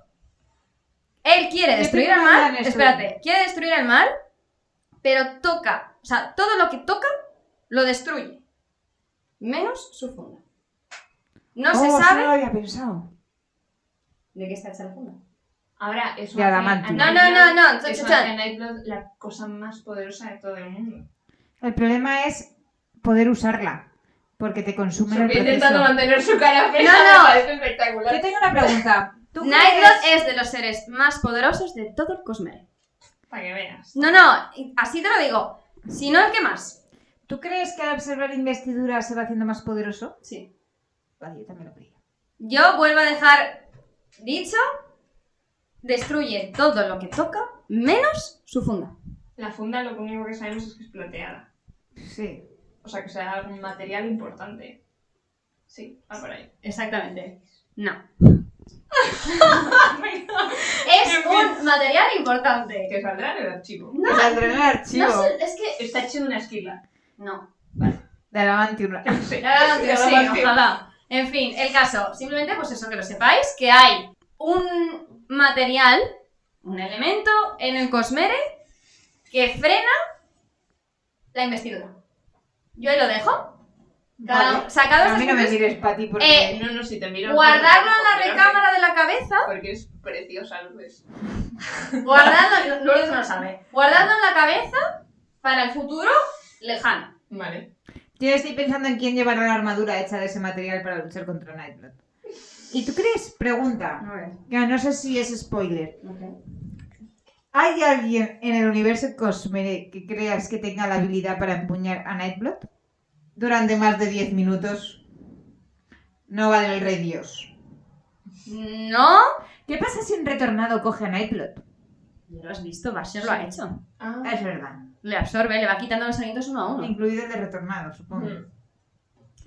Él quiere
Me
destruir
tengo
al
que
mal.
hablar de esto.
Espérate, quiere destruir al mal, pero toca. O sea, todo lo que toca lo destruye. Menos su funda. No se
Oh,
sabe
sí lo había pensado.
de qué está hecha la funda.
Ahora, eso
De
hace
adamantium.
a
No, no, no,
Nightblood-
no,
Eso
cha, cha,
hace a Nightblood la cosa más poderosa de todo el mundo.
El problema es poder usarla, porque te consume el
Sofía
proceso.
intentando mantener su cara fría.
No, no.
me parece
Yo
espectacular.
tengo una pregunta. ¿Tú
Nightblood
crees-
es de los seres más poderosos de todo el Cosmere.
Para que veas.
No, no, así te lo digo. Si no, el que más.
¿Tú crees que al observar investidura se va haciendo más poderoso?
Sí.
Vale, yo también lo creía.
Yo vuelvo a dejar dicho: destruye todo lo que toca, menos su funda.
La funda lo único que sabemos es que es plateada.
Sí.
O sea, que será un material importante. Sí, va por ahí.
Exactamente. No.
En
Es
fin.
un material importante.
que saldrá en el archivo.
No. saldrá en el archivo.
No sé, es que.
Está hecho de una esquila.
No.
De Adamantium.
Sí.
Ah,
Sí,
tío, sí,
además que-
ojalá. En fin, el caso. Simplemente, pues eso, que lo sepáis, que hay un material, un elemento en el Cosmere que frena la investidura. Yo ahí lo dejo. Cada-
Vale.
sacados
A mí no me
estos-
mires, Pati, porque...
Eh,
No, no, si te miro.
Guardarlo en la
porque-
recámara de la cabeza.
Porque es preciosa, Lourdes.
Guardarlo, Lourdes no lo sabe. Guardarlo en la cabeza para el futuro lejano.
Vale.
Yo estoy pensando en quién llevará la armadura hecha de ese material para luchar contra Nightblood. ¿Y tú crees? Pregunta. Ya no sé si es spoiler. ¿Hay alguien en el universo Cosmere que creas que tenga la habilidad para empuñar a Nightblood? Durante más de 10 minutos. No vale el rey Dios.
No.
¿Qué pasa si un retornado coge a Nightblood?
Ya lo has visto, Basher lo ha hecho.
Ah.
Es verdad.
Le absorbe, le va quitando los alientos uno a uno.
Incluido el de retornado, supongo.
Mm.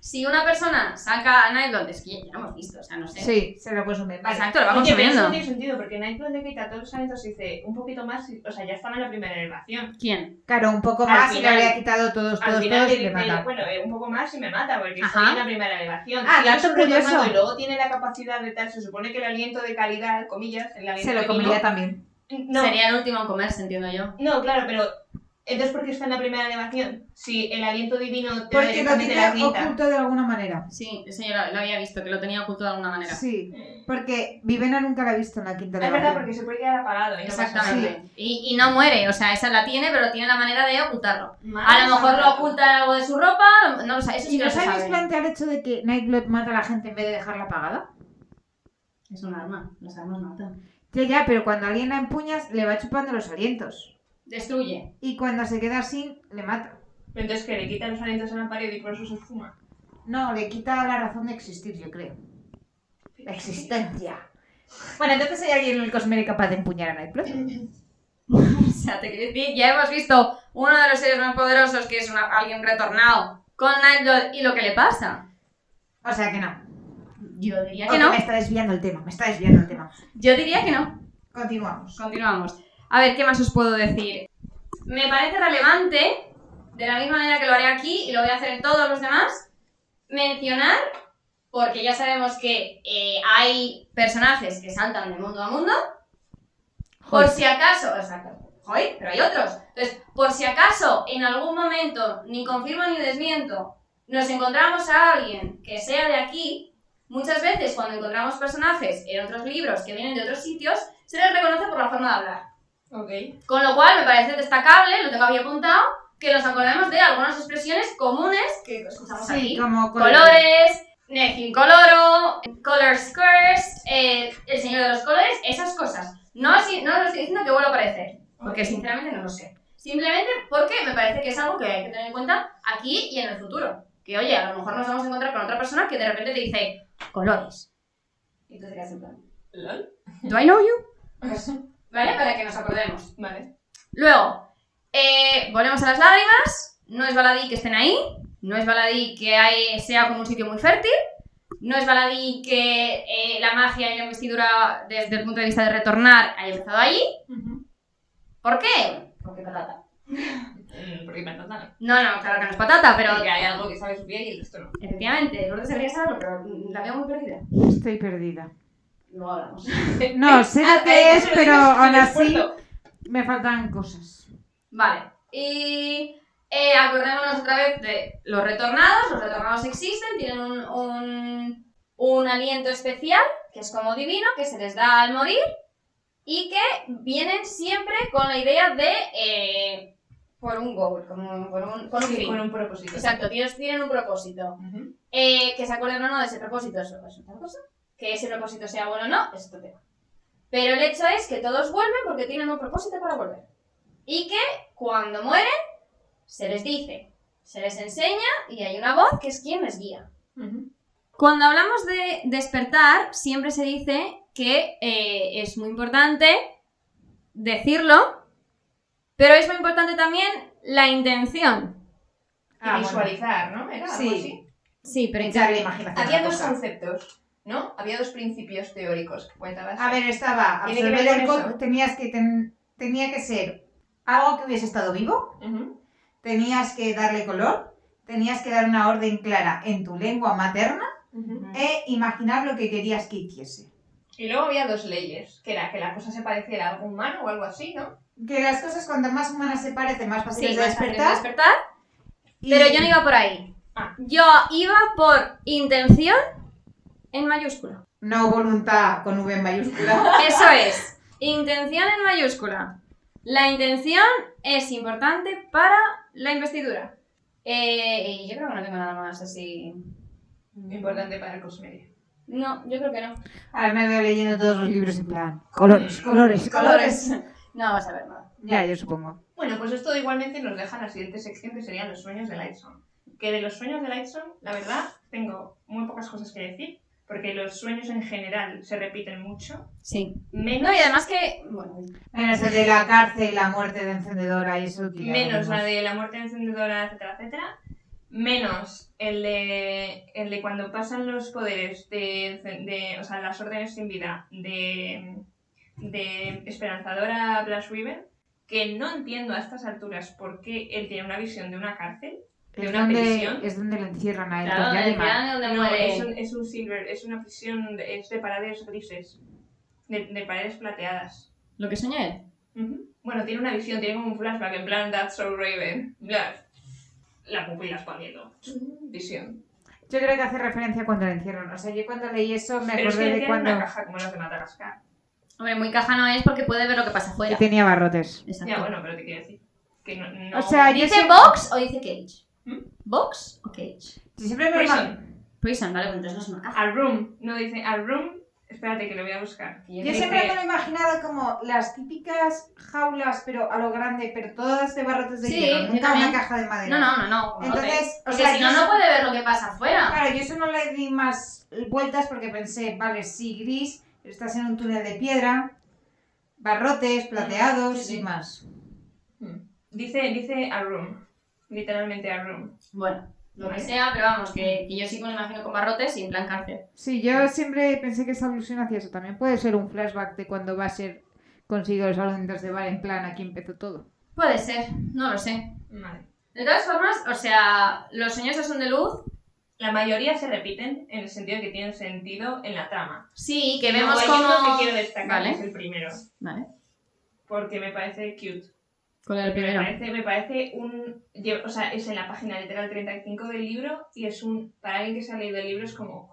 Si una persona saca a Nightblood, es que ya lo hemos visto, o sea, no sé.
Sí, se lo consume. Vale.
Exacto, lo vamos
Oye, pero eso
subiendo.
no tiene sentido, porque Nightblood le quita todos los alientos y dice un poquito más, y- o sea, ya estaba en la primera elevación.
¿Quién?
Claro, un poco
Al
más y le
final-
habría quitado todos,
Al
todos,
final
todos
le
y le
dice,
mata.
bueno, eh, un poco más y me mata, porque
Ajá.
estoy en la primera elevación.
Ah,
Si es
dato
un retornado
curioso.
Y luego tiene la capacidad de tal, se supone que el aliento de calidad, comillas, el aliento
Se lo
de vino-
comería también.
No,
Sería el último en comerse, entiendo yo.
no, claro, pero entonces ¿por qué está en la primera elevación? Si el aliento divino te da
Porque lo
directamente la
tiene
quita.
oculto de alguna manera.
Sí, eso yo lo, lo había visto, que lo tenía oculto de alguna manera.
Sí,
Mm.
porque Vivena nunca la ha visto en la quinta
Es verdad,
elevación.
porque se puede quedar apagado. y no pasa
Exactamente. Y, y no muere, o sea, esa la tiene, pero tiene la manera de ocultarlo.
nada.
A lo mejor lo
Madre.
oculta en algo de su ropa, no lo sé, eso sí
¿Y
que lo
nos habéis
sabe.
planteado el hecho de que Nightblood mata a la gente en vez de dejarla apagada?
Es un arma, los armas matan.
Ya, ya, pero cuando alguien la empuñas, le va chupando los alientos.
Destruye.
Y cuando se queda sin, le mata.
Entonces que le quitan los alientos a la pared y por eso se fuma.
No, le quita la razón de existir, yo creo. La existencia. Bueno, entonces hay alguien en el Cosmere capaz de empuñar a Nightblood.
O sea, te quiero decir, ya hemos visto uno de los seres más poderosos, que es una- alguien retornado, con Nightblood y lo que le pasa.
O sea que no.
Yo diría
O
que no.
Me está desviando el tema, me está desviando el tema.
Yo diría que no.
Continuamos.
Continuamos. A ver, ¿qué más os puedo decir? Me parece relevante, de la misma manera que lo haré aquí y lo voy a hacer en todos los demás, mencionar, porque ya sabemos que eh, hay personajes que saltan de mundo a mundo, por si acaso, exacto, joder, pero hay otros. Entonces, por si acaso en algún momento, ni confirmo ni desmiento, nos encontramos a alguien que sea de aquí, muchas veces cuando encontramos personajes en otros libros que vienen de otros sitios, se les reconoce por la forma de hablar.
Ok.
Con lo cual me parece destacable, lo tengo aquí apuntado, que nos acordemos de algunas expresiones comunes que escuchamos aquí.
Sí, como color.
Colores, Necin Coloro, Colors Curse, eh, El Señor de los Colores, esas cosas. No, así- no lo estoy diciendo que vuelva a aparecer. Porque sinceramente no lo sé. Simplemente porque me parece que es algo que hay que tener en cuenta aquí y en el futuro. Que oye, a lo mejor nos vamos a encontrar con otra persona que de repente te dice colores. Y tú te quedas en plan,
¿Lol?
¿Do I know you?
Pues,
¿Vale? Para que nos acordemos.
vale.
Luego, eh, volvemos a las lágrimas. No es baladí que estén ahí. No es baladí que hay- sea como un sitio muy fértil. No es baladí que eh, la magia y la investidura desde el punto de vista de retornar haya empezado allí. ¿Por qué?
Porque patata.
Mm, Porque me encantan.
No, no, claro que no es patata, pero
Porque hay algo que sabe su pie y el resto no.
efectivamente, Lourdes debería saberlo, pero mm, la veo muy perdida.
Estoy perdida.
Luego hablamos.
No, sé
Ah,
lo que
eh,
es,
eso
pero
dices,
aún
el
así
esfuerzo.
me faltan cosas.
Vale, y eh, acordémonos otra vez de los retornados. Los retornados existen, tienen un, un, un aliento especial, que es como divino, que se les da al morir y que vienen siempre con la idea de eh, por un goal, como un- con un, con un
Sí,
fin.
con un propósito.
Exacto, tienen, tienen un propósito.
Ujú.
Eh, que se acuerden o no de ese propósito eso es otra cosa. Que ese propósito sea bueno o no es otro tema. Pero el hecho es que todos vuelven porque tienen un propósito para volver. Y que cuando mueren, se les dice, se les enseña y hay una voz que es quien les guía.
Ujú.
Cuando hablamos de despertar, siempre se dice que eh, es muy importante decirlo, pero es muy importante también la intención.
Y
Ah,
visualizar, ¿no? Era algo
Sí.
así.
Sí, pero
Echarle imaginación. a
Había
la
dos
cosa.
conceptos, ¿no? Había dos principios teóricos que cuentabas.
A ver, estaba
Tiene que
absorber
ver
el
con
co-
eso.
tenías que ten- tenía que ser algo que hubiese estado vivo,
Ujú.
tenías que darle color, tenías que dar una orden clara en tu lengua materna
Ujú.
e imaginar lo que querías que hiciese.
Y luego había dos leyes, que era que la cosa se pareciera a algo humano o algo así, ¿no?
Que las cosas cuanto más humanas se parecen, más fáciles
Sí,
de
más fácil de
despertar.
despertar,
y-
pero yo no iba por ahí.
Ah.
Yo iba por intención en mayúscula.
No voluntad con V en mayúscula.
Eso es, intención en mayúscula. La intención es importante para la investidura. Eh, y yo creo que no tengo nada más así.
Importante para el cosmedia.
No, yo creo que no.
Ahora me veo leyendo todos los libros en plan. Colores, colores, colores.
No vamos a ver nada.
Ya, yo supongo.
Bueno, pues esto igualmente nos deja la siguiente sección que serían los sueños de Lightson. Que de los sueños de Lightson, la verdad, tengo muy pocas cosas que decir, porque los sueños en general se repiten mucho,
Sí. No,
menos,
y además que. Bueno,
Menos el de la cárcel, la muerte de encendedora y eso. que ya
menos
veremos.
la de la muerte encendedora, etcétera, etcétera, menos el de, el de cuando pasan los poderes de, encen- de- o sea, las órdenes sin vida de, de Esperanzadora Blas Weaver, que no entiendo a estas alturas por qué él tiene una visión de una cárcel. de
es
una
donde,
prisión.
Es donde lo encierran a él.
claro,
porque
el
además-
plan donde
No,
muere.
es un, es un silver, es una prisión, de- es de paredes grises, de, de paredes plateadas.
Lo que soñé él.
Ujú. Bueno, tiene una visión, tiene como un flashback en plan That's so Raven. Bla. La pupila expandiendo. Visión.
Yo creo que hace referencia cuando lo encierran. O sea, yo cuando leí eso me
Pero es que
acordé de
tiene
cuando.
una caja como las de Madagascar.
Hombre, muy caja no es porque puede ver lo que pasa
que
afuera.
tenía barrotes.
Exacto.
Ya, bueno, pero te quiero decir. Que no, no-
O sea, yo,
¿Dice
siempre,
box o dice cage?
¿Mm?
¿Box o cage?
yo siempre me imag-
Prison.
Prison, vale, pues entonces no es una caja.
A room. No dice a room. Espérate que lo voy a buscar.
Que
yo
creo
siempre
que-
me lo he imaginado como las típicas jaulas, pero a lo grande, pero todas de barrotes de
Sí, yo
hierro, nunca
también.
una caja de madera.
No, no, no, no. como
Entonces,
no
o
te-
sea,
Porque si
yo
no, no
eso-
puede ver lo que pasa afuera.
Claro, yo eso no le di más vueltas porque pensé, vale, sí, gris, estás en un túnel de piedra, barrotes, plateados
Sí, sí.
y más.
Mm.
Hmm.
Dice, dice a room. Literalmente a room.
Bueno, lo que sea, pero vamos, que, que yo sí que me lo imagino con barrotes y en plan cárcel.
Sí, yo siempre pensé que esa alusión hacia eso también. Puede ser un flashback de cuando va a ser consigo los alumnos de Bar en plan, aquí empezó todo.
Puede ser, no lo sé.
Vale.
De todas formas, o sea, los sueños que son de luz
La mayoría se repiten en el sentido que tienen sentido en la trama.
Sí, que
Luego
vemos
hay
como...
uno que quiero destacar,
Vale.
que es el primero.
Vale,
Porque me parece cute.
¿cuál era el
Me
primero?
parece, me parece un. lle- O sea, es en la página literal 35 del libro y es un. Para alguien que se ha leído el libro es como.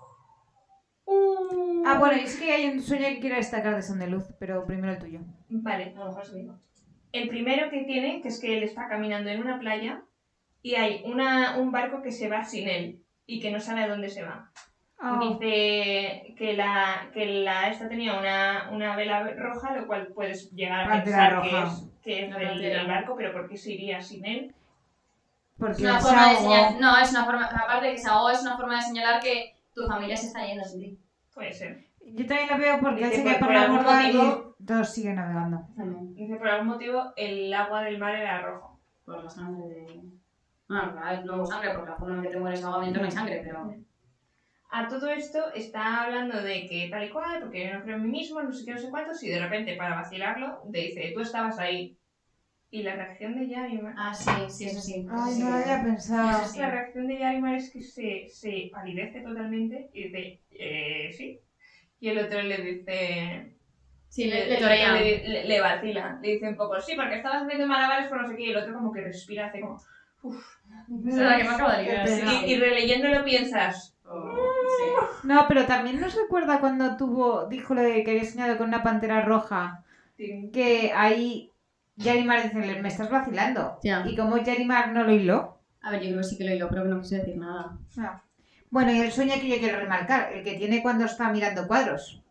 "Uh".
Ah, bueno, es que hay un sueño que quiero destacar de Son de Luz, pero primero el tuyo.
Vale, a lo mejor es el mismo. El primero que tiene, que es que él está caminando en una playa y hay una, un barco que se va sin él y que no sabe a dónde se va.
Oh.
Dice que la, que la esta tenía una, una vela roja, lo cual puedes llegar a
Pantera
pensar que
roja.
es, que es
La
del,
pantera.
del barco, pero ¿por qué se iría sin él?
Es
Porque
una
pues
el
forma de
Sago-
señal- No, es una forma. Aparte de que se ahogó, es una forma de señalar que tu familia se está yendo sin ti.
Puede ser.
Yo también lo veo porque él
Dice,
se cae por
por- por
la
algún
borda y
motivo-
todos siguen navegando.
También,
Dice, por algún motivo, el agua del mar era rojo.
por la sangre de...
Ah,
Bueno, a ver, no hubo sangre, porque la forma en que te mueres ahogado dentro no hay sangre, pero...
A todo esto está hablando de que tal y cual, porque yo no creo en mí mismo, no sé qué, no sé cuántos, y de repente, para vacilarlo, te dice, tú estabas ahí. Y la reacción de Yarimar...
Ah, sí, sí, eso sí. eso
Ay,
sí
no lo
que-
había pensado.
Eso sí.
La reacción de Yarimar es que se, se palidece totalmente y dice, eh, sí. Y el otro le dice...
Sí, le, le
le,
torea.
le- le- le vacila. Le dice un poco, sí, porque estabas haciendo malabares por no sé qué. Y el otro como que respira, hace como...
Es la que me acabo de
Qué
librar. sí.
pena.
Y, y releyéndolo piensas...
O- sí.
No, pero también nos recuerda cuando tuvo, dijo lo de que había soñado con una pantera roja,
"Tin".
que ahí Yarimar dice, me estás vacilando.
Ya.
Y como Yarimar no lo hiló.
A ver, yo creo que sí que lo hilo, pero que no quise decir nada.
Ah. Bueno, y el sueño que yo quiero remarcar, el que tiene cuando está mirando cuadros.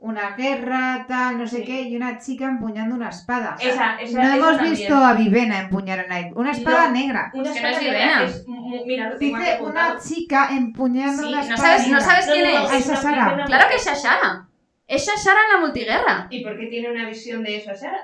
Una guerra, tal, no sé
Sí.
qué, y una chica empuñando una espada.
Esa, esa,
no
esa
hemos
también.
visto a Vivena empuñar a Knight. Una espada
No.
negra.
Una
Es que no es
espada
Rivera.
negra es mu- Mira, lo tengo aquí
Dice
apuntado.
una chica empuñando
Sí,
una
no
espada
sabes, no
negra.
sabes quién
No, no,
es.
Ah, esa
una-
Sara.
una-
Claro que es Shashara. Es Shashara en la multiguerra.
¿Y por qué tiene una visión de eso, Sara?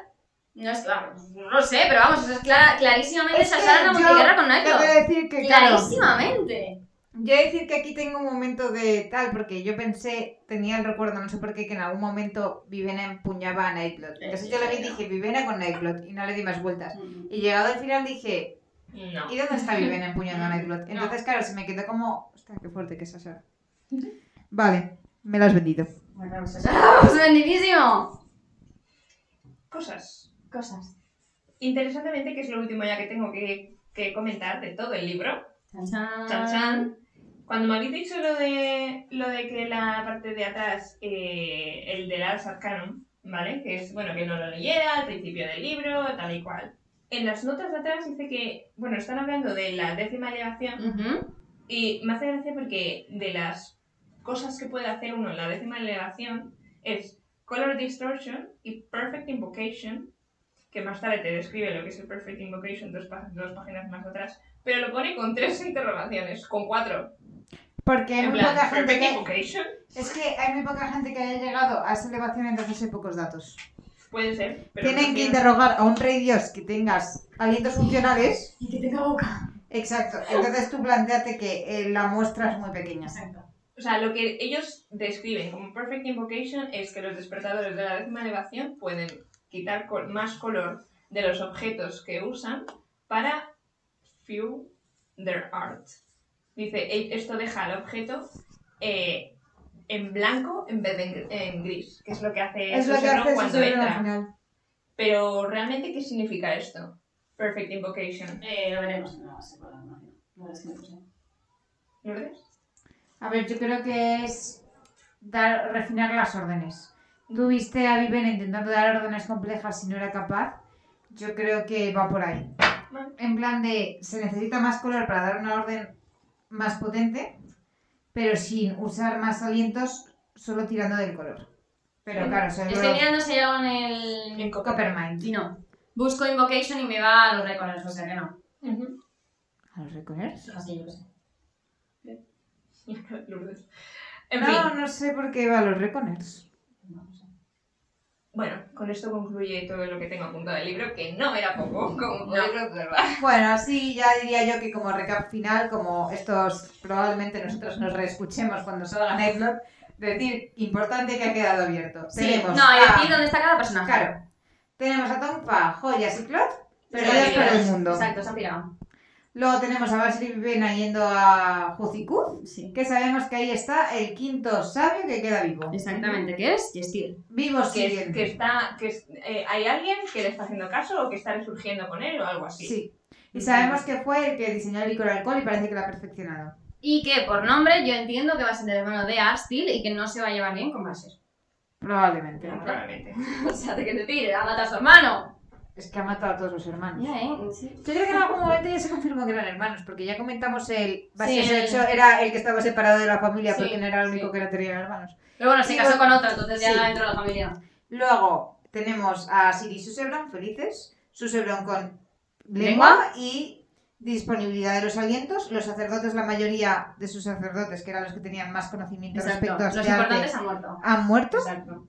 No es claro, no lo sé, pero vamos, es clara- clarísimamente
Es que
Shashara en la
yo
multiguerra con Naito.
Tengo que decir que, claro,
Clarísimamente.
Yo he de decir que aquí tengo un momento de tal, porque yo pensé, tenía el recuerdo, no sé por qué, que en algún momento Vivena empuñaba a Nightblood. Entonces yo le vi y dije, Vivena con Nightblood, y no le di más vueltas.
Mm.
Y llegado al final dije,
No.
¿y dónde está Vivena empuñando a Nightblood?
Mm, No.
Entonces, claro, se me quedó como, hostia, qué fuerte que es esa. Vale, me lo has vendido.
Me cago en esa sangre.
pues, ¡Vamos, bendidísimo!
Cosas.
Cosas.
Interesantemente, que es lo último ya que tengo que, que comentar de todo el libro,
Chan, chan.
chan chan, cuando me habéis dicho lo de, lo de que la parte de atrás, eh, el del Ars Arcanum, ¿vale? Que es, bueno, que no lo leyera al principio del libro, tal y cual. En las notas de atrás dice que, bueno, están hablando de la décima elevación,
Ujú.
Y me hace gracia porque de las cosas que puede hacer uno en la décima elevación es Color Distortion y Perfect Invocation, que más tarde te describe lo que es el Perfect Invocation dos, pá- dos páginas más atrás, pero lo pone con tres interrogaciones, con cuatro.
Porque hay
En
muy
plan,
poca gente
Perfect
que...
Invocation,
Es que hay muy poca gente que haya llegado a esa elevación, entonces hay pocos datos.
puede ser. Pero
Tienen
no
que
tiene-
interrogar a un rey dios que tengas alientos funcionales...
Y que tenga boca.
Exacto, entonces tú planteate que eh, la muestra es muy pequeña.
Exacto.
O sea, lo que ellos describen como Perfect Invocation es que los despertadores de la décima elevación pueden quitar col- más color de los objetos que usan para fuel their art. Dice, "E- esto deja al objeto eh, en blanco en vez de en, en gris, que es lo que hace
Es lo que
Sosebro
hace
cuando
Sosebro al
entra.
final.
Pero realmente, ¿qué significa esto? Perfect Invocation.
Eh, lo veremos en la secuela, me imagino. No es que no sé.
¿No ves?
A ver, yo creo que es dar, refinar las órdenes. Tuviste a Viven intentando dar órdenes complejas y no era capaz. Yo creo que va por ahí.
Vale.
En plan de, se necesita más color para dar una orden más potente, pero sin usar más alientos, solo tirando del color. Pero claro, eso es
Estoy
lo-
mirando si hay algo en el.
En Coppermine.
Coppermine.
Y no. Busco Invocation y me va a los récords, o sea que no.
Ujú.
¿A los recorers?
Así yo qué sé.
Lourdes. En fin.
No, no sé por qué va a los recorers.
No lo sé.
Bueno, con esto concluye todo lo que tengo apuntado del libro, que no era poco, como podéis observar.
Bueno, así ya diría yo que como recap final, como estos probablemente nosotros nos reescuchemos cuando salga Nightblood, decir, importante que ha quedado abierto.
Sí, no,
tenemos
y
a-
decir dónde está cada personaje.
pues, ah. Claro. Tenemos a Tonfa, Joyas y Clot, pero
Sí,
ellos
sí,
por el
sí.
mundo.
Exacto, se ha pirado.
Luego tenemos a Basil y Vivena yendo a Juzicuz,
Sí.
que sabemos que ahí está el quinto sabio que queda vivo.
Exactamente, ¿qué es? Yestir.
Vivos
Que, es-
siguen.
que está, que es- eh, hay alguien que le está haciendo caso o que está resurgiendo con él o algo así.
Sí. Y sabemos que fue el que diseñó el licor alcohol y parece que lo ha perfeccionado.
Y que por nombre yo entiendo que va a ser el hermano de Arstil y que no se va a llevar bien con Basher.
Probablemente.
Probablemente.
o sea, de que te tire, ha matado a su hermano.
Es que ha matado a todos los hermanos.
Ya, ¿eh? Sí.
Yo creo que en algún momento ya se confirmó que eran hermanos, porque ya comentamos el. Basés,
Sí,
de
el-
hecho, era el que estaba separado de la familia
Sí,
porque no era el único
sí.
que no tenía hermanos.
Pero bueno, se
Sí,
casó
bueno.
con otro, entonces ya
Sí.
dentro de la familia.
Luego tenemos a Siri y Susebron felices. Susebron con lengua y disponibilidad de los alientos. Los sacerdotes, la mayoría de sus sacerdotes, que eran los que tenían más conocimiento
Exacto.
respecto a este
Los
arte,
importantes han muerto.
han muerto.
Exacto.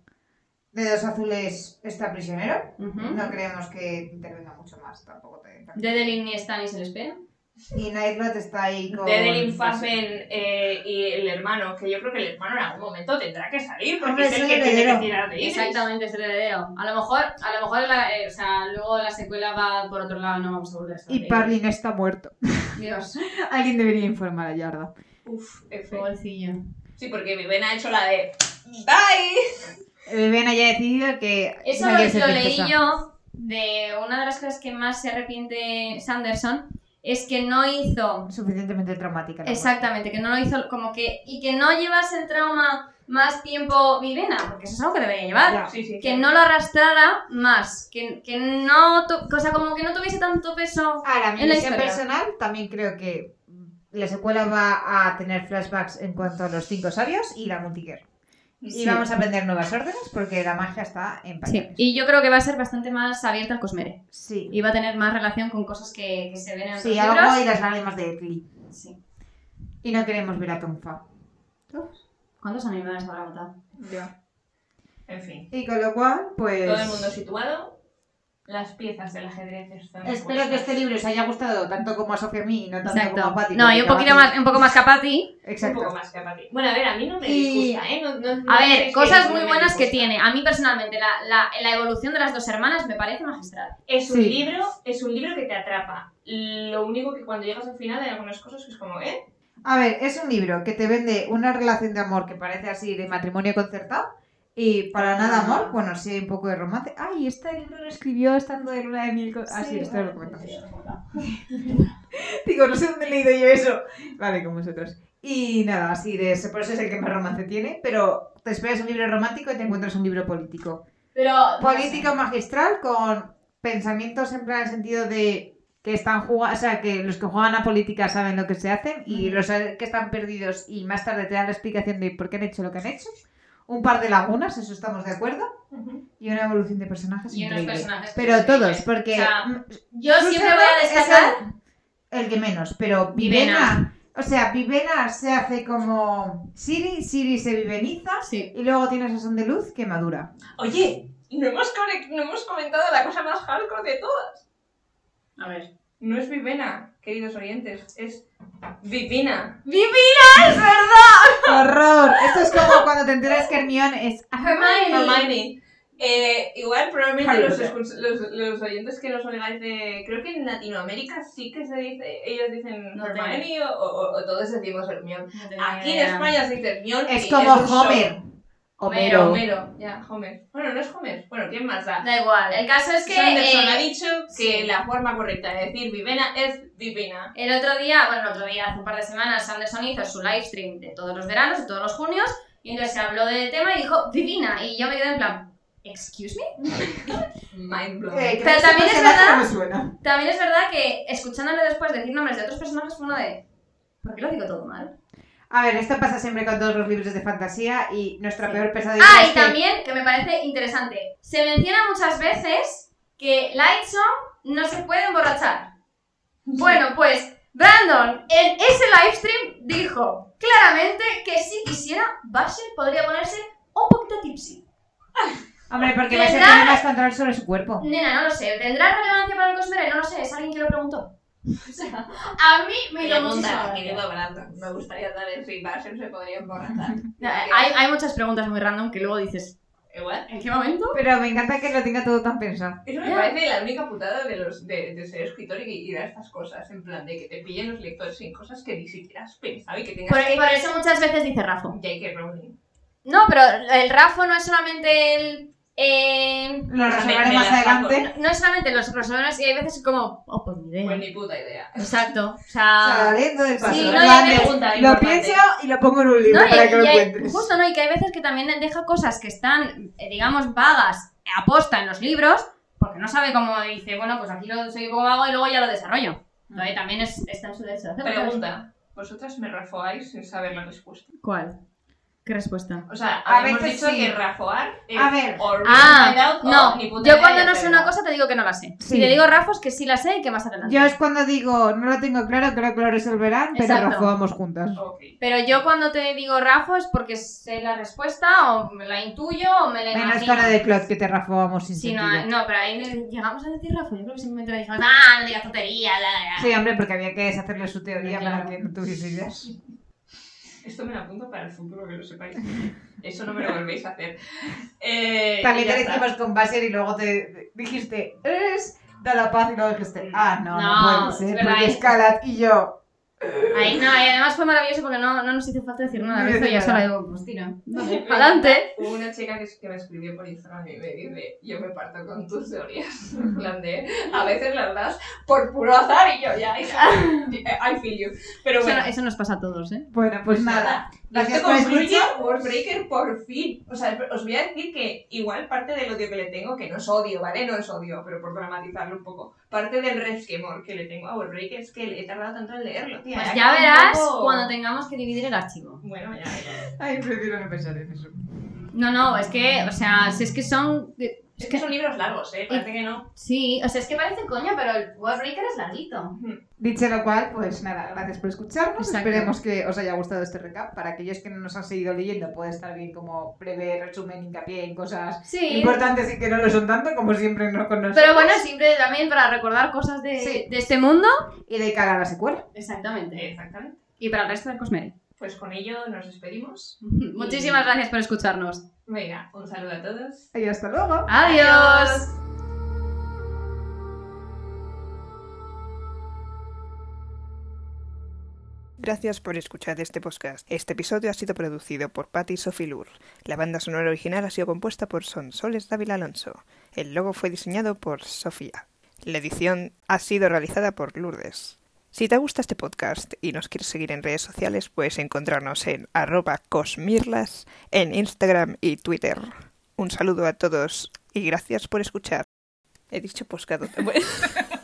Dedos Azules está prisionero.
Ujú.
No creemos que intervenga mucho más, tampoco te...
Dedelin ni está ni se les espera.
Y Nightrot está ahí con...
Dedelin Fafen eh, y el hermano, que yo creo que el hermano en algún momento tendrá que salir, porque
Hombre,
es el
es
que
el
tiene que
heredero.
tirar de Iris.
Exactamente, es el heredero. A lo mejor, a lo mejor la- eh, o sea, luego la secuela va por otro lado, no vamos a volver a saber.
Y Parlin está muerto.
Dios,
Alguien debería informar a Yarda.
Uf, F.
pobrecillo.
Sí, porque mi vena ha hecho la de. ¡Bye!
Viviana ya ha decidido que...
Eso
no
lo,
quiere ser
lo leí
princesa.
yo de una de las cosas que más se arrepiente Sanderson, es que no hizo
Suficientemente traumática. la
Exactamente, que no lo hizo como que. Y que no llevase el trauma más tiempo Vivena, porque eso es algo que debería llevar.
muerte.
Sí, sí.
Que no lo arrastrara más. Que, que no. tu- o sea, como que no tuviese tanto peso.
Ahora, mi
En la
visión
historia.
personal, también creo que la secuela va a tener flashbacks en cuanto a los cinco sabios y la multiguerra. Y
Sí.
vamos a aprender nuevas órdenes porque la magia está en pañales.
Y yo creo que va a ser bastante más abierta al cosmere.
Sí.
Y va a tener más relación con cosas que, que se ven en otros
Sí,
libros.
algo y las lágrimas de Etli.
Sí.
Y no queremos ver a Tonfa.
¿Cuántos animales habrá matado?
En fin.
Y con lo cual, pues...
Todo el mundo situado. Las piezas del ajedrez están.
Espero que
puestas.
este libro os haya gustado tanto como a Sofía a mí y no tanto como
Exacto.
a Pati.
No,
porque
y un poquito
Pati-
más, un poco más capati.
Exacto.
Un poco más que a Patty. Bueno, a ver, a mí no me
Y-
disgusta, ¿eh? No- no- no
A
sé
ver,
si
cosas
no
muy
me
buenas que
disgusta.
tiene. A mí personalmente, la, la, la evolución de las dos hermanas me parece magistral.
Es un
Sí.
libro, es un libro que te atrapa. Lo único que cuando llegas al final hay algunas cosas que es como, ¿eh?
A ver, es un libro que te vende una relación de amor que parece así de matrimonio concertado y para nada amor, bueno, sí hay un poco de romance. Ay, este libro lo escribió estando de luna de miel. con- Ah, sí, esto lo comentamos. Digo, no sé dónde he leído yo eso. Vale, con vosotros. Y nada, así de ese, por eso es el que más romance tiene, pero te esperas un libro romántico y te encuentras un libro político.
Pero.
Político magistral con pensamientos en plan el sentido de que están jugando, o sea, que los que juegan a política saben lo que se hacen y los que están perdidos y más tarde te dan la explicación de por qué han hecho lo que han hecho. Un par de lagunas, eso estamos de acuerdo, y una evolución de personajes
Y unos
increíble.
personajes. que
Pero
son
todos,
increíbles.
porque
O sea,
mm,
Yo siempre
Susana
voy a
es
destacar.
el, el que menos, pero
Vivena.
Vivena. O sea, Vivena se hace como Siri, Siri se viveniza
Sí.
y luego tienes a Son de Luz que madura.
Oye, no hemos, conec- no hemos comentado la cosa más hardcore de todas.
A ver.
No es Vivena, queridos oyentes, es Vivina.
¡Horror! Esto es como cuando te enteras que Hermione es
Hermione.
Hermione. Eh, igual probablemente
Harry
los,
Potter.
escuch- los, los oyentes que nos oigáis de... Creo que en Latinoamérica sí que se dice... Ellos dicen
No
Hermione o, o- o todos decimos Hermione.
No tenía
Aquí en
idea.
España se dice Hermione.
Es
y
como
un shock.
Homer. Eh,
Homero.
Homero, ya, Homer. Bueno, no es Homer. Bueno, ¿quién más da?
Da igual. El caso es que.
Sanderson
eh,
ha dicho que
sí.
la forma correcta de decir Vivena es Vivina.
El otro día, bueno, el otro día, hace un par de semanas, Sanderson hizo su live stream de todos los veranos, de todos los junios, y entonces se habló del tema y dijo, divina, y yo me quedé en plan, ¿excuse me?
Mind blown.
Eh, que
Pero
no sé
también es
cómo se llama,
verdad-
pero me suena.
También es verdad que escuchándole después decir nombres de otros personajes fue uno de, ¿por qué lo digo todo mal?
A ver, esto pasa siempre con todos los libros de fantasía y nuestra
Sí.
peor pesadilla
Ah,
es
y
que-
también, que me parece interesante, se menciona muchas veces que Lightsong no se puede emborrachar. Bueno, pues Brandon en ese livestream dijo claramente que si quisiera, Basher podría ponerse un poquito tipsy.
Hombre, porque vas a
Tendrá-
tener más control sobre su cuerpo.
Nena, no lo sé. ¿Tendrá relevancia para el Cosmere? No lo sé. Es alguien que lo preguntó. O sea, a mí me dio muchísima
Pregunta,
gracia.
querido Brandon. Me gustaría saber si Basher se podría emborrachar.
No, Hay, hay muchas preguntas muy random que luego dices,
Igual.
¿en qué momento?
Pero me encanta que lo tenga todo tan pensado.
Eso me
Ya.
parece la única putada de, los, de, de ser escritor y, y dar estas cosas. En plan, de que te pillen los lectores sin cosas que ni siquiera has pensado y que tengas
Por, e-
que...
por eso muchas veces dice Rafo.
J.K. Rowling.
No, pero el Rafo no es solamente el... eh,
Lo
Me-
resolveré
me
más
la saco.
adelante.
no es solamente los crossovers y hay veces como, oh, pues ni idea.
Pues ni puta idea.
Exacto. O
Está
sea...
leyendo del paso.
Ah. Sí, no,
Lo
y hay
haces,
pregunta
lo
importante.
pienso y lo pongo en un libro
No, y-
para que lo
y hay-
encuentres.
justo, ¿no? Y que eh, hay veces que también deja cosas que están, eh, digamos, vagas, aposta en los libros, porque porque no sabe cómo dice, bueno, pues aquí lo soy un poco vago y luego ya lo desarrollo. Entonces,
Ah.
también es, está en su derecho. de hacerlo, ¿sabes?
Pregunta. ¿Vosotras me rafoáis sin saber la respuesta?
¿Cuál? ¿Qué respuesta?
O sea,
A
habéis
veces
dicho
sí.
que rafoar es
A ver.
o
Ah,
find out o
No,
ni puta
yo
idea
cuando
y
no sé
hacerlo.
una cosa te digo que no la sé.
Sí.
Si te digo Rafos que sí la sé y que más adelante.
Yo es cuando digo, no lo tengo claro, creo que lo resolverán, pero
Exacto.
rajuamos juntas.
Ok.
Pero yo cuando te digo Rafa es porque sé la respuesta o me la intuyo o me la
Menos
imagino.
cara de Clot que te rajuamos sin
Sí,
sentido.
no, no, pero ahí le- llegamos a decir Rafa. Yo creo que simplemente le dijimos, ah, no digas tontería, la, la, la".
Sí, hombre, porque había que deshacerle su teoría
Claro.
para que no tuviese ideas.
Esto me lo apunto para el futuro, que lo sepáis. Eso no me lo volvéis a hacer. Eh,
También
y ya
te
está.
decimos con Baser y luego te dijiste, es da la paz y luego dijiste, ah, no, no,
No,
puede ser,
es verdad,
porque
es-
es Calat y yo.
Ahí, no, y además fue maravilloso porque no, no nos hizo falta decir nada
No
de esto.
dice
Yo
nada.
solo digo, pues tira. Vale, Adelante.
Hubo una chica que, que me escribió por Instagram y me dice, yo me parto con tus teorías. En plan de, a veces las das por puro azar y yo ya, hija, I feel you. Pero
Eso,
bueno,
eso nos pasa a todos, ¿eh?
Bueno, pues nada. Gracias
esto
por
concluye
escuchar.
Worldbreaker por fin. O sea, os voy a decir que igual parte del odio que le tengo, que no es odio, ¿vale? No es odio, pero por dramatizarlo un poco, parte del resquemor que le tengo a Worldbreaker es que le he tardado tanto en leerlo, tía.
Pues
Era
ya
como un
verás
poco-
cuando tengamos que dividir el archivo.
Bueno, ya, ya.
Ay, prefiero no pensar en eso.
No, no, es que, o sea, si es que son. eh,
Es que son libros largos, ¿eh? Parece que no.
Sí, o sea, es que parece coña, pero el Wallbreaker es larguito.
Dicho lo cual, pues nada, gracias por escucharnos.
Exacto.
Esperemos que os haya gustado este recap. Para aquellos que no nos han seguido leyendo, puede estar bien como breve resumen, hincapié en cosas
Sí.
importantes y que no lo son tanto, como siempre no con nosotros.
Pero bueno, siempre también para recordar cosas de,
Sí.
de este mundo.
Y de cara a la secuela.
Exactamente.
Exactamente.
Y para el resto del Cosmere.
Pues con ello nos despedimos.
Muchísimas gracias por escucharnos.
Venga, un saludo a todos.
Y hasta luego.
Adiós.
Gracias por escuchar este podcast. Este episodio ha sido producido por Patty Sophie Lur. La banda sonora original ha sido compuesta por Sonsoles Dávila Alonso. El logo fue diseñado por Sofía. La edición ha sido realizada por Lourdes. Si te gusta este podcast y nos quieres seguir en redes sociales, puedes encontrarnos en arroba cosmirlas en Instagram y Twitter. Un saludo a todos y gracias por escuchar. He dicho poscado.